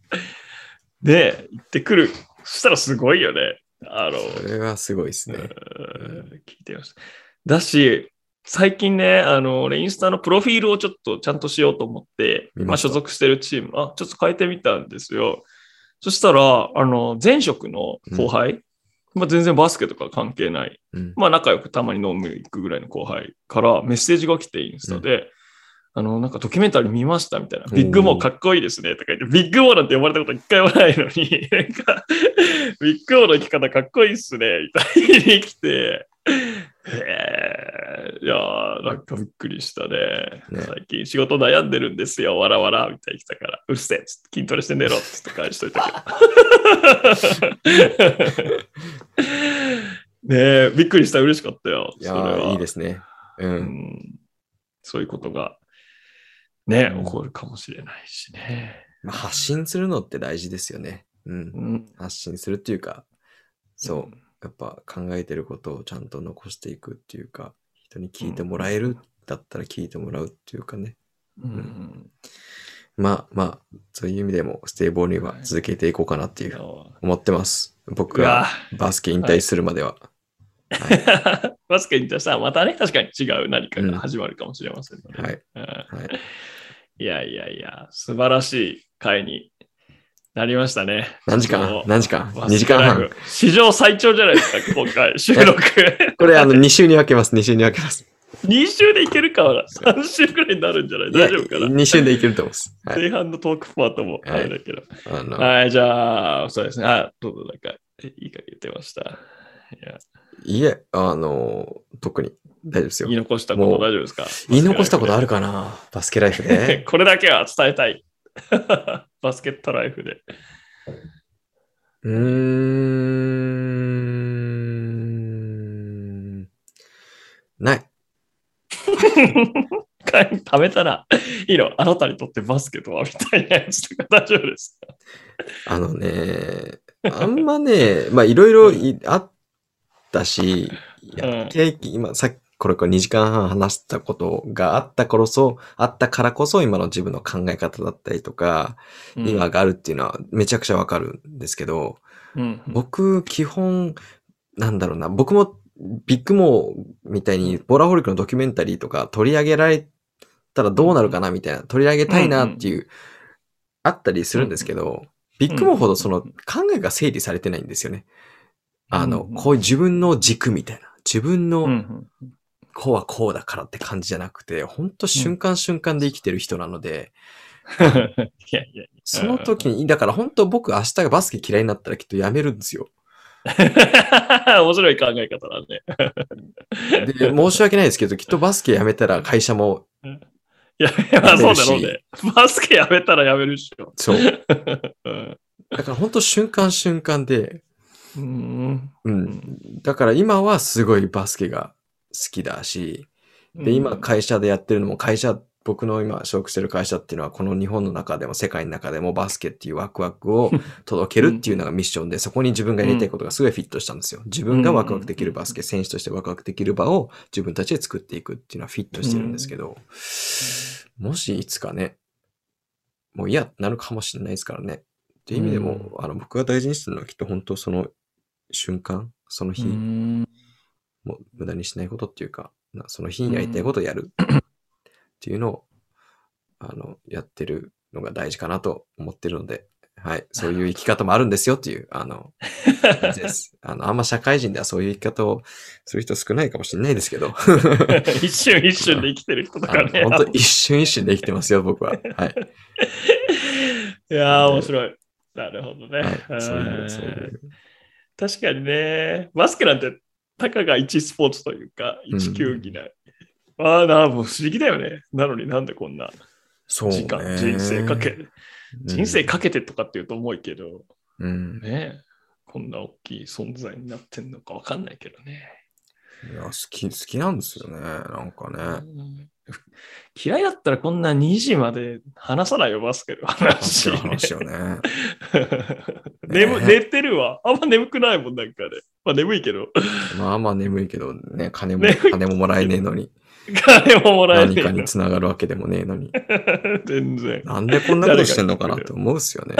Speaker 1: で、行ってくる。そしたらすごいよね。あの、
Speaker 2: それはすごいです
Speaker 1: う
Speaker 2: ね。
Speaker 1: ーん聞いてました。だし、最近ね、あの、俺インスタのプロフィールをちょっとちゃんとしようと思って、
Speaker 2: 見
Speaker 1: まあ、
Speaker 2: ました
Speaker 1: 所属してるチーム、あ、ちょっと変えてみたんですよ。そしたら、あの、前職の後輩、まあ、全然バスケとか関係ない
Speaker 2: うん。
Speaker 1: まあ仲良くたまに飲む行くぐらいの後輩からメッセージが来てインスタで、あの、なんかドキュメンタリー見ましたみたいな、
Speaker 2: おー
Speaker 1: ビッグモーかっこいいですねとか言って、ビッグモーなんて呼ばれたこと一回もないのに、 なんか、ビッグモーの生き方かっこいいっすね、みたいに来て、へえいやー、なんかびっくりしたね。
Speaker 2: ね
Speaker 1: 最近仕事悩んでるんですよ、わらわら、みたいに来たから、うるせえ、ちょっと筋トレして寝ろ、つって返しといたけど。 ねえ、びっくりした、嬉しかったよ。
Speaker 2: いや
Speaker 1: それは
Speaker 2: ーいいですね。う。
Speaker 1: うんんそういうことが、ね、
Speaker 2: うん
Speaker 1: 起こるかもしれないしね。
Speaker 2: まあ、発信するのって大事ですよね。うん。
Speaker 1: うん、
Speaker 2: 発信するっていうか、そう、やっぱ考えてることをちゃんと残していくっていうか、人に聞いてもらえるだったら聞いてもらうっていうかね。
Speaker 1: うん。
Speaker 2: まあまあ、そういう意味でも、ステイボーには続けていこうかなっていう、思ってます。僕
Speaker 1: うわ
Speaker 2: はバスケ引退するまでは。
Speaker 1: バスケに対してはまたね、確かに違う何かが始まるかもしれませんので、
Speaker 2: はい。
Speaker 1: うん
Speaker 2: はい。
Speaker 1: いやいやいや、素晴らしい回になりましたね。
Speaker 2: 何時
Speaker 1: そ
Speaker 2: 間
Speaker 1: う
Speaker 2: 何時間
Speaker 1: バ
Speaker 2: ?2
Speaker 1: ス
Speaker 2: 時
Speaker 1: ケ
Speaker 2: 間
Speaker 1: ライ
Speaker 2: 半
Speaker 1: フ。 史上最長じゃないですか、今回、収録。
Speaker 2: これ、あの、2週に分けます。2週に分けます。
Speaker 1: 2週でいけるかな ?3 週くらいになるんじゃ ない大丈夫かな
Speaker 2: ?2 週でいけると思います。 はい。
Speaker 1: 前半のトークパートもあれだけど。
Speaker 2: あの、
Speaker 1: はい、じゃあ、そうですね。あ、どうぞ、なんか、いいか言ってました。いや、
Speaker 2: い、え、あの、特に大丈夫ですよ
Speaker 1: 言い。残したこと
Speaker 2: もう
Speaker 1: 大丈夫ですか
Speaker 2: 言い残したことあ
Speaker 1: る。
Speaker 2: るかなバスケライフで
Speaker 1: これだけは伝えたい。 バスケットライフで。
Speaker 2: うーん。ない。
Speaker 1: 貯めたら、いいの、あなたにとってバスケとはみたいなやつとか大丈夫ですか
Speaker 2: あのね、あんまね、 まあいろいろいあったし、いや
Speaker 1: うん
Speaker 2: 経験今さっきこれから2時間半話したことがあったからこそ、あったからこそ今の自分の考え方だったりとか、今、があるっていうのはめちゃくちゃわかるんですけど、
Speaker 1: うんうん
Speaker 2: 僕、基本、なんだろうな、僕もビッグモーみたいにボラホリックのドキュメンタリーとか取り上げられたらどうなるかなみたいな、取り上げたいなっていう、あったりするんですけど、ビッグモーほどその
Speaker 1: う
Speaker 2: 考
Speaker 1: ん
Speaker 2: えが整理されてないんですよね。あの、
Speaker 1: うん
Speaker 2: こういう自分の軸みたいな、自分
Speaker 1: う
Speaker 2: の
Speaker 1: ん
Speaker 2: こうはこうだからって感じじゃなくて、ほんと瞬間瞬間で生きてる人なので、
Speaker 1: いやい やい
Speaker 2: その時に、だから本当僕明日がバスケ嫌いになったらきっとやめるんですよ。
Speaker 1: や。面白い考え方だね。
Speaker 2: で、申し訳ないですけど、きっとバスケやめたら会社も、
Speaker 1: いや、まあ
Speaker 2: やめ
Speaker 1: そう
Speaker 2: るし
Speaker 1: だろうね。バスケやめたらやめるっしょ。
Speaker 2: そう。
Speaker 1: うん
Speaker 2: だから本当瞬間瞬間で、
Speaker 1: うん
Speaker 2: うん。だから今はすごいバスケが好きだし、で、今会社でやってるのも会社、僕の今所属してる会社っていうのは、この日本の中でも世界の中でもバスケっていうワクワクを届けるっていうのがミッションで、そこに自分がやりたいことがすごいフィットしたんですよ。自分がワクワクできるバスケ、選手としてワクワクできる場を自分たちで作っていくっていうのはフィットしてるんですけど、もしいつかね、もう嫌になるかもしれないですからね。っていう意味でも、あの、僕が大事にしてるのはきっと本当その瞬間、その日、
Speaker 1: うん
Speaker 2: もう無駄にしないことっていうか、なその日にやりたいことをやるっていうのを、あの、やってるのが大事かなと思ってるので、はい、そういう生き方もあるんですよっていう、あの、感 じです。あの、あんま社会人ではそういう生き方をする人少ないかもしれないですけど、あ
Speaker 1: 一瞬一瞬で生きてる人だからね。
Speaker 2: の本当一瞬一瞬で生きてますよ、僕は。はい。
Speaker 1: いやー、面白い。なるほどね。
Speaker 2: はい、そういうう、
Speaker 1: ん
Speaker 2: そういう。
Speaker 1: 確かにね、バスケなんて、たかが一スポーツというか、一球技ない。ああ、なあ、もう不思議だよね。なのになんでこんな
Speaker 2: そうね
Speaker 1: 時間、人生かけ、、
Speaker 2: うん
Speaker 1: 人生、かけてとかっていうと重いけど、
Speaker 2: うん。
Speaker 1: ね、こんな大きい存在になってんのかわかんないけどね。
Speaker 2: いや、好き、好きなんですよね、なん かね。
Speaker 1: 嫌いだったらこんな2時まで話さないよ、バスケの話。
Speaker 2: 話よね。
Speaker 1: 眠
Speaker 2: ね
Speaker 1: 寝てるわ。あんま眠くないもん、なんかね。まあ眠いけど、
Speaker 2: まあまあ眠いけどね、金も、
Speaker 1: 眠い
Speaker 2: 金ももらえねえのに、
Speaker 1: 金ももらえ
Speaker 2: 何
Speaker 1: ね
Speaker 2: か
Speaker 1: え
Speaker 2: に
Speaker 1: の。
Speaker 2: つながるわけでもねえのに、
Speaker 1: 全然。
Speaker 2: なんでこんなことしてんのかなって思うっすよ ね。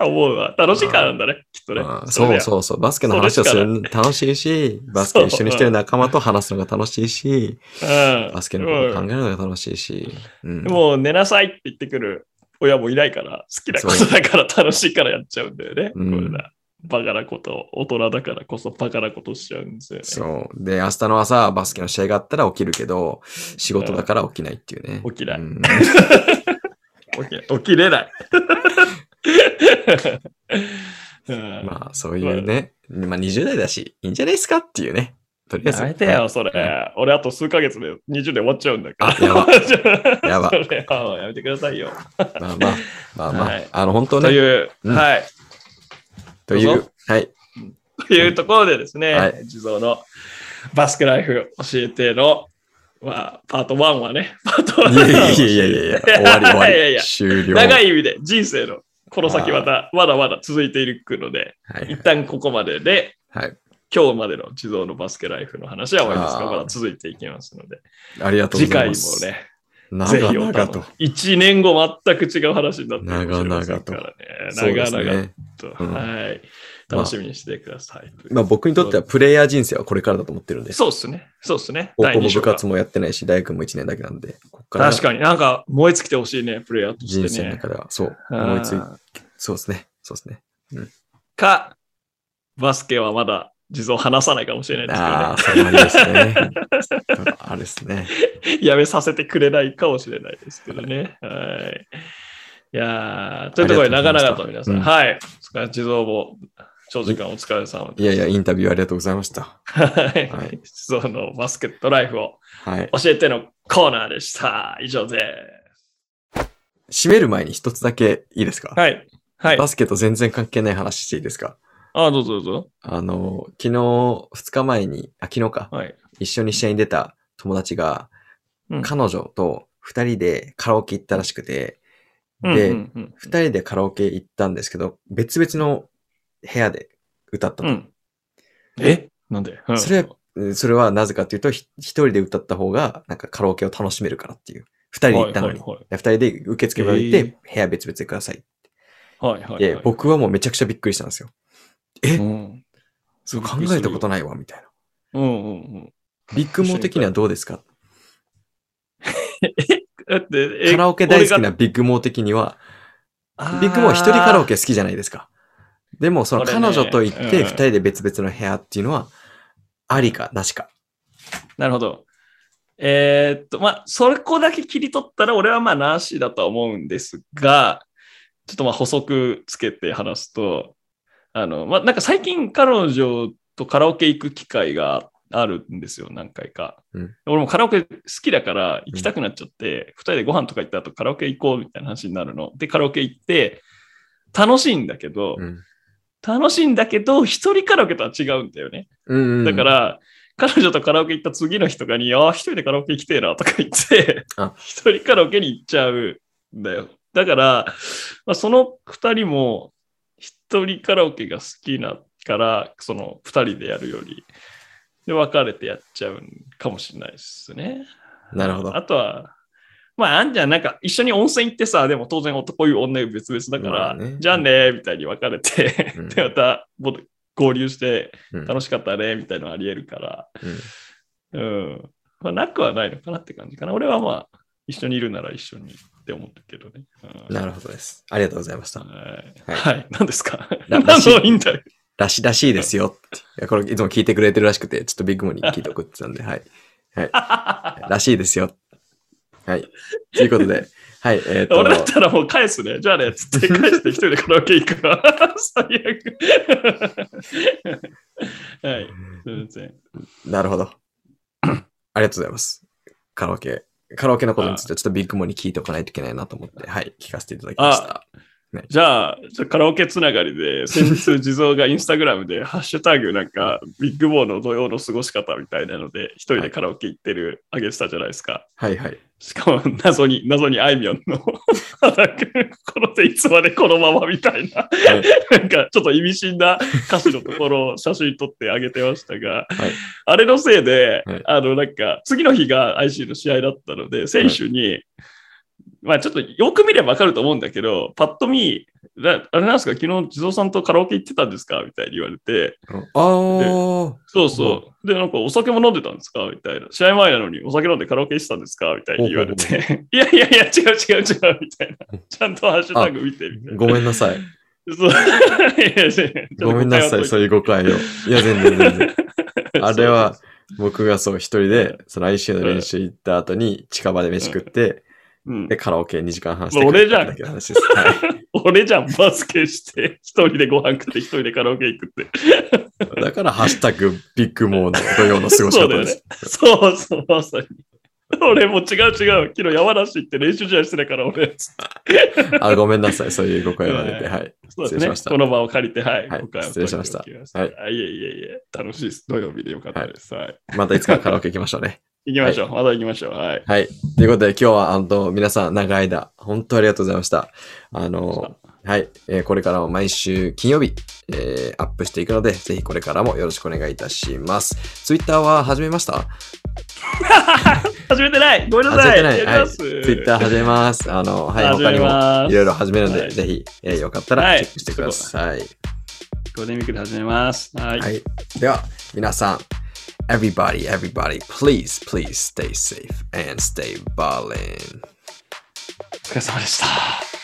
Speaker 1: 思うわ。楽しいからなんだね、きっとね
Speaker 2: まあ。そう
Speaker 1: う。
Speaker 2: そうそう、バスケの話をするの楽しいし、バスケ一緒にしてる仲間と話すのが楽しいし、
Speaker 1: うん、
Speaker 2: バスケのことを考えるのが楽しいし、うん。
Speaker 1: うんもう寝なさいって言ってくる親もいないから、好きなことだから楽しいからやっちゃうんだよね。
Speaker 2: うん
Speaker 1: これだ。バカなことを、大人だからこそバカなことしちゃうんですよね。
Speaker 2: そう。で、明日の朝、バスケの試合があったら起きるけど、仕事だから起きないっていうね。
Speaker 1: 起きない
Speaker 2: うん
Speaker 1: 起き起きれない。うん
Speaker 2: まあ、そういうね、まあ20代だし、いいんじゃないですかっていうね。とりあえず。
Speaker 1: やめてよ、それ。俺、あと数ヶ月で20で終わっちゃうんだから。
Speaker 2: あや ばやば
Speaker 1: それはやめてくださいよ。
Speaker 2: まあまあ、まあまあ、
Speaker 1: はい
Speaker 2: あの、本当
Speaker 1: と
Speaker 2: ね、
Speaker 1: いう、
Speaker 2: うん
Speaker 1: はい。
Speaker 2: とい
Speaker 1: どう
Speaker 2: う、 はい、
Speaker 1: というところでですね、
Speaker 2: はい
Speaker 1: 地蔵のバスケライフ教えての、まあ、パート1はね、パート1はい
Speaker 2: やいやいやいやいや、終わり終わ り。
Speaker 1: いやいや
Speaker 2: 終了。
Speaker 1: 長
Speaker 2: い。
Speaker 1: い意味で人生のこの先また、まだまだ続いていくので、
Speaker 2: はい
Speaker 1: 一。旦ここまでで、
Speaker 2: はい、
Speaker 1: 今日までの地蔵のバスケライフの話は終わりますが、
Speaker 2: あ
Speaker 1: ま
Speaker 2: ー
Speaker 1: だ続いていきますので、
Speaker 2: ありがとうご
Speaker 1: 次
Speaker 2: ざい
Speaker 1: 回
Speaker 2: ま
Speaker 1: も
Speaker 2: す。
Speaker 1: ね、
Speaker 2: 長
Speaker 1: ぜひお
Speaker 2: 々
Speaker 1: 楽
Speaker 2: と。
Speaker 1: 1年後全く違う話になってるかもしれませんからね。
Speaker 2: そうです
Speaker 1: 長々
Speaker 2: ね。
Speaker 1: と、
Speaker 2: うん
Speaker 1: はい。楽しみにしてください。
Speaker 2: まあ僕にとってはプレイヤー人生はこれからだと思ってるんで。
Speaker 1: そうですね。そうですね。
Speaker 2: 高校
Speaker 1: 第
Speaker 2: も
Speaker 1: 二章
Speaker 2: 部
Speaker 1: が
Speaker 2: 活もやってないし、大学も1年だけなんで、ここから
Speaker 1: 確かになんか燃え尽きてほしいね、プレイヤーと
Speaker 2: 人
Speaker 1: して
Speaker 2: 生の
Speaker 1: ね。
Speaker 2: 中では、そう、
Speaker 1: うん
Speaker 2: 思いつい、そうですね。そうですね。
Speaker 1: か、バスケはまだ地蔵話さないかもしれないですけどね
Speaker 2: ああ、そうなんですね。ちょっとあれですね。
Speaker 1: やめさせてくれないかもしれないですけどね。はい。いやー、というところで長々と皆さん、
Speaker 2: うん
Speaker 1: はい。お疲れ、地蔵も長時間お疲れ様
Speaker 2: い
Speaker 1: で
Speaker 2: やい
Speaker 1: し
Speaker 2: や、インタビューありがとうございました。
Speaker 1: た。はい。
Speaker 2: はい
Speaker 1: 地蔵のバスケットライフを
Speaker 2: はい。
Speaker 1: 教えてのコーナーでした。以上です。
Speaker 2: 締める前に一つだけいいですか
Speaker 1: はい。はい。
Speaker 2: バスケと全然関係ない話していいですか
Speaker 1: あ、どうぞどうぞ。
Speaker 2: あの、昨日、2日前に、あ、昨日か、
Speaker 1: はい。
Speaker 2: 一緒に試合に出た友達が、
Speaker 1: うん
Speaker 2: 彼女と2人でカラオケ行ったらしくて、
Speaker 1: うん
Speaker 2: で、
Speaker 1: うんうん
Speaker 2: 2人でカラオケ行ったんですけど、別々の部屋で歌った
Speaker 1: う
Speaker 2: と。
Speaker 1: ん。えなんで、うん
Speaker 2: それうんそれはなぜかというと、ひ一人で歌った方が、なんかカラオケを楽しめるからっていう。二人で行ったのに。
Speaker 1: はいはいはい
Speaker 2: 二人で受付まで行
Speaker 1: へ
Speaker 2: って、部屋別々でください。
Speaker 1: はいはい、はい。
Speaker 2: で、僕はもうめちゃくちゃびっくりしたんですよ。え
Speaker 1: うん、
Speaker 2: そう
Speaker 1: び
Speaker 2: 考
Speaker 1: っくりす
Speaker 2: え
Speaker 1: るよ
Speaker 2: たことないわ、みたいな。
Speaker 1: うんうんうん。
Speaker 2: ビッグモー的にはどうですか
Speaker 1: だって、え
Speaker 2: カラオケ大好きなビッグモー的には、ビッグモー一人カラオ。ケ好きじゃないですか。でも、その
Speaker 1: これ
Speaker 2: 彼
Speaker 1: ね
Speaker 2: 女と行っ
Speaker 1: う
Speaker 2: て、
Speaker 1: ん
Speaker 2: 二人で別々の部屋っていうのは、ありか、なしか。
Speaker 1: あーなるほど。えーっと、まあ、そこだけ切り取ったら、俺はまあ、なしだとは思うんですが、ちょっとまあ、補足つけて話すと、あの、まあ、なんか最近彼女とカラオケ行く機会があるんですよ、何回か。
Speaker 2: うん
Speaker 1: 俺もカラオケ好きだから行きたくなっちゃって、二人でご飯とか行った後カラオケ行こうみたいな話になるの。で、カラオケ行って、楽しいんだけど、
Speaker 2: うん。
Speaker 1: 楽しいんだけど、一人カラオケとは違うんだよね。
Speaker 2: うんうん、
Speaker 1: だか、ら、彼女とカラオケ行った次の日とかに、ああ、一人でカラオケ行きてえなとか言って
Speaker 2: あ、
Speaker 1: 一人カラオケに行っちゃうんだよ。だから、まあ、その二人も、一人カラオケが好きなから、その二人でやるより、で、別れてやっちゃうんかもしれないですね。
Speaker 2: なるほど。
Speaker 1: あとは、まあ、あんじゃん、なんか一緒に温泉行ってさ、でも当然男湯女湯別々だから、
Speaker 2: まあね
Speaker 1: じゃあね、みたいに別れて、
Speaker 2: うん
Speaker 1: で、またぼ合流して
Speaker 2: うん
Speaker 1: 楽しかったね、みたいなのあり得るから、
Speaker 2: うん
Speaker 1: うん。まあ、なくはないのかなって感じかな。俺はまあ、一緒にいるなら一緒にって思ったけどね。うん
Speaker 2: なるほどです。ありがとうございました。
Speaker 1: はい。
Speaker 2: はい
Speaker 1: はい。何ですか
Speaker 2: ら
Speaker 1: 何
Speaker 2: らしい
Speaker 1: のインタビュー
Speaker 2: らしいらしいですよって。いや、これいつも聞いてくれてるらしくて、ちょっとビッグモに聞いて送ってたんで、はい。 はい。らしいですよ。はい。ということで、はい、えっ、と、
Speaker 1: 俺だったらもう返すね。じゃあね、つって返して一人でカラオケ行くわ。最悪。 はい。すいません。
Speaker 2: なるほど。 ありがとうございます。カラオケ。カラオケのことについてはちょっとビッグモに聞いておかないといけないなと思って、はい、聞かせていただきました。
Speaker 1: じゃあ、じゃあカラオケつながりで、先日、地蔵がインスタグラムで、ハッシュタグなんか、ビッグボーの土曜の過ごし方みたいなので、一人でカラオケ行ってる、あげてたじゃないですか。
Speaker 2: はいはい。
Speaker 1: しかも、謎に、謎にあいみょんの、なんかこの手いつまでこのままみたいな、なんかちょっと意味深な歌詞のところを写真撮ってあげてましたが、
Speaker 2: はい
Speaker 1: あれのせいで、
Speaker 2: はい
Speaker 1: あの、なんか、次の日が IC の試合だったので、選手に、まあちょっとよく見ればわかると思うんだけど、パッと見、なあれなんですか、昨日地蔵さんとカラオケ行ってたんですかみたいに言われて、
Speaker 2: あー。
Speaker 1: そうそう。で、なんか、お酒も飲んでたんですかみたいな。試合前なのに、お酒飲んでカラオケしてたんですかみたいに言われて。 いやいやいや、違う違う違う、みたいな。ちゃんとハッシュタグ見て、みたいな。
Speaker 2: ごめんなさい。
Speaker 1: そう。いやいやいや
Speaker 2: ごめんなさい、そういう誤解を。いや、全 然全然。あれは、僕がそう一人で、その IC の練習行った後に近場で飯食って、
Speaker 1: うん
Speaker 2: で、カラオケ2時間半し
Speaker 1: ま
Speaker 2: て
Speaker 1: あ俺じゃん
Speaker 2: だけの話です。は
Speaker 1: 俺じゃん、バスケして、一人でご飯食って、一人でカラオケ行くって。
Speaker 2: い、だから、ハッシュタグビッグモーの土曜の過ごし
Speaker 1: そ
Speaker 2: 方
Speaker 1: うだよ
Speaker 2: で
Speaker 1: ね
Speaker 2: す。。
Speaker 1: そうそう、まさに。俺もう違う違う、昨日山梨行って練習試合してたから俺、つって
Speaker 2: あ、ごめんなさい、そういう誤解が出て。
Speaker 1: うん
Speaker 2: はい。
Speaker 1: そう
Speaker 2: 失礼し
Speaker 1: で
Speaker 2: ますした
Speaker 1: ね。この場を借りて、はい。
Speaker 2: はい
Speaker 1: 誤解を
Speaker 2: 失礼しました
Speaker 1: 解いておきすはい、いえいえいえ、楽しいです。土曜日でよかったです。はい
Speaker 2: またいつかカラオケ行きましょうね。
Speaker 1: 行きましょう。また行きましょう。はい。
Speaker 2: はい。ということで、今日は、あの、皆さん、長い間、本当ありがとうございました。あの、はい、えーこれからも毎週金曜日、えーアップしていくので、ぜひこれからもよろしくお願いいたします。Twitter は始めました
Speaker 1: 始めてないごめんな
Speaker 2: 始
Speaker 1: さい
Speaker 2: めてない。
Speaker 1: や
Speaker 2: は
Speaker 1: りま
Speaker 2: い。
Speaker 1: す
Speaker 2: Twitter 始めます。あの、はい、
Speaker 1: 始
Speaker 2: 他
Speaker 1: め
Speaker 2: にも
Speaker 1: ます。
Speaker 2: いろいろ始めるので、
Speaker 1: はい
Speaker 2: ぜひ、えーよかった
Speaker 1: は
Speaker 2: ら
Speaker 1: い
Speaker 2: チェックしてください。
Speaker 1: ゴールデンウィークで始めます。はい。
Speaker 2: はい。では、皆さん、everybody, everybody, please, please stay safe and stay ballin'.
Speaker 1: お疲れ様でした。